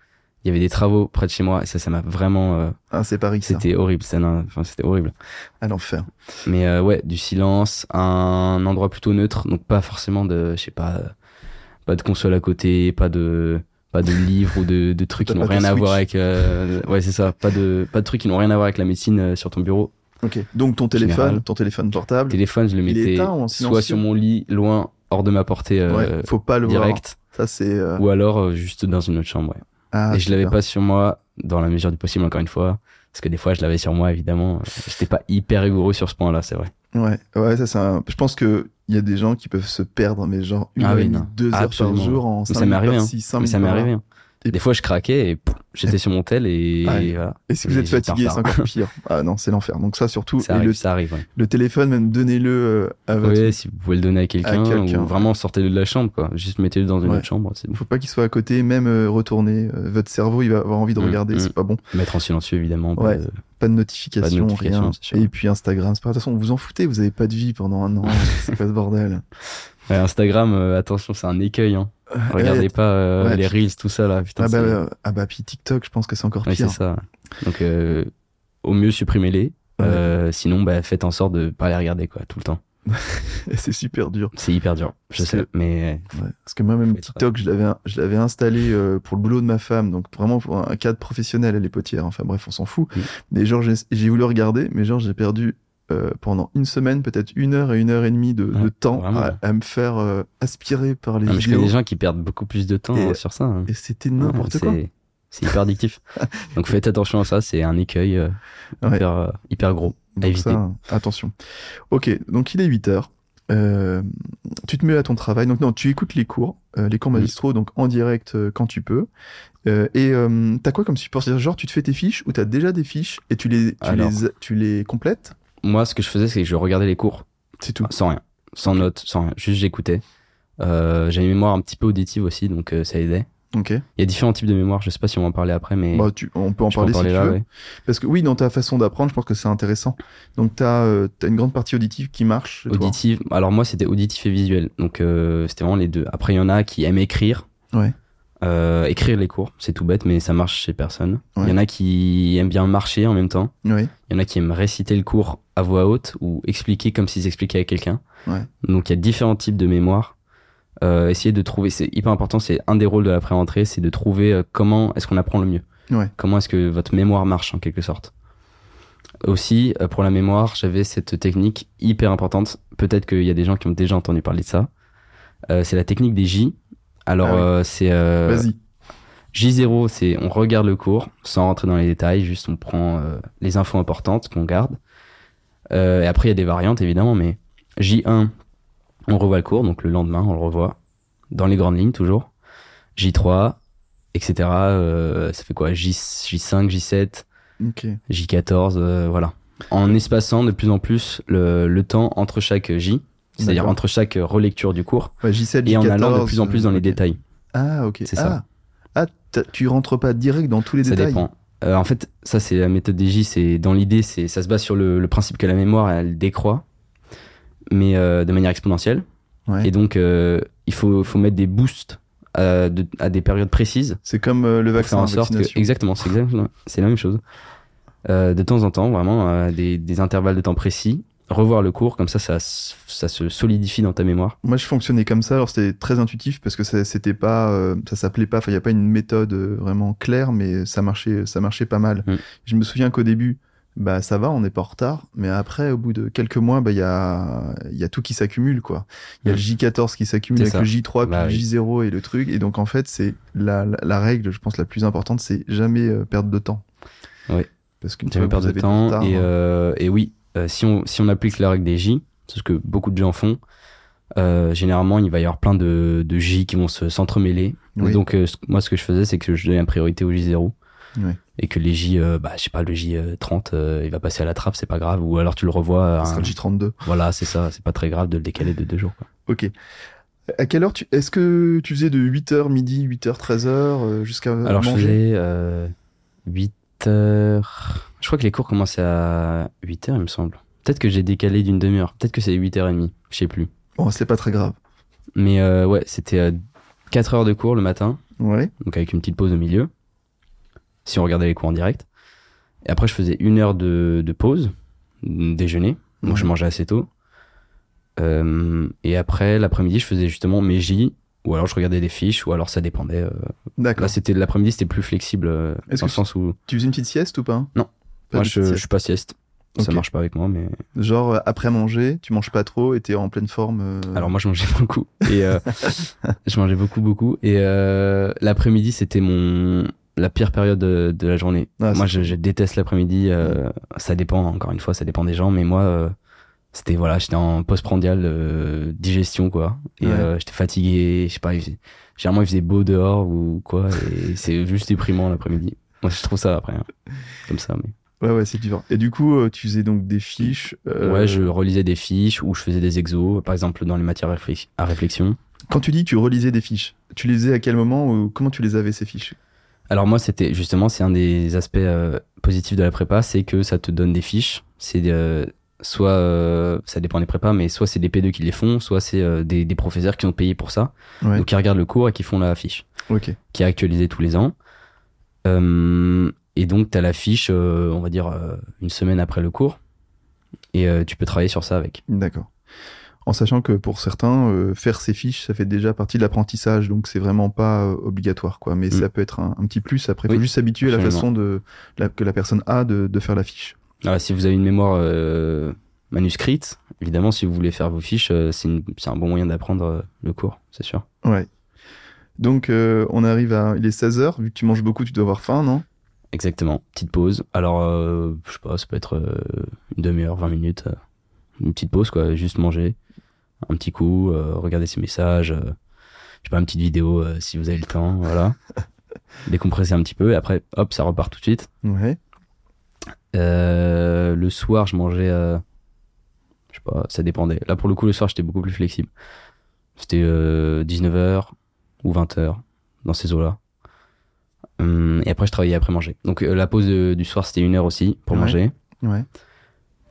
[SPEAKER 2] il y avait des travaux près de chez moi, et ça, ça m'a vraiment... euh,
[SPEAKER 1] Ah, c'est Paris, ça.
[SPEAKER 2] c'était horrible, ça, non, enfin, c'était horrible.
[SPEAKER 1] À l'enfer.
[SPEAKER 2] Mais euh, ouais, du silence, un endroit plutôt neutre, donc pas forcément de, je sais pas, euh, pas de console à côté, pas de pas de livres ou de, de trucs
[SPEAKER 1] T'as
[SPEAKER 2] qui n'ont
[SPEAKER 1] pas
[SPEAKER 2] rien
[SPEAKER 1] de
[SPEAKER 2] à voir
[SPEAKER 1] Switch.
[SPEAKER 2] avec euh, ouais c'est ça pas de pas de trucs qui n'ont rien à voir avec la médecine euh, sur ton bureau
[SPEAKER 1] Ok. Donc ton téléphone,
[SPEAKER 2] Général.
[SPEAKER 1] ton téléphone portable.
[SPEAKER 2] téléphone, je le
[SPEAKER 1] Mmh. Il est
[SPEAKER 2] mettais
[SPEAKER 1] éteint ou en silencieux
[SPEAKER 2] soit sur mon lit, loin, hors de ma portée euh,
[SPEAKER 1] ouais, faut pas le
[SPEAKER 2] directe,
[SPEAKER 1] voir. Ça c'est. euh,
[SPEAKER 2] ou alors euh, juste dans une autre chambre. ouais.
[SPEAKER 1] ah,
[SPEAKER 2] Et je l'avais
[SPEAKER 1] super.
[SPEAKER 2] pas sur moi, dans la mesure du possible, encore une fois, parce que des fois, je l'avais sur moi, évidemment. J'étais pas hyper rigoureux sur ce point-là, c'est vrai.
[SPEAKER 1] Ouais, ouais, ça c'est un... Je pense que il y a des gens qui peuvent se perdre, mais genre une
[SPEAKER 2] Ah
[SPEAKER 1] heure
[SPEAKER 2] oui,
[SPEAKER 1] et demie,
[SPEAKER 2] non.
[SPEAKER 1] deux heures
[SPEAKER 2] Absolument.
[SPEAKER 1] par jour en
[SPEAKER 2] Ça
[SPEAKER 1] cinq
[SPEAKER 2] m'est
[SPEAKER 1] minutes
[SPEAKER 2] arrivé,
[SPEAKER 1] par
[SPEAKER 2] hein.
[SPEAKER 1] ci, cinq
[SPEAKER 2] Mais ça m'est
[SPEAKER 1] minutes par
[SPEAKER 2] arrivé. hein.
[SPEAKER 1] Et- Ah
[SPEAKER 2] Des fois, je craquais et pff, j'étais sur mon tel et,
[SPEAKER 1] Ouais.
[SPEAKER 2] et voilà.
[SPEAKER 1] là. Et si vous
[SPEAKER 2] Et
[SPEAKER 1] êtes
[SPEAKER 2] j'étais en
[SPEAKER 1] fatigué, c'est
[SPEAKER 2] retard.
[SPEAKER 1] encore pire. Ah non, c'est l'enfer. Donc ça surtout,
[SPEAKER 2] ça
[SPEAKER 1] et
[SPEAKER 2] arrive,
[SPEAKER 1] le,
[SPEAKER 2] ça arrive. Ouais.
[SPEAKER 1] le téléphone, même donnez-le euh, à votre...
[SPEAKER 2] Ouais, si vous pouvez le donner à quelqu'un,
[SPEAKER 1] quelqu'un.
[SPEAKER 2] ou vraiment sortez-le de la chambre, quoi. Juste mettez-le dans une
[SPEAKER 1] Ouais.
[SPEAKER 2] autre chambre, c'est bon.
[SPEAKER 1] Faut pas qu'il soit à côté, même euh, retourné. Euh, votre cerveau, il va avoir envie de
[SPEAKER 2] Mm,
[SPEAKER 1] regarder,
[SPEAKER 2] mm.
[SPEAKER 1] c'est pas bon.
[SPEAKER 2] Mettre en silencieux, évidemment. euh, pas
[SPEAKER 1] Ouais.
[SPEAKER 2] de-
[SPEAKER 1] Pas de notification,
[SPEAKER 2] Pas de notification,
[SPEAKER 1] rien.
[SPEAKER 2] c'est sûr.
[SPEAKER 1] Et puis Instagram, c'est pas... De toute façon, vous en foutez, vous avez pas de vie pendant un an, c'est pas ce bordel.
[SPEAKER 2] Ouais, Instagram, euh, attention, c'est un écueil. Hein. Regardez
[SPEAKER 1] Eh,
[SPEAKER 2] pas euh,
[SPEAKER 1] ouais.
[SPEAKER 2] les reels, tout ça là. Putain,
[SPEAKER 1] ah, bah,
[SPEAKER 2] c'est-
[SPEAKER 1] euh, ah bah, puis TikTok, je pense que c'est encore
[SPEAKER 2] Ouais,
[SPEAKER 1] pire.
[SPEAKER 2] c'est ça. Donc, euh, au mieux, supprimez-les. Euh, sinon, bah, faites en sorte de pas les regarder quoi, tout le temps.
[SPEAKER 1] c'est super dur.
[SPEAKER 2] C'est hyper dur, je
[SPEAKER 1] Parce
[SPEAKER 2] sais,
[SPEAKER 1] que-
[SPEAKER 2] mais
[SPEAKER 1] Ouais, parce que moi-même,
[SPEAKER 2] Faut être-
[SPEAKER 1] TikTok, je l'avais, je l'avais installé euh, pour le boulot de ma femme, donc vraiment pour un cadre professionnel, elle est potière, enfin bref, on s'en fout.
[SPEAKER 2] Mm.
[SPEAKER 1] Mais genre, j'ai, j'ai voulu regarder, mais genre, j'ai perdu euh, pendant une semaine, peut-être une heure et une heure et demie de, de
[SPEAKER 2] Ouais,
[SPEAKER 1] temps
[SPEAKER 2] Ah, vraiment.
[SPEAKER 1] à, à me faire euh, aspirer par les
[SPEAKER 2] Ah, mais je connais
[SPEAKER 1] vidéos.
[SPEAKER 2] des gens qui perdent beaucoup plus de temps
[SPEAKER 1] Et-
[SPEAKER 2] euh, sur ça. hein.
[SPEAKER 1] Et c'était n'importe
[SPEAKER 2] Ouais,
[SPEAKER 1] quoi.
[SPEAKER 2] c'est- C'est hyper addictif. Donc faites attention à ça, c'est un écueil euh,
[SPEAKER 1] Ouais.
[SPEAKER 2] hyper, euh, hyper gros. à
[SPEAKER 1] Donc
[SPEAKER 2] éviter.
[SPEAKER 1] ça, attention. Ok, donc il est 8 heures. Euh, tu te mets à ton travail. Donc non, tu écoutes les cours, euh, les cours magistraux, donc en direct euh, quand tu peux. Euh, et euh, t'as quoi comme support C'est-à-dire, genre, tu te fais tes fiches ou t'as déjà des fiches et tu les, tu
[SPEAKER 2] Alors.
[SPEAKER 1] les, tu les complètes
[SPEAKER 2] Moi, ce que je faisais, c'est que je regardais les cours
[SPEAKER 1] C'est tout.
[SPEAKER 2] sans rien, sans notes, sans rien. Juste j'écoutais. Euh, J'ai une mémoire un petit peu auditive aussi, donc euh, ça aidait.
[SPEAKER 1] Ok.
[SPEAKER 2] Il y a différents types de mémoire, je sais pas si on va en parler après, mais
[SPEAKER 1] Bah, tu, on peut en
[SPEAKER 2] je peux en
[SPEAKER 1] parler,
[SPEAKER 2] parler
[SPEAKER 1] si
[SPEAKER 2] là.
[SPEAKER 1] tu veux.
[SPEAKER 2] ouais.
[SPEAKER 1] Parce que oui, dans ta façon d'apprendre, je pense que c'est intéressant. Donc t'as euh, t'as une grande partie auditive qui marche. chez toi.
[SPEAKER 2] Auditive. Alors moi, c'était auditif et visuel, donc euh, c'était vraiment les deux. Après, il y en a qui aiment écrire.
[SPEAKER 1] Ouais.
[SPEAKER 2] Euh, écrire les cours, c'est tout bête, mais ça marche chez personne. Il
[SPEAKER 1] Ouais.
[SPEAKER 2] y en a qui aiment bien marcher en même temps.
[SPEAKER 1] Oui.
[SPEAKER 2] Il y en a qui aiment réciter le cours à voix haute ou expliquer comme s'ils expliquaient à quelqu'un.
[SPEAKER 1] Ouais.
[SPEAKER 2] Donc il y a différents types de mémoire. Euh, essayer de trouver, c'est hyper important, c'est un des rôles de la pré-rentrée, c'est de trouver euh, comment est-ce qu'on apprend le mieux.
[SPEAKER 1] Ouais.
[SPEAKER 2] Comment est-ce que votre mémoire marche en quelque sorte. Aussi, euh, pour la mémoire, j'avais cette technique hyper importante. Peut-être qu'il y a des gens qui ont déjà entendu parler de ça. Euh, c'est la technique des J. Alors
[SPEAKER 1] Ah oui.
[SPEAKER 2] euh, c'est euh,
[SPEAKER 1] Vas-y.
[SPEAKER 2] J0, c'est on regarde le cours sans rentrer dans les détails, juste on prend euh, les infos importantes qu'on garde. Euh, et après, il y a des variantes évidemment, mais J1, on revoit le cours, donc le lendemain, on le revoit, dans les grandes lignes toujours. J3, etc. euh, ça fait quoi J, J5, J7,
[SPEAKER 1] Ok.
[SPEAKER 2] J14, euh, voilà. En espaçant de plus en plus le, le temps entre chaque J, c'est-à-dire
[SPEAKER 1] D'accord. Bah,
[SPEAKER 2] entre chaque relecture du cours,
[SPEAKER 1] Ouais, J7,
[SPEAKER 2] et en
[SPEAKER 1] J14,
[SPEAKER 2] allant de plus en plus dans les
[SPEAKER 1] euh, ok.
[SPEAKER 2] détails.
[SPEAKER 1] Ah ok.
[SPEAKER 2] C'est
[SPEAKER 1] ah.
[SPEAKER 2] ça.
[SPEAKER 1] Ah, t'as- tu rentres pas direct dans tous les
[SPEAKER 2] Ça
[SPEAKER 1] détails.
[SPEAKER 2] dépend. Euh, en fait, ça c'est la méthode DJ. C'est dans l'idée, c'est ça se base sur le, le principe que la mémoire elle décroît, mais euh, de manière exponentielle.
[SPEAKER 1] Ouais.
[SPEAKER 2] Et donc euh, il faut, faut mettre des boosts à, de- à des périodes précises.
[SPEAKER 1] C'est comme euh, le
[SPEAKER 2] pour
[SPEAKER 1] vaccin,
[SPEAKER 2] faire en
[SPEAKER 1] la
[SPEAKER 2] sorte que,
[SPEAKER 1] vaccination.
[SPEAKER 2] exactement, c'est exactement- c'est la même chose. Euh, de temps en temps, vraiment, à des, des intervalles de temps précis, revoir le cours, comme ça, ça, s- ça se solidifie dans ta mémoire.
[SPEAKER 1] Moi, je fonctionnais comme ça. Alors, c'était très intuitif parce que ça, c'était pas, euh, ça s'appelait pas. Enfin, il y a pas une méthode euh, vraiment claire, mais ça marchait, ça marchait pas mal.
[SPEAKER 2] Mm.
[SPEAKER 1] Je me souviens qu'au début, bah ça va, on n'est pas en retard, mais après, au bout de quelques mois, bah il y a, il y a tout qui s'accumule quoi. Il y a
[SPEAKER 2] Mm.
[SPEAKER 1] le J14 qui s'accumule avec
[SPEAKER 2] C'est
[SPEAKER 1] le J3
[SPEAKER 2] Bah
[SPEAKER 1] puis
[SPEAKER 2] oui.
[SPEAKER 1] le J0 et le truc. Et donc en fait, c'est la, la, la règle, je pense, la plus importante, c'est jamais euh, perdre de temps.
[SPEAKER 2] Oui.
[SPEAKER 1] Parce qu'une fois
[SPEAKER 2] Jamais
[SPEAKER 1] que vous hein.
[SPEAKER 2] perdre
[SPEAKER 1] avez
[SPEAKER 2] de
[SPEAKER 1] du
[SPEAKER 2] temps.
[SPEAKER 1] retard,
[SPEAKER 2] et, euh, et oui, euh, si, on, si on applique la règle des J, c'est ce que beaucoup de gens font, euh, généralement, il va y avoir plein de, de J qui vont se- s'entremêler.
[SPEAKER 1] hein. oui.
[SPEAKER 2] Donc, euh, ce- moi, ce que je faisais, c'est que je donnais la priorité au J0.
[SPEAKER 1] Oui.
[SPEAKER 2] Et que les J, euh, bah, je sais pas, le J30, il va passer à la trappe, c'est pas grave. Ou alors tu le revois. à
[SPEAKER 1] ce sera
[SPEAKER 2] un-
[SPEAKER 1] le J32.
[SPEAKER 2] Voilà, c'est ça, c'est pas très grave de le décaler de deux jours. quoi.
[SPEAKER 1] Ok. À quelle heure tu... Est-ce que tu faisais de 8h midi, 8h, 13h euh, jusqu'à
[SPEAKER 2] Alors, je
[SPEAKER 1] manger
[SPEAKER 2] faisais 8 heures. Je crois que les cours commençaient à 8 heures, il me semble. Peut-être que j'ai décalé d'une demi-heure. Peut-être que c'est 8h30, je sais plus.
[SPEAKER 1] Bon, c'est pas très grave.
[SPEAKER 2] Mais euh, ouais, c'était 4 heures de cours le matin,
[SPEAKER 1] Ouais.
[SPEAKER 2] donc avec une petite pause au milieu, si on regardait les cours en direct. Et après, je faisais une heure de, de pause, mm, déjeuner, donc je
[SPEAKER 1] Ouais.
[SPEAKER 2] mangeais assez tôt. Euh, et après, l'après-midi, je faisais justement mes J, ou alors je regardais des fiches, ou alors ça dépendait. euh, Là,
[SPEAKER 1] D'accord.
[SPEAKER 2] c'était l'après-midi, c'était plus flexible euh,
[SPEAKER 1] Est-ce
[SPEAKER 2] dans
[SPEAKER 1] que
[SPEAKER 2] le sens où
[SPEAKER 1] Tu faisais une petite sieste ou pas
[SPEAKER 2] Non.
[SPEAKER 1] Pas
[SPEAKER 2] moi,
[SPEAKER 1] de
[SPEAKER 2] je,
[SPEAKER 1] petite
[SPEAKER 2] je
[SPEAKER 1] sieste.
[SPEAKER 2] suis pas sieste. Ça
[SPEAKER 1] Ok.
[SPEAKER 2] marche pas avec moi, mais
[SPEAKER 1] Genre euh, après manger, tu manges pas trop et t'es en pleine forme. euh,
[SPEAKER 2] alors moi, je mangeais beaucoup et euh, je mangeais beaucoup, beaucoup. Et euh, l'après-midi, c'était mon la pire période de, de la journée.
[SPEAKER 1] Ah,
[SPEAKER 2] moi,
[SPEAKER 1] c'est Mmh.
[SPEAKER 2] je, je déteste l'après-midi. euh, Ça dépend, encore une fois, ça dépend des gens, mais moi. euh, c'était voilà j'étais en postprandial euh, digestion quoi et
[SPEAKER 1] Ouais.
[SPEAKER 2] euh, j'étais fatigué je sais pas il faisait- généralement il faisait beau dehors ou quoi et c'est juste déprimant l'après-midi moi je trouve ça après hein, comme ça mais
[SPEAKER 1] Ouais, ouais, c'est dur. Et du coup, euh, tu faisais donc des fiches. euh,
[SPEAKER 2] Ouais, je relisais des fiches ou je faisais des exos, par exemple dans les matières réflex- à réflexion.
[SPEAKER 1] Quand tu dis que tu relisais des fiches, tu les faisais à quel moment ou comment tu les avais ces fiches
[SPEAKER 2] Alors moi, c'était justement, c'est un des aspects euh, positifs de la prépa, c'est que ça te donne des fiches. C'est euh, soit, euh, ça dépend des prépas, mais soit c'est des P2 qui les font, soit c'est euh, des, des professeurs qui ont payé pour ça,
[SPEAKER 1] Ouais.
[SPEAKER 2] donc qui regardent le cours et qui font la fiche,
[SPEAKER 1] Ok.
[SPEAKER 2] qui est actualisée tous les ans. Euh, et donc, tu as la fiche, euh, on va dire, euh, une semaine après le cours, et euh, tu peux travailler sur ça avec.
[SPEAKER 1] D'accord. En sachant que pour certains, euh, faire ces fiches, ça fait déjà partie de l'apprentissage, donc c'est vraiment pas euh, obligatoire, quoi. Mais
[SPEAKER 2] Mm.
[SPEAKER 1] ça peut être un, un petit plus. Après, faut
[SPEAKER 2] Oui,
[SPEAKER 1] juste s'habituer à la
[SPEAKER 2] absolument.
[SPEAKER 1] façon de, la- que la personne a de, de faire la fiche.
[SPEAKER 2] Alors, si vous avez une mémoire euh, manuscrite, évidemment, si vous voulez faire vos fiches, euh, c'est une- c'est un bon moyen d'apprendre euh, le cours, c'est sûr.
[SPEAKER 1] Ouais. Donc, euh, on arrive à. Il est 16h, vu que tu manges beaucoup, tu dois avoir faim, non
[SPEAKER 2] Exactement. Petite pause. Alors, euh, je sais pas, ça peut être euh, une demi-heure, 20 minutes. euh, une petite pause, quoi. Juste manger, un petit coup, euh, regarder ses messages, euh, je sais pas, une petite vidéo euh, si vous avez le temps, voilà. Décompresser un petit peu, et après, hop, ça repart tout de suite.
[SPEAKER 1] Ouais.
[SPEAKER 2] Euh, le soir, je mangeais. euh, je sais pas, ça dépendait. Là, pour le coup, le soir, j'étais beaucoup plus flexible. C'était 19h ou 20h, dans ces eaux-là. Hum, et après, je travaillais après manger. Donc, euh, la pause de- du soir, c'était une heure aussi pour
[SPEAKER 1] Ouais.
[SPEAKER 2] manger.
[SPEAKER 1] Ouais.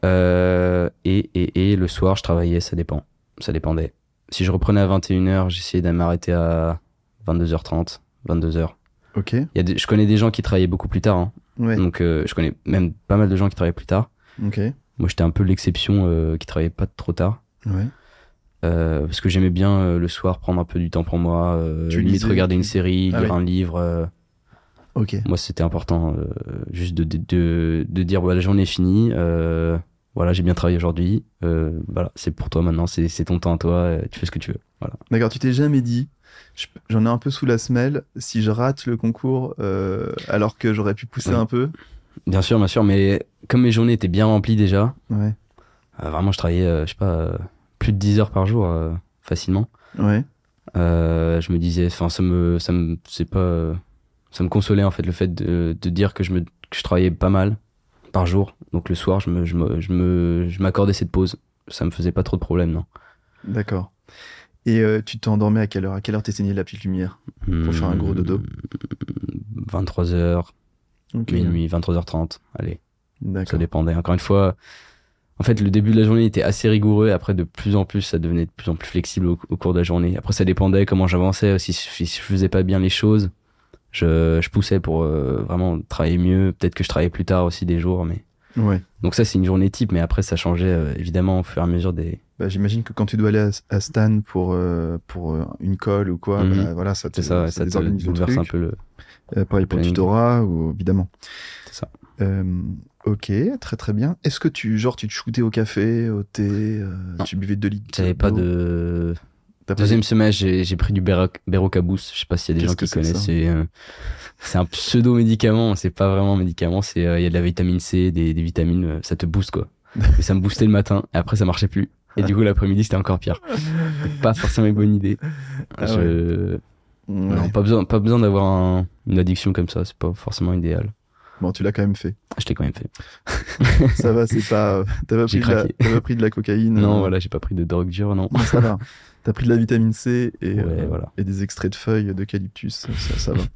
[SPEAKER 2] Euh, et, et, et le soir, je travaillais, ça dépend. Ça dépendait. Si je reprenais à 21h, j'essayais de m'arrêter à 22h30, 22h.
[SPEAKER 1] Ok.
[SPEAKER 2] Il y a des- je connais des gens qui travaillaient beaucoup plus tard. hein.
[SPEAKER 1] Ouais.
[SPEAKER 2] Donc, euh, je connais même pas mal de gens qui travaillaient plus tard.
[SPEAKER 1] Ok.
[SPEAKER 2] Moi, j'étais un peu l'exception euh, qui travaillait pas trop tard.
[SPEAKER 1] Ouais.
[SPEAKER 2] euh, parce que j'aimais bien euh, le soir prendre un peu du temps pour moi, euh,
[SPEAKER 1] Tu
[SPEAKER 2] limite
[SPEAKER 1] lisais,
[SPEAKER 2] regarder
[SPEAKER 1] tu-
[SPEAKER 2] une série,
[SPEAKER 1] Ah
[SPEAKER 2] lire
[SPEAKER 1] oui.
[SPEAKER 2] un livre. euh,
[SPEAKER 1] Ok.
[SPEAKER 2] moi, c'était important euh, juste de, de, de, de dire voilà, la journée est finie, euh, voilà, j'ai bien travaillé aujourd'hui, euh, voilà, c'est pour toi maintenant, c'est c'est ton temps à toi, euh, tu fais ce que tu veux. Voilà.
[SPEAKER 1] D'accord, tu t'es jamais dit. je- J'en ai un peu sous la semelle. Si je rate le concours, euh, alors que j'aurais pu pousser
[SPEAKER 2] Oui.
[SPEAKER 1] un peu.
[SPEAKER 2] Bien sûr, bien sûr, mais comme mes journées étaient bien remplies déjà,
[SPEAKER 1] Ouais.
[SPEAKER 2] euh, vraiment, je travaillais, euh, je sais pas, euh, plus de 10 heures par jour euh, facilement.
[SPEAKER 1] Ouais.
[SPEAKER 2] Euh, je me disais, enfin, ça me, ça me, c'est pas, euh, ça me consolait en fait le fait de, de dire que je me, que je travaillais pas mal par jour. Donc le soir, je me, je me, je me, je m'accordais cette pause. Ça me faisait pas trop de problème, non.
[SPEAKER 1] D'accord. Et euh, tu t'endormais à quelle heure À quelle heure t'éteignais la petite lumière Pour faire un gros dodo.
[SPEAKER 2] 23h,
[SPEAKER 1] Ok.
[SPEAKER 2] minuit, 23h30. Allez, ça
[SPEAKER 1] D'accord.
[SPEAKER 2] dépendait. Encore une fois, En fait, le début de la journée était assez rigoureux. Après, de plus en plus, ça devenait de plus en plus flexible au, au cours de la journée. Après, ça dépendait comment j'avançais. Si, si je faisais pas bien les choses, je, je poussais pour euh, vraiment travailler mieux. Peut-être que je travaillais plus tard aussi des jours. Mais
[SPEAKER 1] Ouais.
[SPEAKER 2] donc ça, c'est une journée type. Mais après, ça changeait euh, évidemment au fur et à mesure des.
[SPEAKER 1] Bah, J'imagine que quand tu dois aller à, à Stan pour, euh, pour euh, une colle ou quoi,
[SPEAKER 2] Mhm.
[SPEAKER 1] bah, voilà, ça te,
[SPEAKER 2] C'est ça, ça, te
[SPEAKER 1] désorganise le
[SPEAKER 2] bouleverse un
[SPEAKER 1] truc.
[SPEAKER 2] peu le.
[SPEAKER 1] Euh, pareil pour le
[SPEAKER 2] planning.
[SPEAKER 1] tutorat, ou, évidemment.
[SPEAKER 2] C'est ça.
[SPEAKER 1] Euh, ok, très très bien. Est-ce que tu, genre, tu te shootais au café, au thé, euh,
[SPEAKER 2] Non.
[SPEAKER 1] tu buvais deux litres
[SPEAKER 2] J'avais pas
[SPEAKER 1] d'eau
[SPEAKER 2] de.
[SPEAKER 1] T'as pas-
[SPEAKER 2] Deuxième semestre, j'ai j'ai pris du Beroc- Berocabus. Je sais pas s'il y a des
[SPEAKER 1] Qu'est-ce
[SPEAKER 2] gens
[SPEAKER 1] que
[SPEAKER 2] qui
[SPEAKER 1] c'est que
[SPEAKER 2] connaissent.
[SPEAKER 1] ça
[SPEAKER 2] C'est euh, c'est un pseudo médicament. C'est pas vraiment un médicament. C'est euh, il y a de la vitamine C, des, des vitamines. euh, ça te booste quoi. Mais ça me boostait le matin. Et après ça marchait plus. Et du coup l'après-midi c'était encore pire. Donc, pas forcément une bonne idée.
[SPEAKER 1] Ah
[SPEAKER 2] Je-
[SPEAKER 1] Ouais.
[SPEAKER 2] Non, pas besoin, pas besoin d'avoir un- une addiction comme ça. C'est pas forcément idéal. Ah,
[SPEAKER 1] Bon, tu l'as quand même fait.
[SPEAKER 2] Je l'ai quand même fait.
[SPEAKER 1] Ça va, c'est pas. euh, T'as pas,
[SPEAKER 2] J'ai
[SPEAKER 1] pris de la-
[SPEAKER 2] craqué.
[SPEAKER 1] t'as pas pris de la cocaïne.
[SPEAKER 2] Non,
[SPEAKER 1] euh,
[SPEAKER 2] voilà, j'ai pas pris de drogue dure, non.
[SPEAKER 1] Bon, ça va. T'as pris de la vitamine C et,
[SPEAKER 2] Ouais,
[SPEAKER 1] euh,
[SPEAKER 2] voilà.
[SPEAKER 1] et des extraits de feuilles d'eucalyptus, ça, ça va.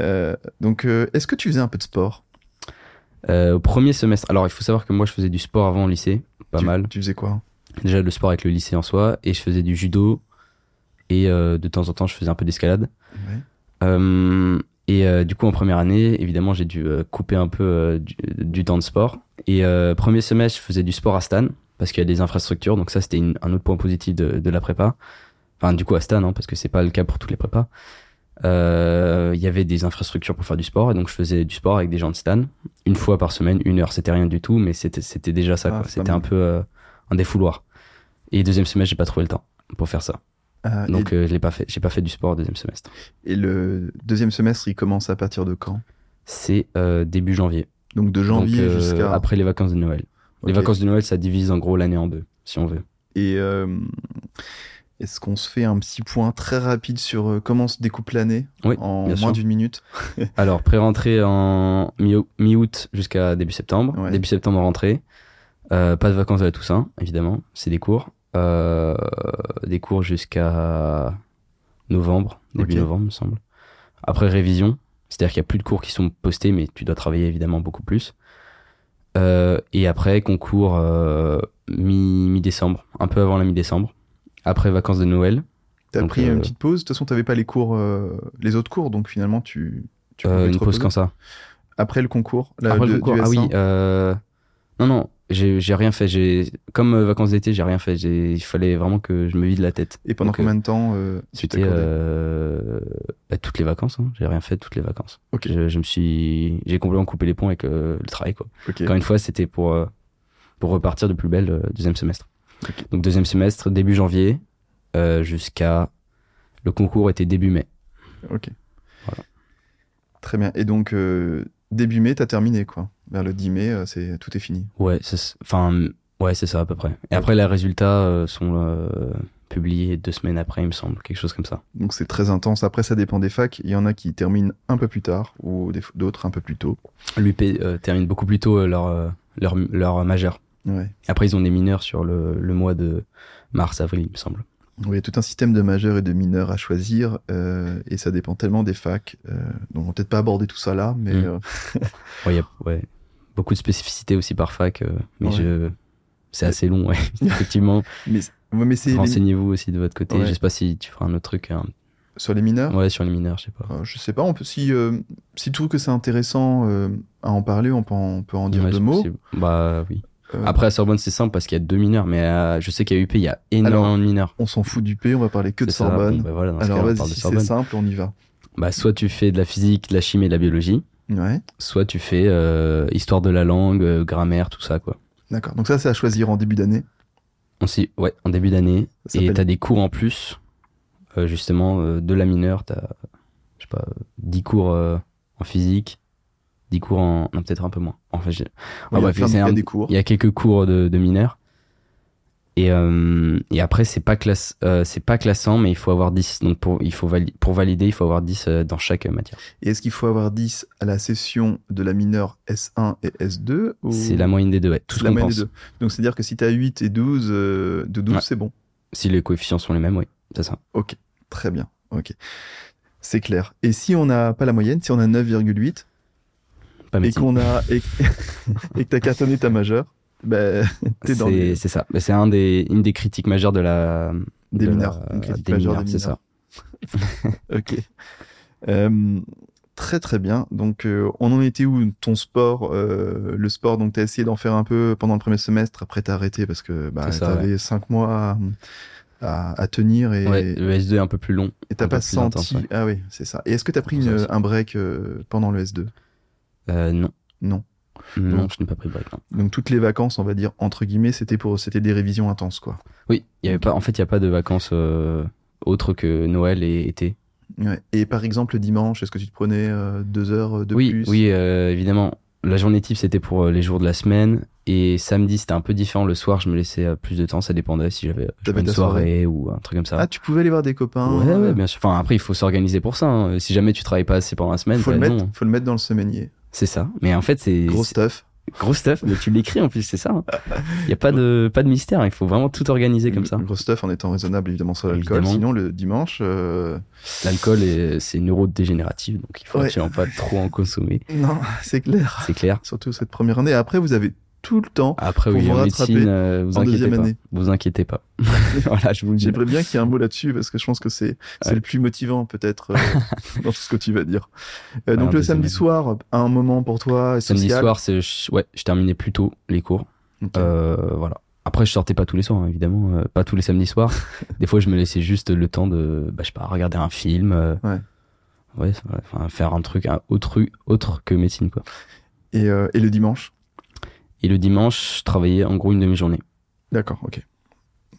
[SPEAKER 1] Euh, donc, euh, est-ce que tu faisais un peu de sport
[SPEAKER 2] Euh, au premier semestre. Alors il faut savoir que moi je faisais du sport avant au lycée, pas
[SPEAKER 1] Tu-
[SPEAKER 2] mal.
[SPEAKER 1] Tu faisais quoi
[SPEAKER 2] déjà le sport avec le lycée en soi et je faisais du judo et euh, de temps en temps je faisais un peu d'escalade
[SPEAKER 1] Ouais.
[SPEAKER 2] Euh, et euh, du coup en première année évidemment j'ai dû euh, couper un peu euh, du, du temps de sport et euh, premier semestre je faisais du sport à Stan parce qu'il y a des infrastructures donc ça c'était une- un autre point positif de, de la prépa enfin du coup à Stan hein, parce que c'est pas le cas pour toutes les prépas Euh, il y avait des infrastructures pour faire du sport et donc je faisais du sport avec des gens de Stan une fois par semaine une heure c'était rien du tout mais c'était c'était déjà ça
[SPEAKER 1] Ah,
[SPEAKER 2] quoi.
[SPEAKER 1] c'est pas
[SPEAKER 2] c'était un
[SPEAKER 1] mal.
[SPEAKER 2] peu euh, un défouloir et deuxième semestre j'ai pas trouvé le temps pour faire ça
[SPEAKER 1] Ah, et-
[SPEAKER 2] donc euh, je l'ai pas fait j'ai pas fait du sport au deuxième semestre
[SPEAKER 1] et, le deuxième semestre, il commence à partir de quand
[SPEAKER 2] c'est euh, début janvier
[SPEAKER 1] Donc de janvier
[SPEAKER 2] Donc, euh,
[SPEAKER 1] jusqu'à.
[SPEAKER 2] après les vacances de Noël. Les
[SPEAKER 1] Ok.
[SPEAKER 2] vacances de Noël, ça divise en gros l'année en deux, si on veut.
[SPEAKER 1] Et euh, est-ce qu'on se fait un petit point très rapide sur euh, comment se découpe l'année
[SPEAKER 2] Oui,
[SPEAKER 1] en
[SPEAKER 2] bien
[SPEAKER 1] moins
[SPEAKER 2] sûr.
[SPEAKER 1] d'une minute
[SPEAKER 2] Alors, pré-rentrée en mi- mi-août jusqu'à début septembre.
[SPEAKER 1] Ouais.
[SPEAKER 2] Début septembre, rentrée. Euh, pas de vacances à la Toussaint, évidemment. C'est des cours. Euh, des cours jusqu'à novembre, début
[SPEAKER 1] Ok.
[SPEAKER 2] novembre, me semble. Après, révision. C'est-à-dire qu'il n'y a plus de cours qui sont postés, mais tu dois travailler évidemment beaucoup plus. Euh, et après, concours euh, mi- mi-décembre, un peu avant la mi-décembre. Après, vacances de Noël.
[SPEAKER 1] T'as
[SPEAKER 2] Donc,
[SPEAKER 1] pris
[SPEAKER 2] euh,
[SPEAKER 1] une petite pause De toute façon, t'avais pas les cours, euh, les autres cours, donc finalement, tu. tu
[SPEAKER 2] Euh,
[SPEAKER 1] pouvais te
[SPEAKER 2] une pause
[SPEAKER 1] reposer.
[SPEAKER 2] quand ça
[SPEAKER 1] Après le concours, la,
[SPEAKER 2] Après le
[SPEAKER 1] de-
[SPEAKER 2] concours,
[SPEAKER 1] du
[SPEAKER 2] ah oui.
[SPEAKER 1] S1.
[SPEAKER 2] euh, Non, non, j'ai j'ai rien fait. J'ai Comme euh, vacances d'été, j'ai rien fait. J'ai- Il fallait vraiment que je me vide la tête.
[SPEAKER 1] Et pendant
[SPEAKER 2] Donc, euh,
[SPEAKER 1] combien de temps euh, tu
[SPEAKER 2] C'était
[SPEAKER 1] t'accordais
[SPEAKER 2] euh, bah, toutes les vacances. hein. J'ai rien fait toutes les vacances.
[SPEAKER 1] Ok.
[SPEAKER 2] Je, je me suis, j'ai complètement coupé les ponts avec euh, le travail. Quoi.
[SPEAKER 1] Ok.
[SPEAKER 2] Encore une fois, c'était pour euh, pour repartir de plus belle euh, deuxième semestre.
[SPEAKER 1] Ok.
[SPEAKER 2] Donc deuxième semestre début janvier euh, jusqu'à le concours était début mai.
[SPEAKER 1] Ok.
[SPEAKER 2] Voilà.
[SPEAKER 1] Très bien. Et donc, euh, début mai, t'as terminé, quoi. Vers le 10 mai, euh, c'est tout est fini.
[SPEAKER 2] Ouais, c'est s- enfin m- ouais, c'est ça à peu près. Et après les résultats euh, sont euh, publiés deux semaines après, il me semble, quelque chose comme ça.
[SPEAKER 1] Donc, c'est très intense. Après, ça dépend des facs. Il y en a qui terminent un peu plus tard ou des- d'autres un peu plus tôt.
[SPEAKER 2] L'UP termine beaucoup plus tôt euh, leur euh, leur leur majeur.
[SPEAKER 1] Ouais.
[SPEAKER 2] Et après ils ont des mineurs sur le, le mois de mars avril, il me semble.
[SPEAKER 1] Donc, Il y a tout un système de majeurs et de mineurs à choisir euh, et ça dépend tellement des facs. euh, donc, on va peut-être pas aborder tout ça là, mais
[SPEAKER 2] Mm.
[SPEAKER 1] euh,
[SPEAKER 2] Ouais, y a- ouais. beaucoup de spécificités aussi par fac, euh, mais
[SPEAKER 1] Ouais.
[SPEAKER 2] je c'est assez long, ouais. effectivement.
[SPEAKER 1] mais, ouais, mais c'est les-
[SPEAKER 2] Renseignez-vous aussi de votre côté.
[SPEAKER 1] Ouais.
[SPEAKER 2] Je sais pas si tu feras un autre truc, hein.
[SPEAKER 1] sur les mineurs.
[SPEAKER 2] ouais, sur les mineurs, je sais pas.
[SPEAKER 1] Euh, je sais pas. On peut si euh, si tu trouves que c'est intéressant euh, à en parler, on peut en, on peut en dire
[SPEAKER 2] Ouais,
[SPEAKER 1] deux
[SPEAKER 2] c'est
[SPEAKER 1] mots.
[SPEAKER 2] possible. Bah oui.
[SPEAKER 1] Euh,
[SPEAKER 2] Après à Sorbonne c'est simple parce qu'il y a deux mineurs, mais euh, je sais qu'à UP il y a énormément de mineurs.
[SPEAKER 1] On s'en fout du P, on va parler que de
[SPEAKER 2] C'est ça. Bon,
[SPEAKER 1] Sorbonne.
[SPEAKER 2] bah voilà, dans ce
[SPEAKER 1] Alors
[SPEAKER 2] cas-là, on
[SPEAKER 1] vas-y,
[SPEAKER 2] parle de
[SPEAKER 1] si c'est
[SPEAKER 2] Sorbonne.
[SPEAKER 1] simple, on y va.
[SPEAKER 2] Bah, soit tu fais de la physique, de la chimie et de la biologie,
[SPEAKER 1] Ouais.
[SPEAKER 2] soit tu fais euh, histoire de la langue, euh, grammaire, tout ça quoi.
[SPEAKER 1] D'accord. Donc ça, c'est à choisir en début d'année.
[SPEAKER 2] On s'y- ouais, en début d'année.
[SPEAKER 1] Ça
[SPEAKER 2] Et
[SPEAKER 1] s'appelle-
[SPEAKER 2] t'as des cours en plus, euh, justement, euh, de la mineure. T'as, je sais pas, euh, 10 cours euh, en physique, 10 cours en. Non, peut-être un peu moins. Enfin, j'ai-
[SPEAKER 1] Ouais, il y a
[SPEAKER 2] bref,
[SPEAKER 1] plein de-
[SPEAKER 2] ah bah, c'est
[SPEAKER 1] il y a
[SPEAKER 2] un-
[SPEAKER 1] des cours.
[SPEAKER 2] Il y a quelques cours de, de mineurs. Et, euh, et après, c'est pas, classe, euh, c'est pas classant, mais il faut avoir 10. Donc pour, il faut vali- pour valider, il faut avoir 10 euh, dans chaque euh, matière.
[SPEAKER 1] Et est-ce qu'il faut avoir 10 à la session de la mineure S1 et S2 ou...
[SPEAKER 2] C'est la moyenne des deux, ouais, tout
[SPEAKER 1] C'est
[SPEAKER 2] ce
[SPEAKER 1] la
[SPEAKER 2] qu'on
[SPEAKER 1] moyenne des
[SPEAKER 2] pense.
[SPEAKER 1] deux. Donc c'est-à-dire que si t'as 8 et 12, euh, de 12,
[SPEAKER 2] Ouais.
[SPEAKER 1] c'est bon.
[SPEAKER 2] Si les coefficients sont les mêmes, oui, c'est ça.
[SPEAKER 1] Très bien. Ok. C'est clair. Et si on n'a pas la moyenne, si on a 9,8
[SPEAKER 2] Pas
[SPEAKER 1] et
[SPEAKER 2] médecine.
[SPEAKER 1] qu'on a et, et que t'as cartonné ta majeure, bah, t'es dans
[SPEAKER 2] C'est
[SPEAKER 1] le-
[SPEAKER 2] c'est ça. Mais C'est un des, une des critiques majeures de la.
[SPEAKER 1] Des
[SPEAKER 2] de
[SPEAKER 1] mineurs.
[SPEAKER 2] la-
[SPEAKER 1] Une critique
[SPEAKER 2] des
[SPEAKER 1] majeure
[SPEAKER 2] mineurs,
[SPEAKER 1] des
[SPEAKER 2] c'est ça.
[SPEAKER 1] Ok. Euh, très très bien. Donc euh, on en était où ton sport, euh, le sport donc t'as essayé d'en faire un peu pendant le premier semestre, après t'as arrêté parce que bah,
[SPEAKER 2] C'est ça,
[SPEAKER 1] t'avais cinq mois à, à- à tenir et
[SPEAKER 2] Ouais, le S2 est un peu plus long.
[SPEAKER 1] et
[SPEAKER 2] un
[SPEAKER 1] t'as
[SPEAKER 2] peu
[SPEAKER 1] pas
[SPEAKER 2] plus
[SPEAKER 1] senti.
[SPEAKER 2] intense, ouais.
[SPEAKER 1] Ah oui, c'est ça. Et est-ce que t'as pris
[SPEAKER 2] Pour ça
[SPEAKER 1] une-
[SPEAKER 2] aussi.
[SPEAKER 1] un break euh, pendant le S2
[SPEAKER 2] Euh, non.
[SPEAKER 1] Non.
[SPEAKER 2] Non,
[SPEAKER 1] Donc-
[SPEAKER 2] je n'ai pas pris de break. non.
[SPEAKER 1] Donc toutes les vacances, on va dire entre guillemets, c'était pour c'était des révisions intenses quoi.
[SPEAKER 2] Oui, il y avait pas. En fait, il n'y a pas de vacances euh, autres que Noël et été.
[SPEAKER 1] Ouais. Et par exemple le dimanche, est-ce que tu te prenais euh, deux heures de
[SPEAKER 2] oui,
[SPEAKER 1] plus
[SPEAKER 2] oui, euh, évidemment. La journée type, c'était pour euh, les jours de la semaine. Et samedi, c'était un peu différent. Le soir, je me laissais euh, plus de temps. Ça dépendait si j'avais j'avais
[SPEAKER 1] T'avais
[SPEAKER 2] une
[SPEAKER 1] ta
[SPEAKER 2] soirée,
[SPEAKER 1] soirée.
[SPEAKER 2] ou un truc comme ça.
[SPEAKER 1] Ah, tu pouvais aller voir des copains.
[SPEAKER 2] ouais,
[SPEAKER 1] euh,
[SPEAKER 2] ouais, bien sûr. Enfin, après, il faut s'organiser pour ça. hein. Si jamais tu travailles pas assez pendant la semaine,
[SPEAKER 1] faut, le
[SPEAKER 2] t'as
[SPEAKER 1] mettre,
[SPEAKER 2] raison. hein.
[SPEAKER 1] faut le mettre dans le semainier.
[SPEAKER 2] C'est ça. Mais en fait, c'est
[SPEAKER 1] Gros
[SPEAKER 2] c'est-
[SPEAKER 1] stuff.
[SPEAKER 2] gros stuff. Mais tu l'écris en plus, c'est ça. hein. Il y a pas de pas de mystère. Il faut vraiment tout organiser comme ça.
[SPEAKER 1] Le Gros stuff en étant raisonnable évidemment sur l'alcool.
[SPEAKER 2] Évidemment.
[SPEAKER 1] Sinon le dimanche, euh,
[SPEAKER 2] L'alcool, est- c'est neurodégénératif, donc il faut
[SPEAKER 1] Ouais.
[SPEAKER 2] absolument pas trop en consommer.
[SPEAKER 1] non, c'est clair.
[SPEAKER 2] C'est clair.
[SPEAKER 1] Surtout cette première année. Après vous avez tout le temps.
[SPEAKER 2] Après,
[SPEAKER 1] Pour
[SPEAKER 2] oui,
[SPEAKER 1] vous
[SPEAKER 2] en
[SPEAKER 1] rattraper
[SPEAKER 2] médecine, euh, vous
[SPEAKER 1] en
[SPEAKER 2] inquiétez
[SPEAKER 1] deuxième
[SPEAKER 2] pas.
[SPEAKER 1] année.
[SPEAKER 2] Vous inquiétez pas. voilà, je vous le dis.
[SPEAKER 1] J'aimerais bien qu'il y ait un mot là-dessus parce que je pense que c'est c'est
[SPEAKER 2] Ouais.
[SPEAKER 1] le plus motivant peut-être euh, dans tout ce que tu vas dire. Euh,
[SPEAKER 2] Ouais,
[SPEAKER 1] donc
[SPEAKER 2] en
[SPEAKER 1] le
[SPEAKER 2] deuxième
[SPEAKER 1] samedi
[SPEAKER 2] année.
[SPEAKER 1] soir, un moment pour toi et
[SPEAKER 2] Samedi
[SPEAKER 1] social.
[SPEAKER 2] soir, c'est, je, ouais, je terminais plus tôt les cours.
[SPEAKER 1] Ok.
[SPEAKER 2] Euh, voilà. Après, je sortais pas tous les soirs, hein, évidemment, euh, pas tous les samedis soirs. Des fois, je me laissais juste le temps de, bah, je sais pas, regarder un film. euh,
[SPEAKER 1] Ouais.
[SPEAKER 2] ouais, c'est vrai. Enfin, faire un truc un autre, autre que médecine, quoi.
[SPEAKER 1] Et, euh, et le dimanche.
[SPEAKER 2] Et le dimanche, je travaillais en gros une demi-journée.
[SPEAKER 1] D'accord, ok.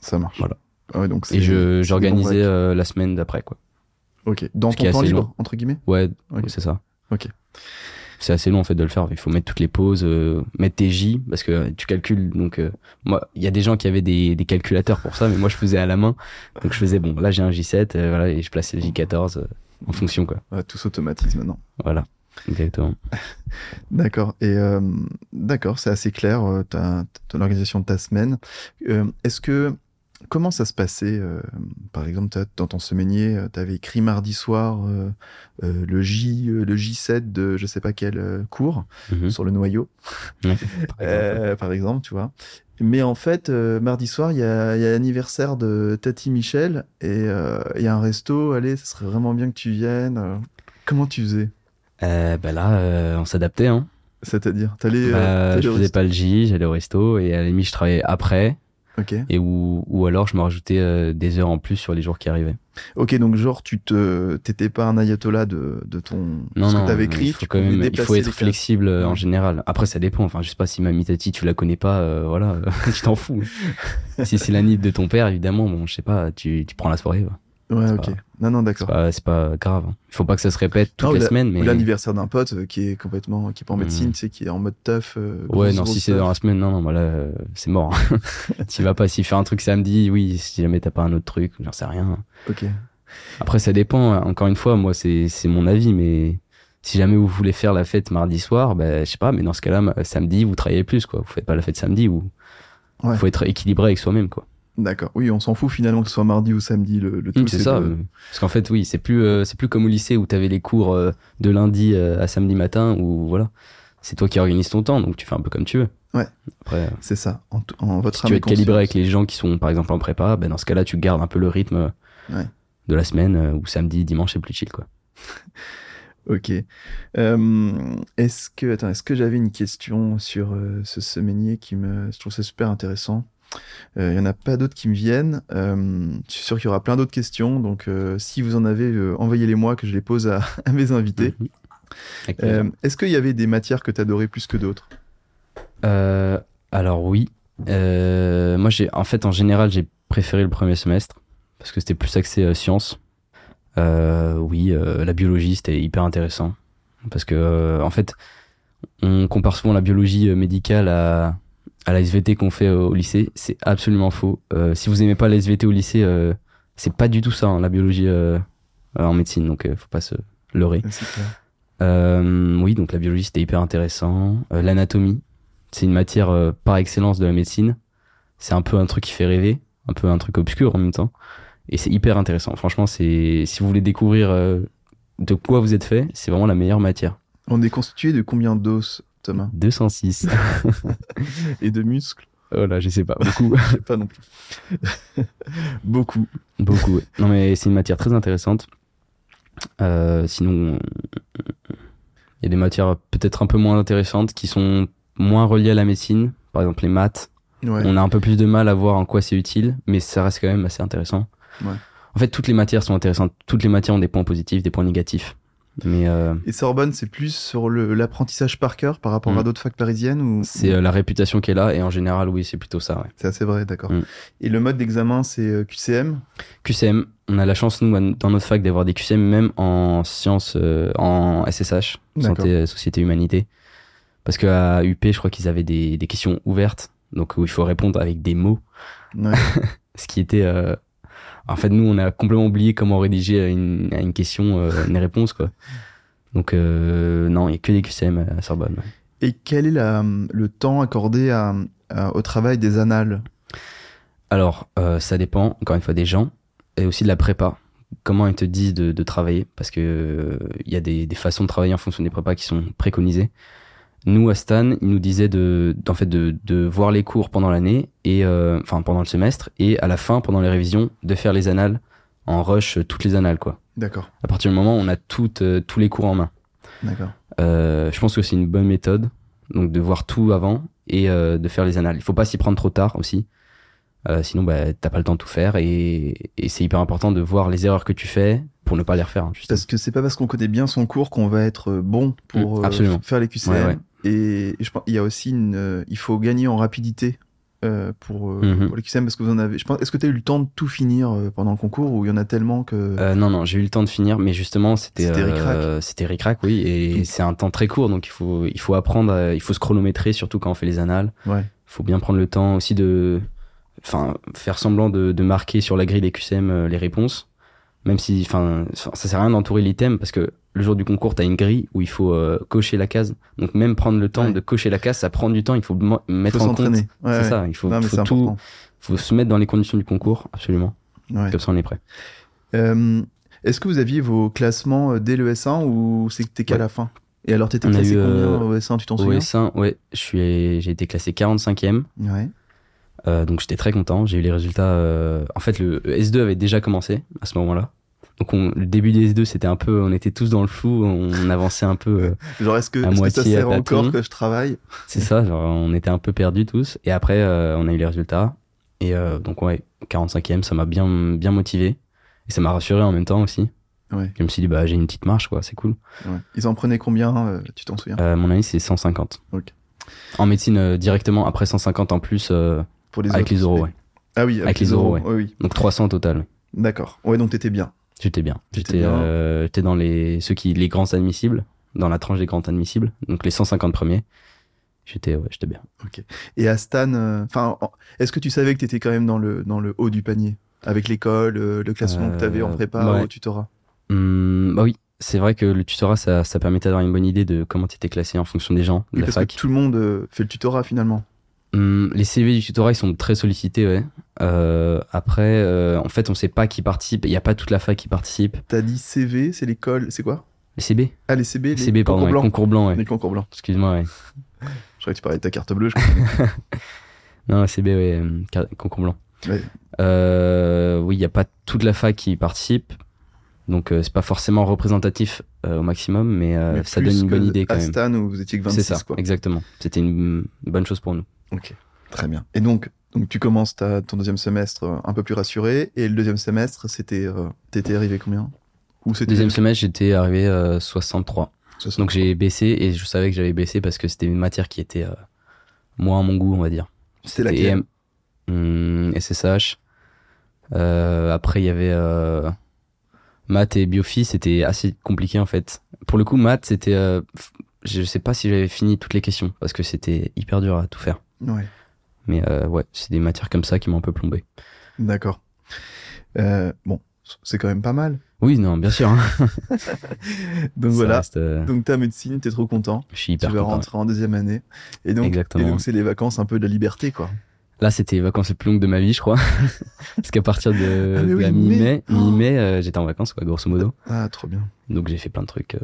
[SPEAKER 1] Ça marche.
[SPEAKER 2] Voilà.
[SPEAKER 1] Ah ouais, donc c'est-
[SPEAKER 2] Et je,
[SPEAKER 1] c'est des
[SPEAKER 2] j'organisais
[SPEAKER 1] bons breaks.
[SPEAKER 2] euh, la semaine d'après, quoi.
[SPEAKER 1] Ok. Dans
[SPEAKER 2] ce qui
[SPEAKER 1] ton
[SPEAKER 2] est
[SPEAKER 1] temps
[SPEAKER 2] assez
[SPEAKER 1] libre
[SPEAKER 2] long.
[SPEAKER 1] entre guillemets.
[SPEAKER 2] Ouais,
[SPEAKER 1] Ok.
[SPEAKER 2] c'est ça.
[SPEAKER 1] Ok.
[SPEAKER 2] C'est assez long en fait de le faire. Il faut mettre toutes les pauses, euh, mettre tes J parce que tu calcules. Donc euh, moi, il y a des gens qui avaient des, des calculateurs pour ça, mais moi je faisais à la main. Donc je faisais bon, là j'ai un J7, euh, voilà, et je plaçais le J14 euh, en fonction quoi.
[SPEAKER 1] Ouais, tout s'automatise maintenant.
[SPEAKER 2] Voilà, exactement.
[SPEAKER 1] D'accord. Et euh, d'accord, c'est assez clair euh, ta, ton organisation de ta semaine. Euh, Est-ce que comment ça se passait euh, Par exemple, t'as- dans ton semainier, tu avais écrit mardi soir euh, euh, le J euh, le J7 de je sais pas quel euh, cours
[SPEAKER 2] Mhm.
[SPEAKER 1] sur le noyau,
[SPEAKER 2] Par exemple.
[SPEAKER 1] euh, par exemple, tu vois. Mais en fait, euh, mardi soir, il y a, il y a l'anniversaire de Tati Michel et euh, il y a un resto. Allez, ça serait vraiment bien que tu viennes. Euh, Comment tu faisais
[SPEAKER 2] Euh, bah là, euh, on s'adaptait. Hein.
[SPEAKER 1] C'est-à-dire, t'allais. euh,
[SPEAKER 2] Bah,
[SPEAKER 1] t'allais
[SPEAKER 2] je
[SPEAKER 1] au
[SPEAKER 2] faisais
[SPEAKER 1] resto
[SPEAKER 2] pas le J, j'allais au resto et à la limite je travaillais après
[SPEAKER 1] Ok.
[SPEAKER 2] et ou ou alors je me rajoutais euh, des heures en plus sur les jours qui arrivaient.
[SPEAKER 1] Ok, donc genre tu te t'étais pas un ayatollah de, de ton de ce que t'avais
[SPEAKER 2] mais
[SPEAKER 1] écrit,
[SPEAKER 2] il faut
[SPEAKER 1] tu
[SPEAKER 2] quand
[SPEAKER 1] pouvais
[SPEAKER 2] même, il
[SPEAKER 1] déplacer
[SPEAKER 2] faut
[SPEAKER 1] les
[SPEAKER 2] être
[SPEAKER 1] cases.
[SPEAKER 2] flexible euh,
[SPEAKER 1] Ouais.
[SPEAKER 2] en général. Après, ça dépend. Enfin, je sais pas si Mamie Tati, tu la connais pas, euh, voilà, tu t'en fous. si c'est la nid de ton père, évidemment, bon, je sais pas, tu, tu prends la soirée. quoi.
[SPEAKER 1] Ouais,
[SPEAKER 2] C'est
[SPEAKER 1] ok.
[SPEAKER 2] pas-
[SPEAKER 1] Non, non,
[SPEAKER 2] C'est
[SPEAKER 1] d'accord.
[SPEAKER 2] pas, c'est pas grave. hein. Il faut pas que ça se répète toutes
[SPEAKER 1] Non, ou
[SPEAKER 2] les
[SPEAKER 1] la-
[SPEAKER 2] semaines, mais Hmm.
[SPEAKER 1] Ou l'anniversaire d'un pote euh, qui est complètement qui est pas en médecine, tu sais, qui est en mode teuf. euh,
[SPEAKER 2] ouais,
[SPEAKER 1] grosse,
[SPEAKER 2] non,
[SPEAKER 1] grosse
[SPEAKER 2] si c'est dans
[SPEAKER 1] teuf.
[SPEAKER 2] la semaine, non, non, bah là, euh, c'est mort. hein. tu vas pas s'y faire un truc samedi, oui, si jamais t'as pas un autre truc, j'en sais rien.
[SPEAKER 1] Ok.
[SPEAKER 2] Après, ça dépend. Encore une fois, moi, c'est c'est mon avis, mais si jamais vous voulez faire la fête mardi soir, bah, je sais pas, mais dans ce cas-là, ma- samedi, vous travaillez plus, quoi. Vous faites pas la fête samedi ou.
[SPEAKER 1] Ouais.
[SPEAKER 2] Faut être équilibré avec soi-même, quoi.
[SPEAKER 1] D'accord. Oui, on s'en fout finalement que ce soit mardi ou samedi le, le tout.
[SPEAKER 2] c'est ça.
[SPEAKER 1] de-
[SPEAKER 2] euh, Parce qu'en fait, oui, c'est plus, euh, c'est plus comme au lycée où t'avais les cours euh, de lundi euh, à samedi matin ou voilà. C'est toi qui organise ton temps, donc tu fais un peu comme tu veux.
[SPEAKER 1] Ouais.
[SPEAKER 2] Après, euh,
[SPEAKER 1] C'est ça. En, t- en votre
[SPEAKER 2] si tu
[SPEAKER 1] âme
[SPEAKER 2] veux
[SPEAKER 1] et
[SPEAKER 2] être calibré
[SPEAKER 1] conscience.
[SPEAKER 2] avec les gens qui sont, par exemple, en prépa, ben dans ce cas-là, tu gardes un peu le rythme
[SPEAKER 1] Ouais.
[SPEAKER 2] de la semaine euh, où samedi, dimanche, c'est plus chill, quoi.
[SPEAKER 1] Ok. Euh, est-ce que attends, est-ce que j'avais une question sur euh, ce semainier qui me, je trouve ça super intéressant. Euh, Il y en a pas d'autres qui me viennent. Euh, je suis sûr qu'il y aura plein d'autres questions. Donc, euh, si vous en avez, euh, envoyez-les-moi que je les pose à, à mes invités.
[SPEAKER 2] Mhm. Avec plaisir.
[SPEAKER 1] Euh, est-ce qu'il y avait des matières que t'adorais plus que d'autres
[SPEAKER 2] Euh, alors oui. Euh, moi, j'ai, en fait, en général, j'ai préféré le premier semestre parce que c'était plus axé euh, sciences. Euh, oui, euh, la biologie, c'était hyper intéressant parce que, euh, en fait, on compare souvent la biologie euh, médicale à, à la SVT qu'on fait euh, au lycée. C'est absolument faux. Euh, si vous aimez pas la SVT au lycée, euh, c'est pas du tout ça, hein, la biologie euh, euh, en médecine. Donc, euh, faut pas se leurrer.
[SPEAKER 1] C'est clair.
[SPEAKER 2] Euh, oui, donc la biologie, c'était hyper intéressant. Euh, L'anatomie, c'est une matière euh, par excellence de la médecine. C'est un peu un truc qui fait rêver, un peu un truc obscur en même temps. Et c'est hyper intéressant. Franchement, c'est si vous voulez découvrir euh, de quoi vous êtes fait, c'est vraiment la meilleure matière.
[SPEAKER 1] On est constitué de combien d'os Thomas
[SPEAKER 2] 206.
[SPEAKER 1] Et de muscles
[SPEAKER 2] oh là, je sais pas. Beaucoup.
[SPEAKER 1] Je sais pas non plus. Beaucoup.
[SPEAKER 2] Beaucoup. ouais. Non, mais c'est une matière très intéressante. Euh, sinon, il y a des matières peut-être un peu moins intéressantes qui sont moins reliées à la médecine. Par exemple, les maths.
[SPEAKER 1] Ouais.
[SPEAKER 2] On a un peu plus de mal à voir en quoi c'est utile, mais ça reste quand même assez intéressant.
[SPEAKER 1] Ouais.
[SPEAKER 2] En fait, toutes les matières sont intéressantes. Toutes les matières ont des points positifs, des points négatifs. Mais euh,
[SPEAKER 1] Et Sorbonne, c'est plus sur le- l'apprentissage par cœur par rapport
[SPEAKER 2] Mm.
[SPEAKER 1] à d'autres facs parisiennes ou
[SPEAKER 2] c'est euh, la réputation qui est là, et en général, oui, c'est plutôt ça. ouais.
[SPEAKER 1] C'est assez vrai, d'accord.
[SPEAKER 2] Mm.
[SPEAKER 1] Et le mode d'examen, c'est euh, QCM
[SPEAKER 2] QCM, on a la chance, nous, à- dans notre fac, d'avoir des QCM même en sciences, euh, en SSH,
[SPEAKER 1] D'accord.
[SPEAKER 2] santé, euh, société, humanité. Parce qu'à UP, je crois qu'ils avaient des, des questions ouvertes, donc où il faut répondre avec des mots.
[SPEAKER 1] Ouais.
[SPEAKER 2] Ce qui était. euh, En fait, nous, on a complètement oublié comment rédiger à une, à une question, euh, une réponse, quoi. Donc, euh, non, il n'y a que des QCM à euh, Sorbonne. ouais.
[SPEAKER 1] Et quel est la- le temps accordé à- à- au travail des annales
[SPEAKER 2] Alors, euh, ça dépend, encore une fois, des gens et aussi de la prépa. Comment ils te disent de, de travailler Parce que euh, il y a des, des façons de travailler en fonction des prépas qui sont préconisées. Nous, à Stan, ils nous disaient de, d'en fait, de, de voir les cours pendant l'année, et euh, enfin pendant le semestre, et à la fin, pendant les révisions, de faire les annales en rush, euh, toutes les annales, quoi.
[SPEAKER 1] D'accord,
[SPEAKER 2] À partir du moment où on a toutes, euh, tous les cours en main.
[SPEAKER 1] d'accord.
[SPEAKER 2] Euh, je pense que c'est une bonne méthode, donc de voir tout avant et euh, de faire les annales. Il faut pas s'y prendre trop tard aussi, Euh, sinon bah, t'as pas le temps de tout faire et, et c'est hyper important de voir les erreurs que tu fais pour ne pas les refaire. hein, justement.
[SPEAKER 1] Parce que c'est pas parce qu'on connaît bien son cours qu'on va être euh, bon pour
[SPEAKER 2] Mm,
[SPEAKER 1] euh,
[SPEAKER 2] absolument.
[SPEAKER 1] f- faire les QCM.
[SPEAKER 2] Ouais, ouais.
[SPEAKER 1] Et je pense il y a aussi une, euh, il faut gagner en rapidité euh, pour, euh,
[SPEAKER 2] Mhm.
[SPEAKER 1] pour les QCM parce que vous en avez. Je pense. Est-ce que tu as eu le temps de tout finir euh, pendant le concours ou il y en a tellement que
[SPEAKER 2] Euh, non non, j'ai eu le temps de finir, mais justement c'était
[SPEAKER 1] C'était Mm. ric-rac.
[SPEAKER 2] euh, c'était ric-rac, oui, et
[SPEAKER 1] Donc-
[SPEAKER 2] c'est un temps très court, donc il faut il faut apprendre, à- il faut se chronométrer surtout quand on fait les annales.
[SPEAKER 1] Ouais.
[SPEAKER 2] Faut bien prendre le temps aussi de, enfin faire semblant de, de marquer sur la grille des QCM euh, les réponses, même si, enfin ça sert à rien d'entourer l'item parce que le jour du concours t'as une grille où il faut euh, cocher la case, donc même prendre le temps
[SPEAKER 1] Ouais.
[SPEAKER 2] de cocher la case, ça prend du temps, il faut mo-
[SPEAKER 1] il
[SPEAKER 2] mettre
[SPEAKER 1] faut
[SPEAKER 2] en compte.
[SPEAKER 1] s'entraîner. Ouais,
[SPEAKER 2] c'est
[SPEAKER 1] ouais.
[SPEAKER 2] ça, il faut,
[SPEAKER 1] non mais
[SPEAKER 2] faut
[SPEAKER 1] c'est
[SPEAKER 2] tout,
[SPEAKER 1] important.
[SPEAKER 2] faut se mettre dans les conditions du concours, absolument.
[SPEAKER 1] Ouais.
[SPEAKER 2] Comme ça on est prêt.
[SPEAKER 1] Euh, Est-ce que vous aviez vos classements euh, dès le S1 ou c'était qu'à
[SPEAKER 2] Ouais.
[SPEAKER 1] la fin Et alors, t'étais
[SPEAKER 2] On a
[SPEAKER 1] classé
[SPEAKER 2] eu,
[SPEAKER 1] combien
[SPEAKER 2] euh,
[SPEAKER 1] au S1 Tu t'en
[SPEAKER 2] Au
[SPEAKER 1] souviens
[SPEAKER 2] S1, ouais, je suis, j'ai été classé 45e,
[SPEAKER 1] Ouais.
[SPEAKER 2] euh, donc j'étais très content. J'ai eu les résultats. euh, en fait, le S2 avait déjà commencé à ce moment-là. Donc on- le début des S2, c'était un peu, on était tous dans le flou, on avançait un peu. euh,
[SPEAKER 1] Genre, est-ce que,
[SPEAKER 2] À
[SPEAKER 1] est-ce que ça
[SPEAKER 2] moitié à
[SPEAKER 1] sert encore
[SPEAKER 2] tâtons.
[SPEAKER 1] que je travaille
[SPEAKER 2] c'est ça, genre, on était un peu perdus tous. Et après, euh, on a eu les résultats. Et euh, donc ouais, 45e, ça m'a bien, bien motivé et ça m'a rassuré en même temps aussi.
[SPEAKER 1] Ouais.
[SPEAKER 2] Je me suis dit bah j'ai une petite marche quoi, c'est cool.
[SPEAKER 1] Ouais. Ils en prenaient combien euh, Tu t'en souviens
[SPEAKER 2] Euh, mon année c'est 150.
[SPEAKER 1] Ok.
[SPEAKER 2] En médecine euh, directement après 150 en plus euh,
[SPEAKER 1] Pour les
[SPEAKER 2] avec
[SPEAKER 1] autres
[SPEAKER 2] les euros,
[SPEAKER 1] aspects.
[SPEAKER 2] ouais.
[SPEAKER 1] Ah oui, avec, les, euros. ouais. oui.
[SPEAKER 2] Donc 300 au total. ouais.
[SPEAKER 1] D'accord. Ouais, donc t'étais bien.
[SPEAKER 2] J'étais bien.
[SPEAKER 1] T'étais
[SPEAKER 2] J'étais
[SPEAKER 1] bien.
[SPEAKER 2] euh, j'étais dans les ceux qui les grands admissibles, dans la tranche des grands admissibles, donc les 150 premiers. J'étais ouais, j'étais bien.
[SPEAKER 1] Et à Stan, euh, enfin, en- est-ce que tu savais que t'étais quand même dans le dans le haut du panier avec l'école, euh, le classement que t'avais en
[SPEAKER 2] Euh,
[SPEAKER 1] prépa
[SPEAKER 2] ouais.
[SPEAKER 1] au tutorat
[SPEAKER 2] Hum, bah oui, c'est vrai que le tutorat ça, ça permettait d'avoir une bonne idée de comment tu étais classé en fonction des gens de
[SPEAKER 1] Oui,
[SPEAKER 2] la
[SPEAKER 1] parce
[SPEAKER 2] fac.
[SPEAKER 1] que tout le monde euh, fait le tutorat finalement.
[SPEAKER 2] Hum, les CV du tutorat ils sont très sollicités ouais. Euh, après euh, en fait on sait pas qui participe, il y a pas toute la fac qui participe.
[SPEAKER 1] T'as dit CV, c'est l'école, c'est quoi
[SPEAKER 2] Les CB,
[SPEAKER 1] Ah les CB, les
[SPEAKER 2] les CB pardon,
[SPEAKER 1] concours
[SPEAKER 2] ouais,
[SPEAKER 1] blancs.
[SPEAKER 2] concours blanc ouais.
[SPEAKER 1] Les concours blancs.
[SPEAKER 2] Excuse-moi ouais.
[SPEAKER 1] Je croyais que tu parlais de ta carte bleue. Je crois.
[SPEAKER 2] Non, c'est bien, ouais, euh, car- concours blanc.
[SPEAKER 1] Ouais.
[SPEAKER 2] Euh, oui, il n'y a pas toute la fac qui y participe. Donc, euh, c'est pas forcément représentatif euh, au maximum, mais, euh,
[SPEAKER 1] Mais
[SPEAKER 2] ça
[SPEAKER 1] plus
[SPEAKER 2] donne une bonne
[SPEAKER 1] que
[SPEAKER 2] idée quand
[SPEAKER 1] à
[SPEAKER 2] même.
[SPEAKER 1] Stan où vous étiez que
[SPEAKER 2] C'est
[SPEAKER 1] 26
[SPEAKER 2] ça,
[SPEAKER 1] quoi.
[SPEAKER 2] exactement. C'était une bonne chose pour nous.
[SPEAKER 1] Ok. Très bien. Et donc, donc tu commences ta, ton deuxième semestre euh, un peu plus rassuré et le deuxième semestre c'était euh, t'étais arrivé combien Ou c'était
[SPEAKER 2] Deuxième semestre, j'étais arrivé euh, 63.
[SPEAKER 1] semestre.
[SPEAKER 2] Donc, j'ai baissé et je savais que j'avais baissé parce que c'était une matière qui était euh, moins à mon goût, on va dire.
[SPEAKER 1] C'était laquelle
[SPEAKER 2] Hum, SSH. Euh, après, il y avait euh, maths et biophy, c'était assez compliqué en fait. Pour le coup, maths, c'était. euh, f- je sais pas si j'avais fini toutes les questions parce que c'était hyper dur à tout faire.
[SPEAKER 1] Ouais.
[SPEAKER 2] Mais euh, ouais, c'est des matières comme ça qui m'ont un peu plombé.
[SPEAKER 1] D'accord. Euh, bon, c'est quand même pas mal.
[SPEAKER 2] Oui, non, bien sûr. hein.
[SPEAKER 1] Donc
[SPEAKER 2] Ça
[SPEAKER 1] voilà.
[SPEAKER 2] reste, euh,
[SPEAKER 1] Donc ta médecine, t'es trop content.
[SPEAKER 2] je suis
[SPEAKER 1] Tu
[SPEAKER 2] hyper
[SPEAKER 1] vas
[SPEAKER 2] content.
[SPEAKER 1] rentrer en deuxième année. Et donc,
[SPEAKER 2] Exactement.
[SPEAKER 1] et donc c'est les vacances un peu de la liberté, quoi.
[SPEAKER 2] Là, c'était les vacances les plus longues de ma vie, je crois. parce qu'à partir de,
[SPEAKER 1] Ah, mais
[SPEAKER 2] de
[SPEAKER 1] oui,
[SPEAKER 2] la
[SPEAKER 1] mai.
[SPEAKER 2] mi-mai,
[SPEAKER 1] Oh.
[SPEAKER 2] mi-mai, euh, j'étais en vacances, quoi, grosso modo.
[SPEAKER 1] Ah, trop bien.
[SPEAKER 2] Donc j'ai fait plein de trucs. euh,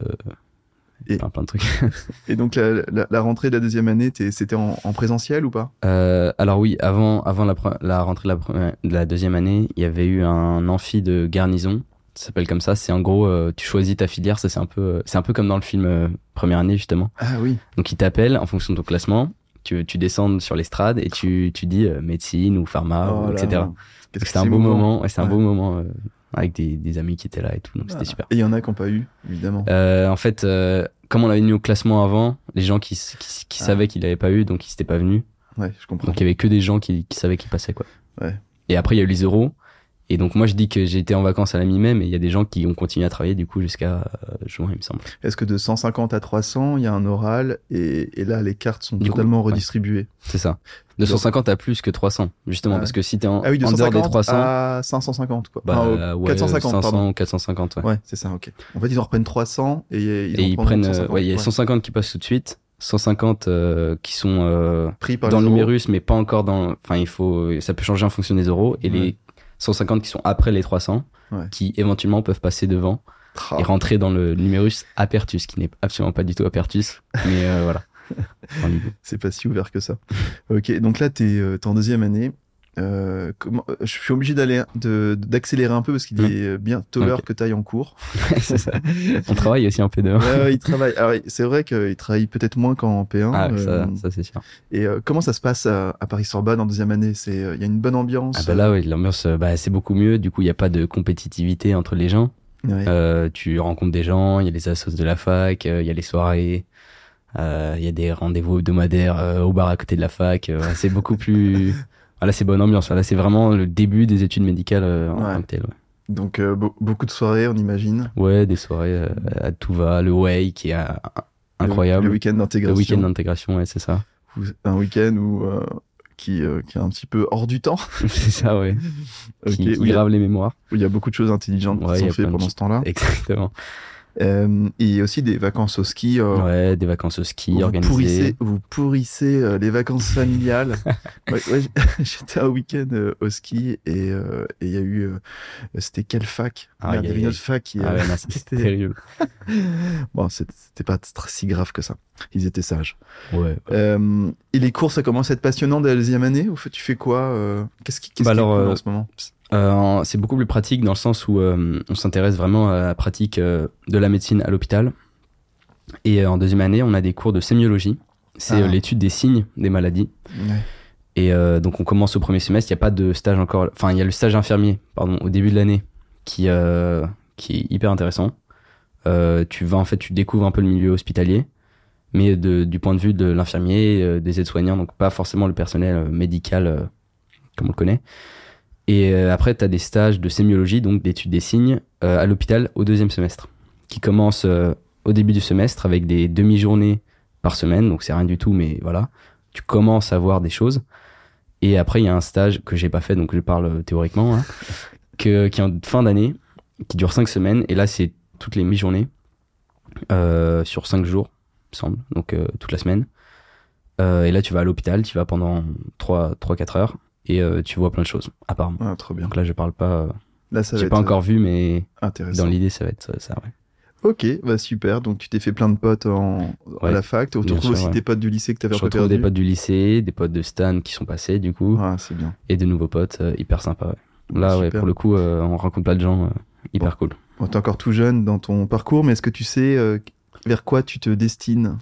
[SPEAKER 1] Et-
[SPEAKER 2] plein, plein de trucs.
[SPEAKER 1] Et donc, la, la- la rentrée de la deuxième année, t'es- c'était en, en présentiel ou pas
[SPEAKER 2] Euh, alors oui, avant, avant la, pre- la rentrée de la, pre- de la deuxième année, il y avait eu un amphi de garnison. Ça s'appelle comme ça. C'est en gros, euh, tu choisis ta filière. Ça c'est un peu, euh, c'est un peu comme dans le film euh, première année justement.
[SPEAKER 1] Ah oui.
[SPEAKER 2] Donc ils t'appellent en fonction de ton classement. Tu, tu descends sur l'estrade et tu, tu dis euh, médecine ou pharma, ou
[SPEAKER 1] Oh là
[SPEAKER 2] etc.
[SPEAKER 1] là.
[SPEAKER 2] Donc,
[SPEAKER 1] Qu'est-ce que
[SPEAKER 2] C'était un
[SPEAKER 1] c'est
[SPEAKER 2] beau
[SPEAKER 1] mouvant.
[SPEAKER 2] moment. ouais, C'était un
[SPEAKER 1] Ouais. Ah.
[SPEAKER 2] beau moment euh, avec des, des amis qui étaient là et tout. Donc c'était super.
[SPEAKER 1] hein. Et il y en a qui n'ont pas eu, évidemment.
[SPEAKER 2] Euh, en fait, euh, comme on l'avait mis au classement avant, les gens qui, s- qui, s- qui
[SPEAKER 1] Ah.
[SPEAKER 2] savaient qu'il n'avait pas eu, donc ils s'étaient pas venus.
[SPEAKER 1] Ouais, je comprends.
[SPEAKER 2] Donc il y avait que des gens qui, qui savaient qu'il passait quoi.
[SPEAKER 1] Ouais.
[SPEAKER 2] Et après il y a eu les euros. Et donc moi je dis que j'ai été en vacances à la mi-mai, mais il y a des gens qui ont continué à travailler du coup jusqu'à euh, juin il me semble.
[SPEAKER 1] Est-ce que de 150 à 300, il y a un oral et, et là, les cartes sont
[SPEAKER 2] Du coup,
[SPEAKER 1] totalement
[SPEAKER 2] ouais.
[SPEAKER 1] redistribuées
[SPEAKER 2] C'est ça. De 150 à plus que 300 justement
[SPEAKER 1] Ah ouais.
[SPEAKER 2] parce que si t'es en,
[SPEAKER 1] Ah oui, de
[SPEAKER 2] en dehors
[SPEAKER 1] 150
[SPEAKER 2] des 300,
[SPEAKER 1] à 550, quoi.
[SPEAKER 2] bah,
[SPEAKER 1] Enfin, au-
[SPEAKER 2] ouais,
[SPEAKER 1] 450,
[SPEAKER 2] 500
[SPEAKER 1] pardon.
[SPEAKER 2] 450 ouais.
[SPEAKER 1] Ouais, c'est ça, ok. En fait, ils en reprennent 300 et ils, en
[SPEAKER 2] Et ils
[SPEAKER 1] prennent
[SPEAKER 2] prennent, euh,
[SPEAKER 1] 150,
[SPEAKER 2] ouais, il y a
[SPEAKER 1] ouais.
[SPEAKER 2] 150 qui passent tout de suite, 150 euh, qui sont euh,
[SPEAKER 1] pris par
[SPEAKER 2] dans
[SPEAKER 1] les
[SPEAKER 2] le
[SPEAKER 1] euros.
[SPEAKER 2] numérus, mais pas encore dans. Enfin, il faut. Ça peut changer en fonction des euros. Et
[SPEAKER 1] Ouais.
[SPEAKER 2] les 150 qui sont après les 300,
[SPEAKER 1] Ouais.
[SPEAKER 2] qui éventuellement peuvent passer devant
[SPEAKER 1] Ah,
[SPEAKER 2] et rentrer dans le numerus apertus, qui n'est absolument pas du tout apertus, mais euh, voilà. En Ligue.
[SPEAKER 1] c'est pas si ouvert que ça. ok, donc là, t'es euh, t'es en deuxième année. Euh, comment- euh, je suis obligé d'aller de- d'accélérer un peu parce qu'il
[SPEAKER 2] Mm.
[SPEAKER 1] est euh, bientôt l'heure
[SPEAKER 2] Ok.
[SPEAKER 1] que t'ailles en cours.
[SPEAKER 2] C'est ça. On travaille aussi un peu dehors.
[SPEAKER 1] Ouais, ouais, il travaille. Alors, il- c'est vrai qu'il travaille peut-être moins qu'en P1.
[SPEAKER 2] Ah,
[SPEAKER 1] euh,
[SPEAKER 2] ça, ça c'est sûr.
[SPEAKER 1] Et euh, comment ça se passe à, à Paris-Sorbonne en deuxième année C'est euh, il y a une bonne ambiance.
[SPEAKER 2] Ah bah là, ouais, l'ambiance, euh, bah, c'est beaucoup mieux. Du coup, il n'y a pas de compétitivité entre les gens.
[SPEAKER 1] Ouais.
[SPEAKER 2] Euh, tu rencontres des gens, il y a les assos de la fac, euh, il y a les soirées, euh, il y a des rendez-vous hebdomadaires euh, au bar à côté de la fac. euh, c'est beaucoup plus. Voilà, c'est bonne ambiance. Voilà, c'est vraiment le début des études médicales euh, en
[SPEAKER 1] Ouais.
[SPEAKER 2] tant que tel. Ouais.
[SPEAKER 1] Donc euh, be- beaucoup de soirées, on imagine.
[SPEAKER 2] Ouais, des soirées euh, à tout va, le way qui est euh, incroyable.
[SPEAKER 1] Le, le week-end
[SPEAKER 2] Le week-end
[SPEAKER 1] d'intégration.
[SPEAKER 2] d'intégration, ouais, c'est ça.
[SPEAKER 1] Ou- Un week-end où euh, qui, euh, qui est un petit peu hors du temps.
[SPEAKER 2] c'est ça, ouais.
[SPEAKER 1] Ok,
[SPEAKER 2] Qui, qui
[SPEAKER 1] où il y a-
[SPEAKER 2] grave les mémoires.
[SPEAKER 1] où il y a beaucoup de choses intelligentes
[SPEAKER 2] Ouais,
[SPEAKER 1] qui
[SPEAKER 2] il y
[SPEAKER 1] sont
[SPEAKER 2] a
[SPEAKER 1] faites
[SPEAKER 2] plein de
[SPEAKER 1] pendant
[SPEAKER 2] petits-
[SPEAKER 1] ce temps-là.
[SPEAKER 2] Exactement.
[SPEAKER 1] Euh, et aussi des vacances au ski. euh,
[SPEAKER 2] Ouais, des vacances au ski
[SPEAKER 1] où vous
[SPEAKER 2] organisées.
[SPEAKER 1] pourrissez, vous pourrissez euh, les vacances familiales. Ouais, ouais, J'étais un week-end euh, au ski et euh, et il y a eu. euh, C'était quelle fac Merde,
[SPEAKER 2] Aïe,
[SPEAKER 1] Il y
[SPEAKER 2] aïe,
[SPEAKER 1] avait une
[SPEAKER 2] aïe.
[SPEAKER 1] autre fac qui.
[SPEAKER 2] Ah
[SPEAKER 1] euh,
[SPEAKER 2] ouais, non, c'est
[SPEAKER 1] c'était-
[SPEAKER 2] terrible.
[SPEAKER 1] Bon, c'est- c'était pas tr- si grave que ça. Ils étaient sages.
[SPEAKER 2] Ouais.
[SPEAKER 1] Euh, et les cours, ça commence à être passionnant dès la deuxième année ou f- tu fais quoi euh, Qu'est-ce qui, qu'est-ce
[SPEAKER 2] Bah
[SPEAKER 1] qui est
[SPEAKER 2] alors,
[SPEAKER 1] cool
[SPEAKER 2] euh,
[SPEAKER 1] en ce moment
[SPEAKER 2] Euh, en- c'est beaucoup plus pratique dans le sens où euh, on s'intéresse vraiment à la pratique euh, de la médecine à l'hôpital. Et euh, en deuxième année, on a des cours de sémiologie. C'est
[SPEAKER 1] Ah.
[SPEAKER 2] euh, l'étude des signes des maladies.
[SPEAKER 1] Ouais.
[SPEAKER 2] Et euh, donc on commence au premier semestre. Il n'y a pas de stage encore. Enfin, il y a le stage infirmier, pardon, au début de l'année, qui euh, qui est hyper intéressant. Euh, tu vas en fait, tu découvres un peu le milieu hospitalier, mais de- du point de vue de l'infirmier, euh, des aides-soignants, donc pas forcément le personnel euh, médical euh, comme on le connaît. Et euh, après, tu as des stages de sémiologie, donc d'études des signes, euh, à l'hôpital au deuxième semestre, qui commencent euh, au début du semestre avec des demi-journées par semaine, donc c'est rien du tout, mais voilà, tu commences à voir des choses. Et après, il y a un stage que j'ai pas fait, donc je parle euh, théoriquement, hein, que, qui est en fin d'année, qui dure cinq semaines, et là, c'est toutes les mi-journées, euh, sur cinq jours, il me semble, donc euh, toute la semaine. Euh, et là, tu vas à l'hôpital, tu vas pendant 3-4 heures, et euh, tu vois plein de choses, apparemment.
[SPEAKER 1] Ah, trop bien.
[SPEAKER 2] Donc là, je parle pas. euh,
[SPEAKER 1] Là, ça va
[SPEAKER 2] J'ai
[SPEAKER 1] être euh,
[SPEAKER 2] pas encore vu, mais
[SPEAKER 1] intéressant.
[SPEAKER 2] dans l'idée, ça va être ça. ça, ouais.
[SPEAKER 1] Ok, bah super. Donc, tu t'es fait plein de potes en, à
[SPEAKER 2] Ouais.
[SPEAKER 1] la fac. Tu
[SPEAKER 2] Bien
[SPEAKER 1] retrouves
[SPEAKER 2] sûr,
[SPEAKER 1] aussi
[SPEAKER 2] ouais.
[SPEAKER 1] tes potes du lycée que t'avais un
[SPEAKER 2] Je
[SPEAKER 1] peu
[SPEAKER 2] retrouve
[SPEAKER 1] perdu.
[SPEAKER 2] des potes du lycée, des potes de Stan qui sont passés, du coup,
[SPEAKER 1] Ah, c'est bien.
[SPEAKER 2] et de nouveaux potes euh, hyper sympas. ouais. Là, ouais,
[SPEAKER 1] Super.
[SPEAKER 2] pour le coup, euh, on rencontre plein de gens euh, hyper cool.
[SPEAKER 1] Bon, t'es encore tout jeune dans ton parcours, mais est-ce que tu sais euh, vers quoi tu te destines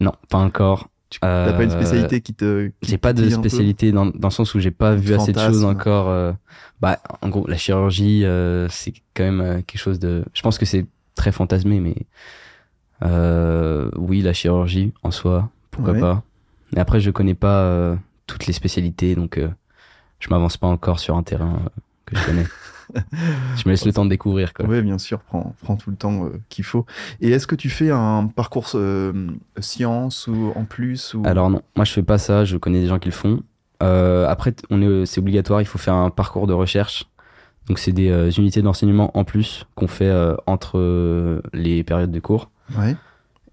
[SPEAKER 2] Non, pas encore.
[SPEAKER 1] Tu T'as pas une
[SPEAKER 2] Euh,
[SPEAKER 1] spécialité qui te. qui
[SPEAKER 2] J'ai
[SPEAKER 1] te
[SPEAKER 2] pas de
[SPEAKER 1] titille un peu
[SPEAKER 2] spécialité dans, dans le sens où j'ai pas vu assez de
[SPEAKER 1] Fantasme.
[SPEAKER 2] choses encore. euh, bah, en gros, la chirurgie, euh, c'est quand même euh, quelque chose de. Je pense que c'est très fantasmé, mais euh, oui, la chirurgie en soi, pourquoi
[SPEAKER 1] Ouais.
[SPEAKER 2] pas. Mais après, je connais pas euh, toutes les spécialités, donc euh, je m'avance pas encore sur un terrain euh, que je connais. je me laisse le temps de découvrir. Quoi.
[SPEAKER 1] Oui, bien sûr, prends, prends tout le temps euh, qu'il faut. Et est-ce que tu fais un parcours euh, science ou en plus ou...
[SPEAKER 2] Alors non, moi je fais pas ça, je connais des gens qui le font. Euh, après, t- on est, c'est obligatoire, il faut faire un parcours de recherche. Donc c'est des euh, unités d'enseignement en plus qu'on fait euh, entre euh, les périodes de cours.
[SPEAKER 1] Ouais.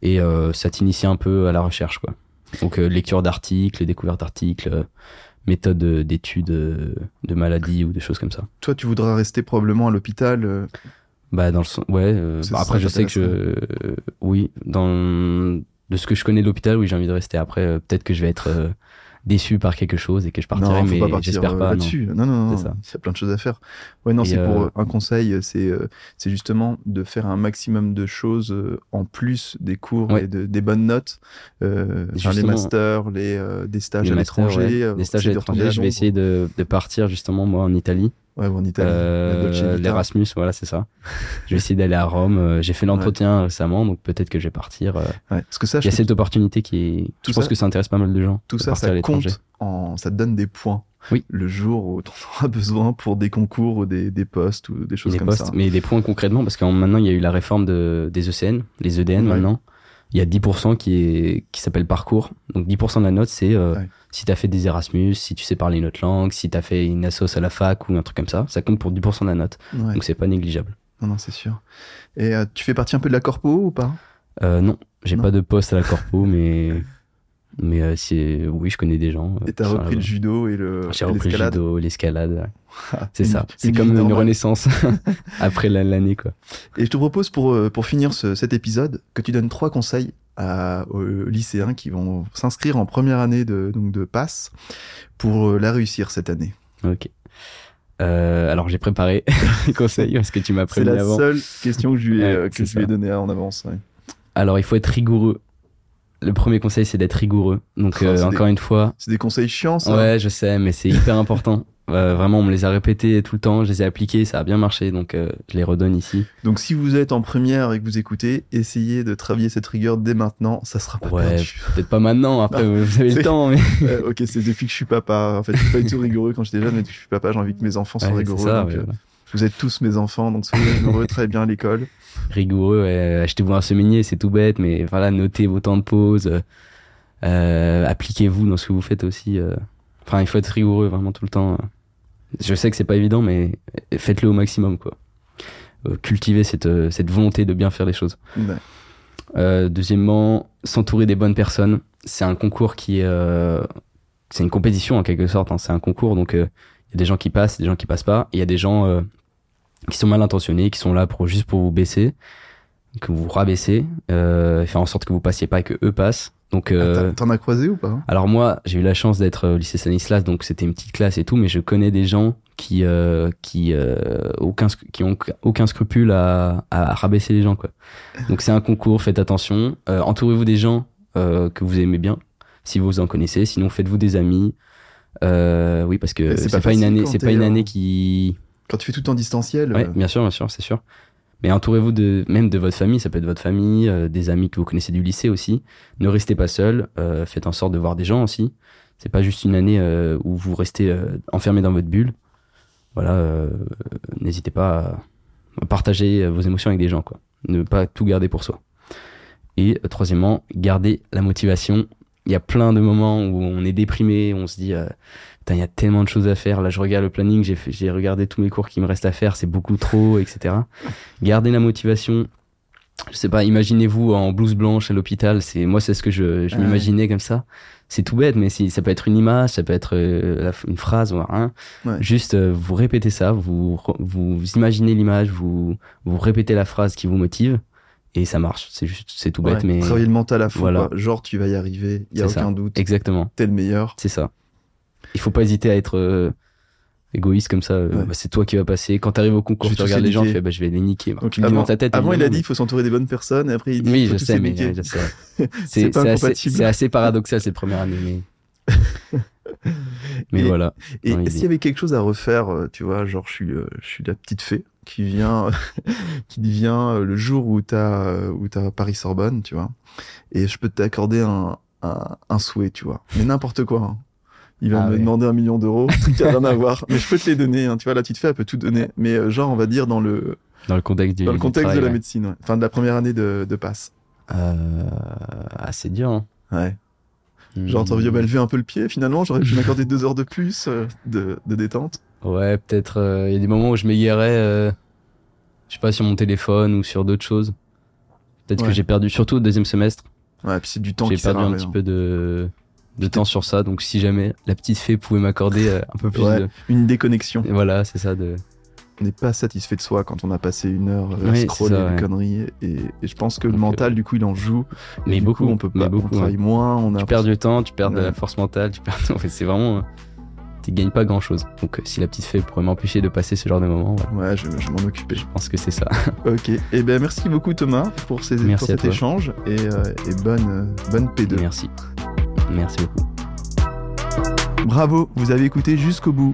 [SPEAKER 2] Et euh, ça t'initie un peu à la recherche. quoi. Donc euh, lecture d'articles, découverte d'articles, euh, méthode euh, d'étude euh, de maladies ou des choses comme ça.
[SPEAKER 1] Toi, tu voudras rester probablement à l'hôpital. euh,
[SPEAKER 2] Bah dans le sens- ouais. euh,
[SPEAKER 1] C'est
[SPEAKER 2] bah,
[SPEAKER 1] ça
[SPEAKER 2] après je
[SPEAKER 1] que
[SPEAKER 2] sais que je, euh, oui, dans de ce que je connais de l'hôpital, oui, j'ai envie de rester. Après, euh, peut-être que je vais être euh, déçu par quelque chose et que je partirai,
[SPEAKER 1] non, faut
[SPEAKER 2] mais
[SPEAKER 1] pas partir
[SPEAKER 2] j'espère
[SPEAKER 1] euh,
[SPEAKER 2] pas. non.
[SPEAKER 1] là-dessus. Non, non, non,
[SPEAKER 2] C'est ça.
[SPEAKER 1] il y a plein de choses à faire. Ouais, non,
[SPEAKER 2] Et,
[SPEAKER 1] c'est pour
[SPEAKER 2] euh,
[SPEAKER 1] euh, un conseil, c'est euh, c'est justement de faire un maximum de choses euh, en plus des cours
[SPEAKER 2] Ouais.
[SPEAKER 1] et de- des bonnes notes, euh, enfin, les
[SPEAKER 2] Justement.
[SPEAKER 1] masters, les euh, des stages
[SPEAKER 2] Les
[SPEAKER 1] à
[SPEAKER 2] masters, ouais,
[SPEAKER 1] l'étranger, euh,
[SPEAKER 2] des stages
[SPEAKER 1] essayer
[SPEAKER 2] à
[SPEAKER 1] de retourner
[SPEAKER 2] l'étranger, je vais
[SPEAKER 1] Londres.
[SPEAKER 2] essayer de, de partir justement moi en Italie,
[SPEAKER 1] Ouais, ou en Italie, la Dolce
[SPEAKER 2] Euh,
[SPEAKER 1] Vita.
[SPEAKER 2] l'Erasmus, voilà c'est ça. je vais essayer d'aller à Rome. euh, J'ai fait l'entretien récemment, donc peut-être que je vais partir. euh.
[SPEAKER 1] Ouais, parce que ça,
[SPEAKER 2] Il y
[SPEAKER 1] je
[SPEAKER 2] a cette opportunité qui est.
[SPEAKER 1] Tout
[SPEAKER 2] je pense
[SPEAKER 1] ça-
[SPEAKER 2] que ça intéresse pas mal de gens.
[SPEAKER 1] tout
[SPEAKER 2] de
[SPEAKER 1] ça,
[SPEAKER 2] partir à
[SPEAKER 1] ça
[SPEAKER 2] l'étranger.
[SPEAKER 1] compte, en, ça te donne des points.
[SPEAKER 2] Oui.
[SPEAKER 1] Le jour où t'en auras besoin pour des concours ou des, des postes ou des choses
[SPEAKER 2] des
[SPEAKER 1] comme
[SPEAKER 2] postes,
[SPEAKER 1] ça.
[SPEAKER 2] mais des points concrètement, parce que maintenant, il y a eu la réforme de, des ECN, les EDN
[SPEAKER 1] Ouais.
[SPEAKER 2] maintenant. Il y a 10% qui est qui s'appelle parcours. Donc 10% de la note, c'est euh,
[SPEAKER 1] Ouais.
[SPEAKER 2] si tu as fait des Erasmus, si tu sais parler une autre langue, si tu as fait une assos à la fac ou un truc comme ça. Ça compte pour 10% de la note.
[SPEAKER 1] Ouais.
[SPEAKER 2] Donc c'est pas négligeable.
[SPEAKER 1] Non, non, c'est sûr. Et euh, tu fais partie un peu de la corpo ou pas
[SPEAKER 2] Euh, non, j'ai
[SPEAKER 1] Non.
[SPEAKER 2] pas de poste à la corpo, mais, mais euh, c'est- oui, je connais des gens. euh,
[SPEAKER 1] Et
[SPEAKER 2] qui
[SPEAKER 1] t'as
[SPEAKER 2] sont
[SPEAKER 1] repris le
[SPEAKER 2] là-bas.
[SPEAKER 1] judo et le
[SPEAKER 2] J'ai
[SPEAKER 1] et
[SPEAKER 2] repris le
[SPEAKER 1] l'escalade
[SPEAKER 2] judo, l'escalade. ouais.
[SPEAKER 1] Ah,
[SPEAKER 2] C'est
[SPEAKER 1] une-
[SPEAKER 2] ça. C'est
[SPEAKER 1] vie
[SPEAKER 2] comme une
[SPEAKER 1] normale.
[SPEAKER 2] renaissance après la- l'année, quoi.
[SPEAKER 1] Et je te propose pour, euh, pour finir ce- cet épisode que tu donnes trois conseils à, aux lycéens qui vont s'inscrire en première année de, donc de passe pour euh, la réussir cette année.
[SPEAKER 2] Ok. Euh, alors j'ai préparé les conseils parce que tu m'as
[SPEAKER 1] C'est
[SPEAKER 2] prévenu
[SPEAKER 1] la
[SPEAKER 2] avant.
[SPEAKER 1] seule question que je lui ai,
[SPEAKER 2] Ouais,
[SPEAKER 1] euh, que
[SPEAKER 2] c'est
[SPEAKER 1] je lui ai
[SPEAKER 2] ça.
[SPEAKER 1] donnée en avance. ouais.
[SPEAKER 2] Alors il faut être rigoureux. Le premier conseil c'est d'être rigoureux. Donc
[SPEAKER 1] Oh,
[SPEAKER 2] euh,
[SPEAKER 1] c'est
[SPEAKER 2] encore une fois,
[SPEAKER 1] C'est des conseils chiants, ça
[SPEAKER 2] ouais je sais mais c'est hyper important. Euh, vraiment on me les a répétés tout le temps, je les ai appliqués, ça a bien marché donc euh, je les redonne ici.
[SPEAKER 1] Donc si vous êtes en première et que vous écoutez, essayez de travailler cette rigueur dès maintenant, ça sera pas
[SPEAKER 2] Ouais.
[SPEAKER 1] perdu.
[SPEAKER 2] Peut-être pas maintenant, après vous avez
[SPEAKER 1] C'est-
[SPEAKER 2] le temps mais
[SPEAKER 1] Euh, ok, c'est depuis que je suis papa. En fait, je suis pas du tout rigoureux quand j'étais jeune, mais depuis que je suis papa, j'ai envie que mes enfants soient
[SPEAKER 2] Ouais,
[SPEAKER 1] rigoureux.
[SPEAKER 2] c'est ça,
[SPEAKER 1] donc,
[SPEAKER 2] ouais,
[SPEAKER 1] euh,
[SPEAKER 2] voilà.
[SPEAKER 1] Vous êtes tous mes enfants, donc soyez rigoureux, très bien à l'école.
[SPEAKER 2] rigoureux. ouais. Achetez-vous un semainier, c'est tout bête mais voilà notez vos temps de pause, euh, euh, appliquez-vous dans ce que vous faites aussi. euh. Enfin il faut être rigoureux vraiment tout le temps. euh. Je sais que c'est pas évident mais faites-le au maximum quoi. Euh, cultivez cette, euh, cette volonté de bien faire les choses.
[SPEAKER 1] Ouais.
[SPEAKER 2] Euh, deuxièmement, s'entourer des bonnes personnes. C'est un concours qui est, euh, c'est une compétition en quelque sorte. hein. C'est un concours, donc euh, il y a des gens qui passent, des gens qui passent pas. Il y a des gens euh, qui sont mal intentionnés, qui sont là pour juste pour vous baisser, que vous rabaisser, euh, faire en sorte que vous passiez pas et que eux passent. Donc
[SPEAKER 1] Ah, t'as-
[SPEAKER 2] euh,
[SPEAKER 1] T'en as croisé ou pas hein
[SPEAKER 2] alors moi, j'ai eu la chance d'être euh, au lycée Stanislas, donc c'était une petite classe et tout, mais je connais des gens qui euh, qui euh, aucun sc- qui ont aucun scrupule à, à rabaisser les gens quoi. Donc c'est un concours, faites attention, Euh, entourez-vous des gens euh, que vous aimez bien, si vous en connaissez, sinon faites-vous des amis. Euh, oui, parce que
[SPEAKER 1] Mais
[SPEAKER 2] c'est pas, une
[SPEAKER 1] facile
[SPEAKER 2] année,
[SPEAKER 1] quand
[SPEAKER 2] c'est pas
[SPEAKER 1] t'es
[SPEAKER 2] une
[SPEAKER 1] en-
[SPEAKER 2] année qui
[SPEAKER 1] Quand tu fais tout en distanciel,
[SPEAKER 2] Ouais,
[SPEAKER 1] euh,
[SPEAKER 2] bien sûr, bien sûr, c'est sûr. Mais entourez-vous de, même de votre famille, ça peut être votre famille, euh, des amis que vous connaissez du lycée aussi. Ne restez pas seul, euh, faites en sorte de voir des gens aussi. C'est pas juste une année euh, où vous restez euh, enfermé dans votre bulle. Voilà, euh, n'hésitez pas à- à partager euh, vos émotions avec des gens, quoi. Ne pas tout garder pour soi. Et euh, troisièmement, gardez la motivation. Il y a plein de moments où on est déprimé, on se dit, euh, Putain, il y a tellement de choses à faire. Là, je regarde le planning, j'ai fait- j'ai regardé tous mes cours qui me restent à faire, c'est beaucoup trop, etc. Gardez la motivation. Je sais pas, imaginez-vous en blouse blanche à l'hôpital. C'est moi, c'est ce que je, je
[SPEAKER 1] Ah ouais.
[SPEAKER 2] m'imaginais comme ça. C'est tout bête, mais si ça peut être une image, ça peut être euh, la- une phrase ou un.
[SPEAKER 1] Ouais.
[SPEAKER 2] Juste, euh, vous répétez ça, vous re- vous imaginez l'image, vous vous répétez la phrase qui vous motive et ça marche. C'est juste, c'est tout bête,
[SPEAKER 1] ouais,
[SPEAKER 2] mais
[SPEAKER 1] travailler le mental à fond.
[SPEAKER 2] voilà.
[SPEAKER 1] quoi. Genre, tu vas y arriver, il y a
[SPEAKER 2] C'est ça.
[SPEAKER 1] aucun doute,
[SPEAKER 2] exactement.
[SPEAKER 1] t'es le meilleur.
[SPEAKER 2] C'est ça. Il faut pas hésiter à être euh, égoïste comme ça. euh,
[SPEAKER 1] Ouais.
[SPEAKER 2] bah, c'est toi qui vas passer. Quand t'arrives au concours,
[SPEAKER 1] Je vais
[SPEAKER 2] tu
[SPEAKER 1] tous
[SPEAKER 2] regardes
[SPEAKER 1] les
[SPEAKER 2] les gens,
[SPEAKER 1] niquer.
[SPEAKER 2] tu fais bah, je vais les niquer. Bah,
[SPEAKER 1] Donc,
[SPEAKER 2] tu le dis
[SPEAKER 1] avant-
[SPEAKER 2] dans ta tête.
[SPEAKER 1] Avant, il a
[SPEAKER 2] évidemment,
[SPEAKER 1] dit, il faut s'entourer des bonnes personnes, et après, il dit,
[SPEAKER 2] mais- Oui,
[SPEAKER 1] faut
[SPEAKER 2] je
[SPEAKER 1] tous
[SPEAKER 2] sais,
[SPEAKER 1] les
[SPEAKER 2] mais
[SPEAKER 1] niquer.
[SPEAKER 2] ouais, je sais.
[SPEAKER 1] C'est
[SPEAKER 2] C'est
[SPEAKER 1] pas
[SPEAKER 2] c'est assez,
[SPEAKER 1] incompatible.
[SPEAKER 2] c'est assez paradoxal ces premières années. Mais, mais
[SPEAKER 1] Et-
[SPEAKER 2] voilà.
[SPEAKER 1] Et
[SPEAKER 2] Ouais, il
[SPEAKER 1] s'il y
[SPEAKER 2] dit.
[SPEAKER 1] avait quelque chose à refaire, euh, tu vois, genre je suis, euh, je suis la petite fée qui vient, qui vient euh, le jour où t'as euh, où t'as Paris Sorbonne, tu vois, et je peux t'accorder un, un un souhait, tu vois, mais n'importe quoi. hein. Il va
[SPEAKER 2] Ah
[SPEAKER 1] me
[SPEAKER 2] ouais.
[SPEAKER 1] demander un million d'euros, ce qui a rien à voir. Mais je peux te les donner, hein, tu vois, la petite fée, elle peut tout donner. Mais euh, genre, on va dire dans le
[SPEAKER 2] Dans le contexte du.
[SPEAKER 1] dans le
[SPEAKER 2] du
[SPEAKER 1] contexte
[SPEAKER 2] travail,
[SPEAKER 1] de la
[SPEAKER 2] ouais.
[SPEAKER 1] médecine, ouais. enfin de la première année de, de passe.
[SPEAKER 2] Euh, ah, c'est dur. hein.
[SPEAKER 1] Ouais. Genre,
[SPEAKER 2] Hmm.
[SPEAKER 1] t'aurais levé un peu le pied. Finalement, j'aurais pu m'accorder deux heures de plus euh, de, de détente.
[SPEAKER 2] Ouais, peut-être. euh, Il y a des moments où je m'égarais, euh, je sais pas, sur mon téléphone ou sur d'autres choses. Peut-être
[SPEAKER 1] Ouais.
[SPEAKER 2] que j'ai perdu, surtout au deuxième semestre.
[SPEAKER 1] Ouais, puis c'est du temps
[SPEAKER 2] J'ai
[SPEAKER 1] qui sert
[SPEAKER 2] perdu
[SPEAKER 1] à
[SPEAKER 2] un
[SPEAKER 1] rien.
[SPEAKER 2] petit peu de, de temps sur ça, donc si jamais la petite fée pouvait m'accorder euh, un peu plus
[SPEAKER 1] Ouais.
[SPEAKER 2] de.
[SPEAKER 1] Une déconnexion.
[SPEAKER 2] Voilà, c'est ça, de,
[SPEAKER 1] n'est pas satisfait de soi quand on a passé une heure à
[SPEAKER 2] Oui,
[SPEAKER 1] scroller
[SPEAKER 2] c'est ça,
[SPEAKER 1] des
[SPEAKER 2] ouais.
[SPEAKER 1] conneries. Et, et je pense que le
[SPEAKER 2] Donc, euh,
[SPEAKER 1] mental, du coup, il en joue. Et
[SPEAKER 2] Mais
[SPEAKER 1] du
[SPEAKER 2] beaucoup,
[SPEAKER 1] coup, on peut
[SPEAKER 2] mais
[SPEAKER 1] pas.
[SPEAKER 2] beaucoup,
[SPEAKER 1] on travaille moins. On a
[SPEAKER 2] Tu perds du temps, tu perds de
[SPEAKER 1] Ouais.
[SPEAKER 2] la force mentale, tu perds. en fait, c'est vraiment. euh, Tu gagnes pas grand chose. Donc, euh, si la petite fée pourrait m'empêcher de passer ce genre de moment, voilà,
[SPEAKER 1] Ouais, je, je m'en occupais.
[SPEAKER 2] je pense que c'est ça.
[SPEAKER 1] Ok. Et ben merci beaucoup Thomas pour, ces,
[SPEAKER 2] Merci
[SPEAKER 1] pour
[SPEAKER 2] à
[SPEAKER 1] cet
[SPEAKER 2] toi.
[SPEAKER 1] échange et, euh, et bonne euh, bonne P2.
[SPEAKER 2] Merci. Merci beaucoup.
[SPEAKER 1] Bravo, vous avez écouté jusqu'au bout.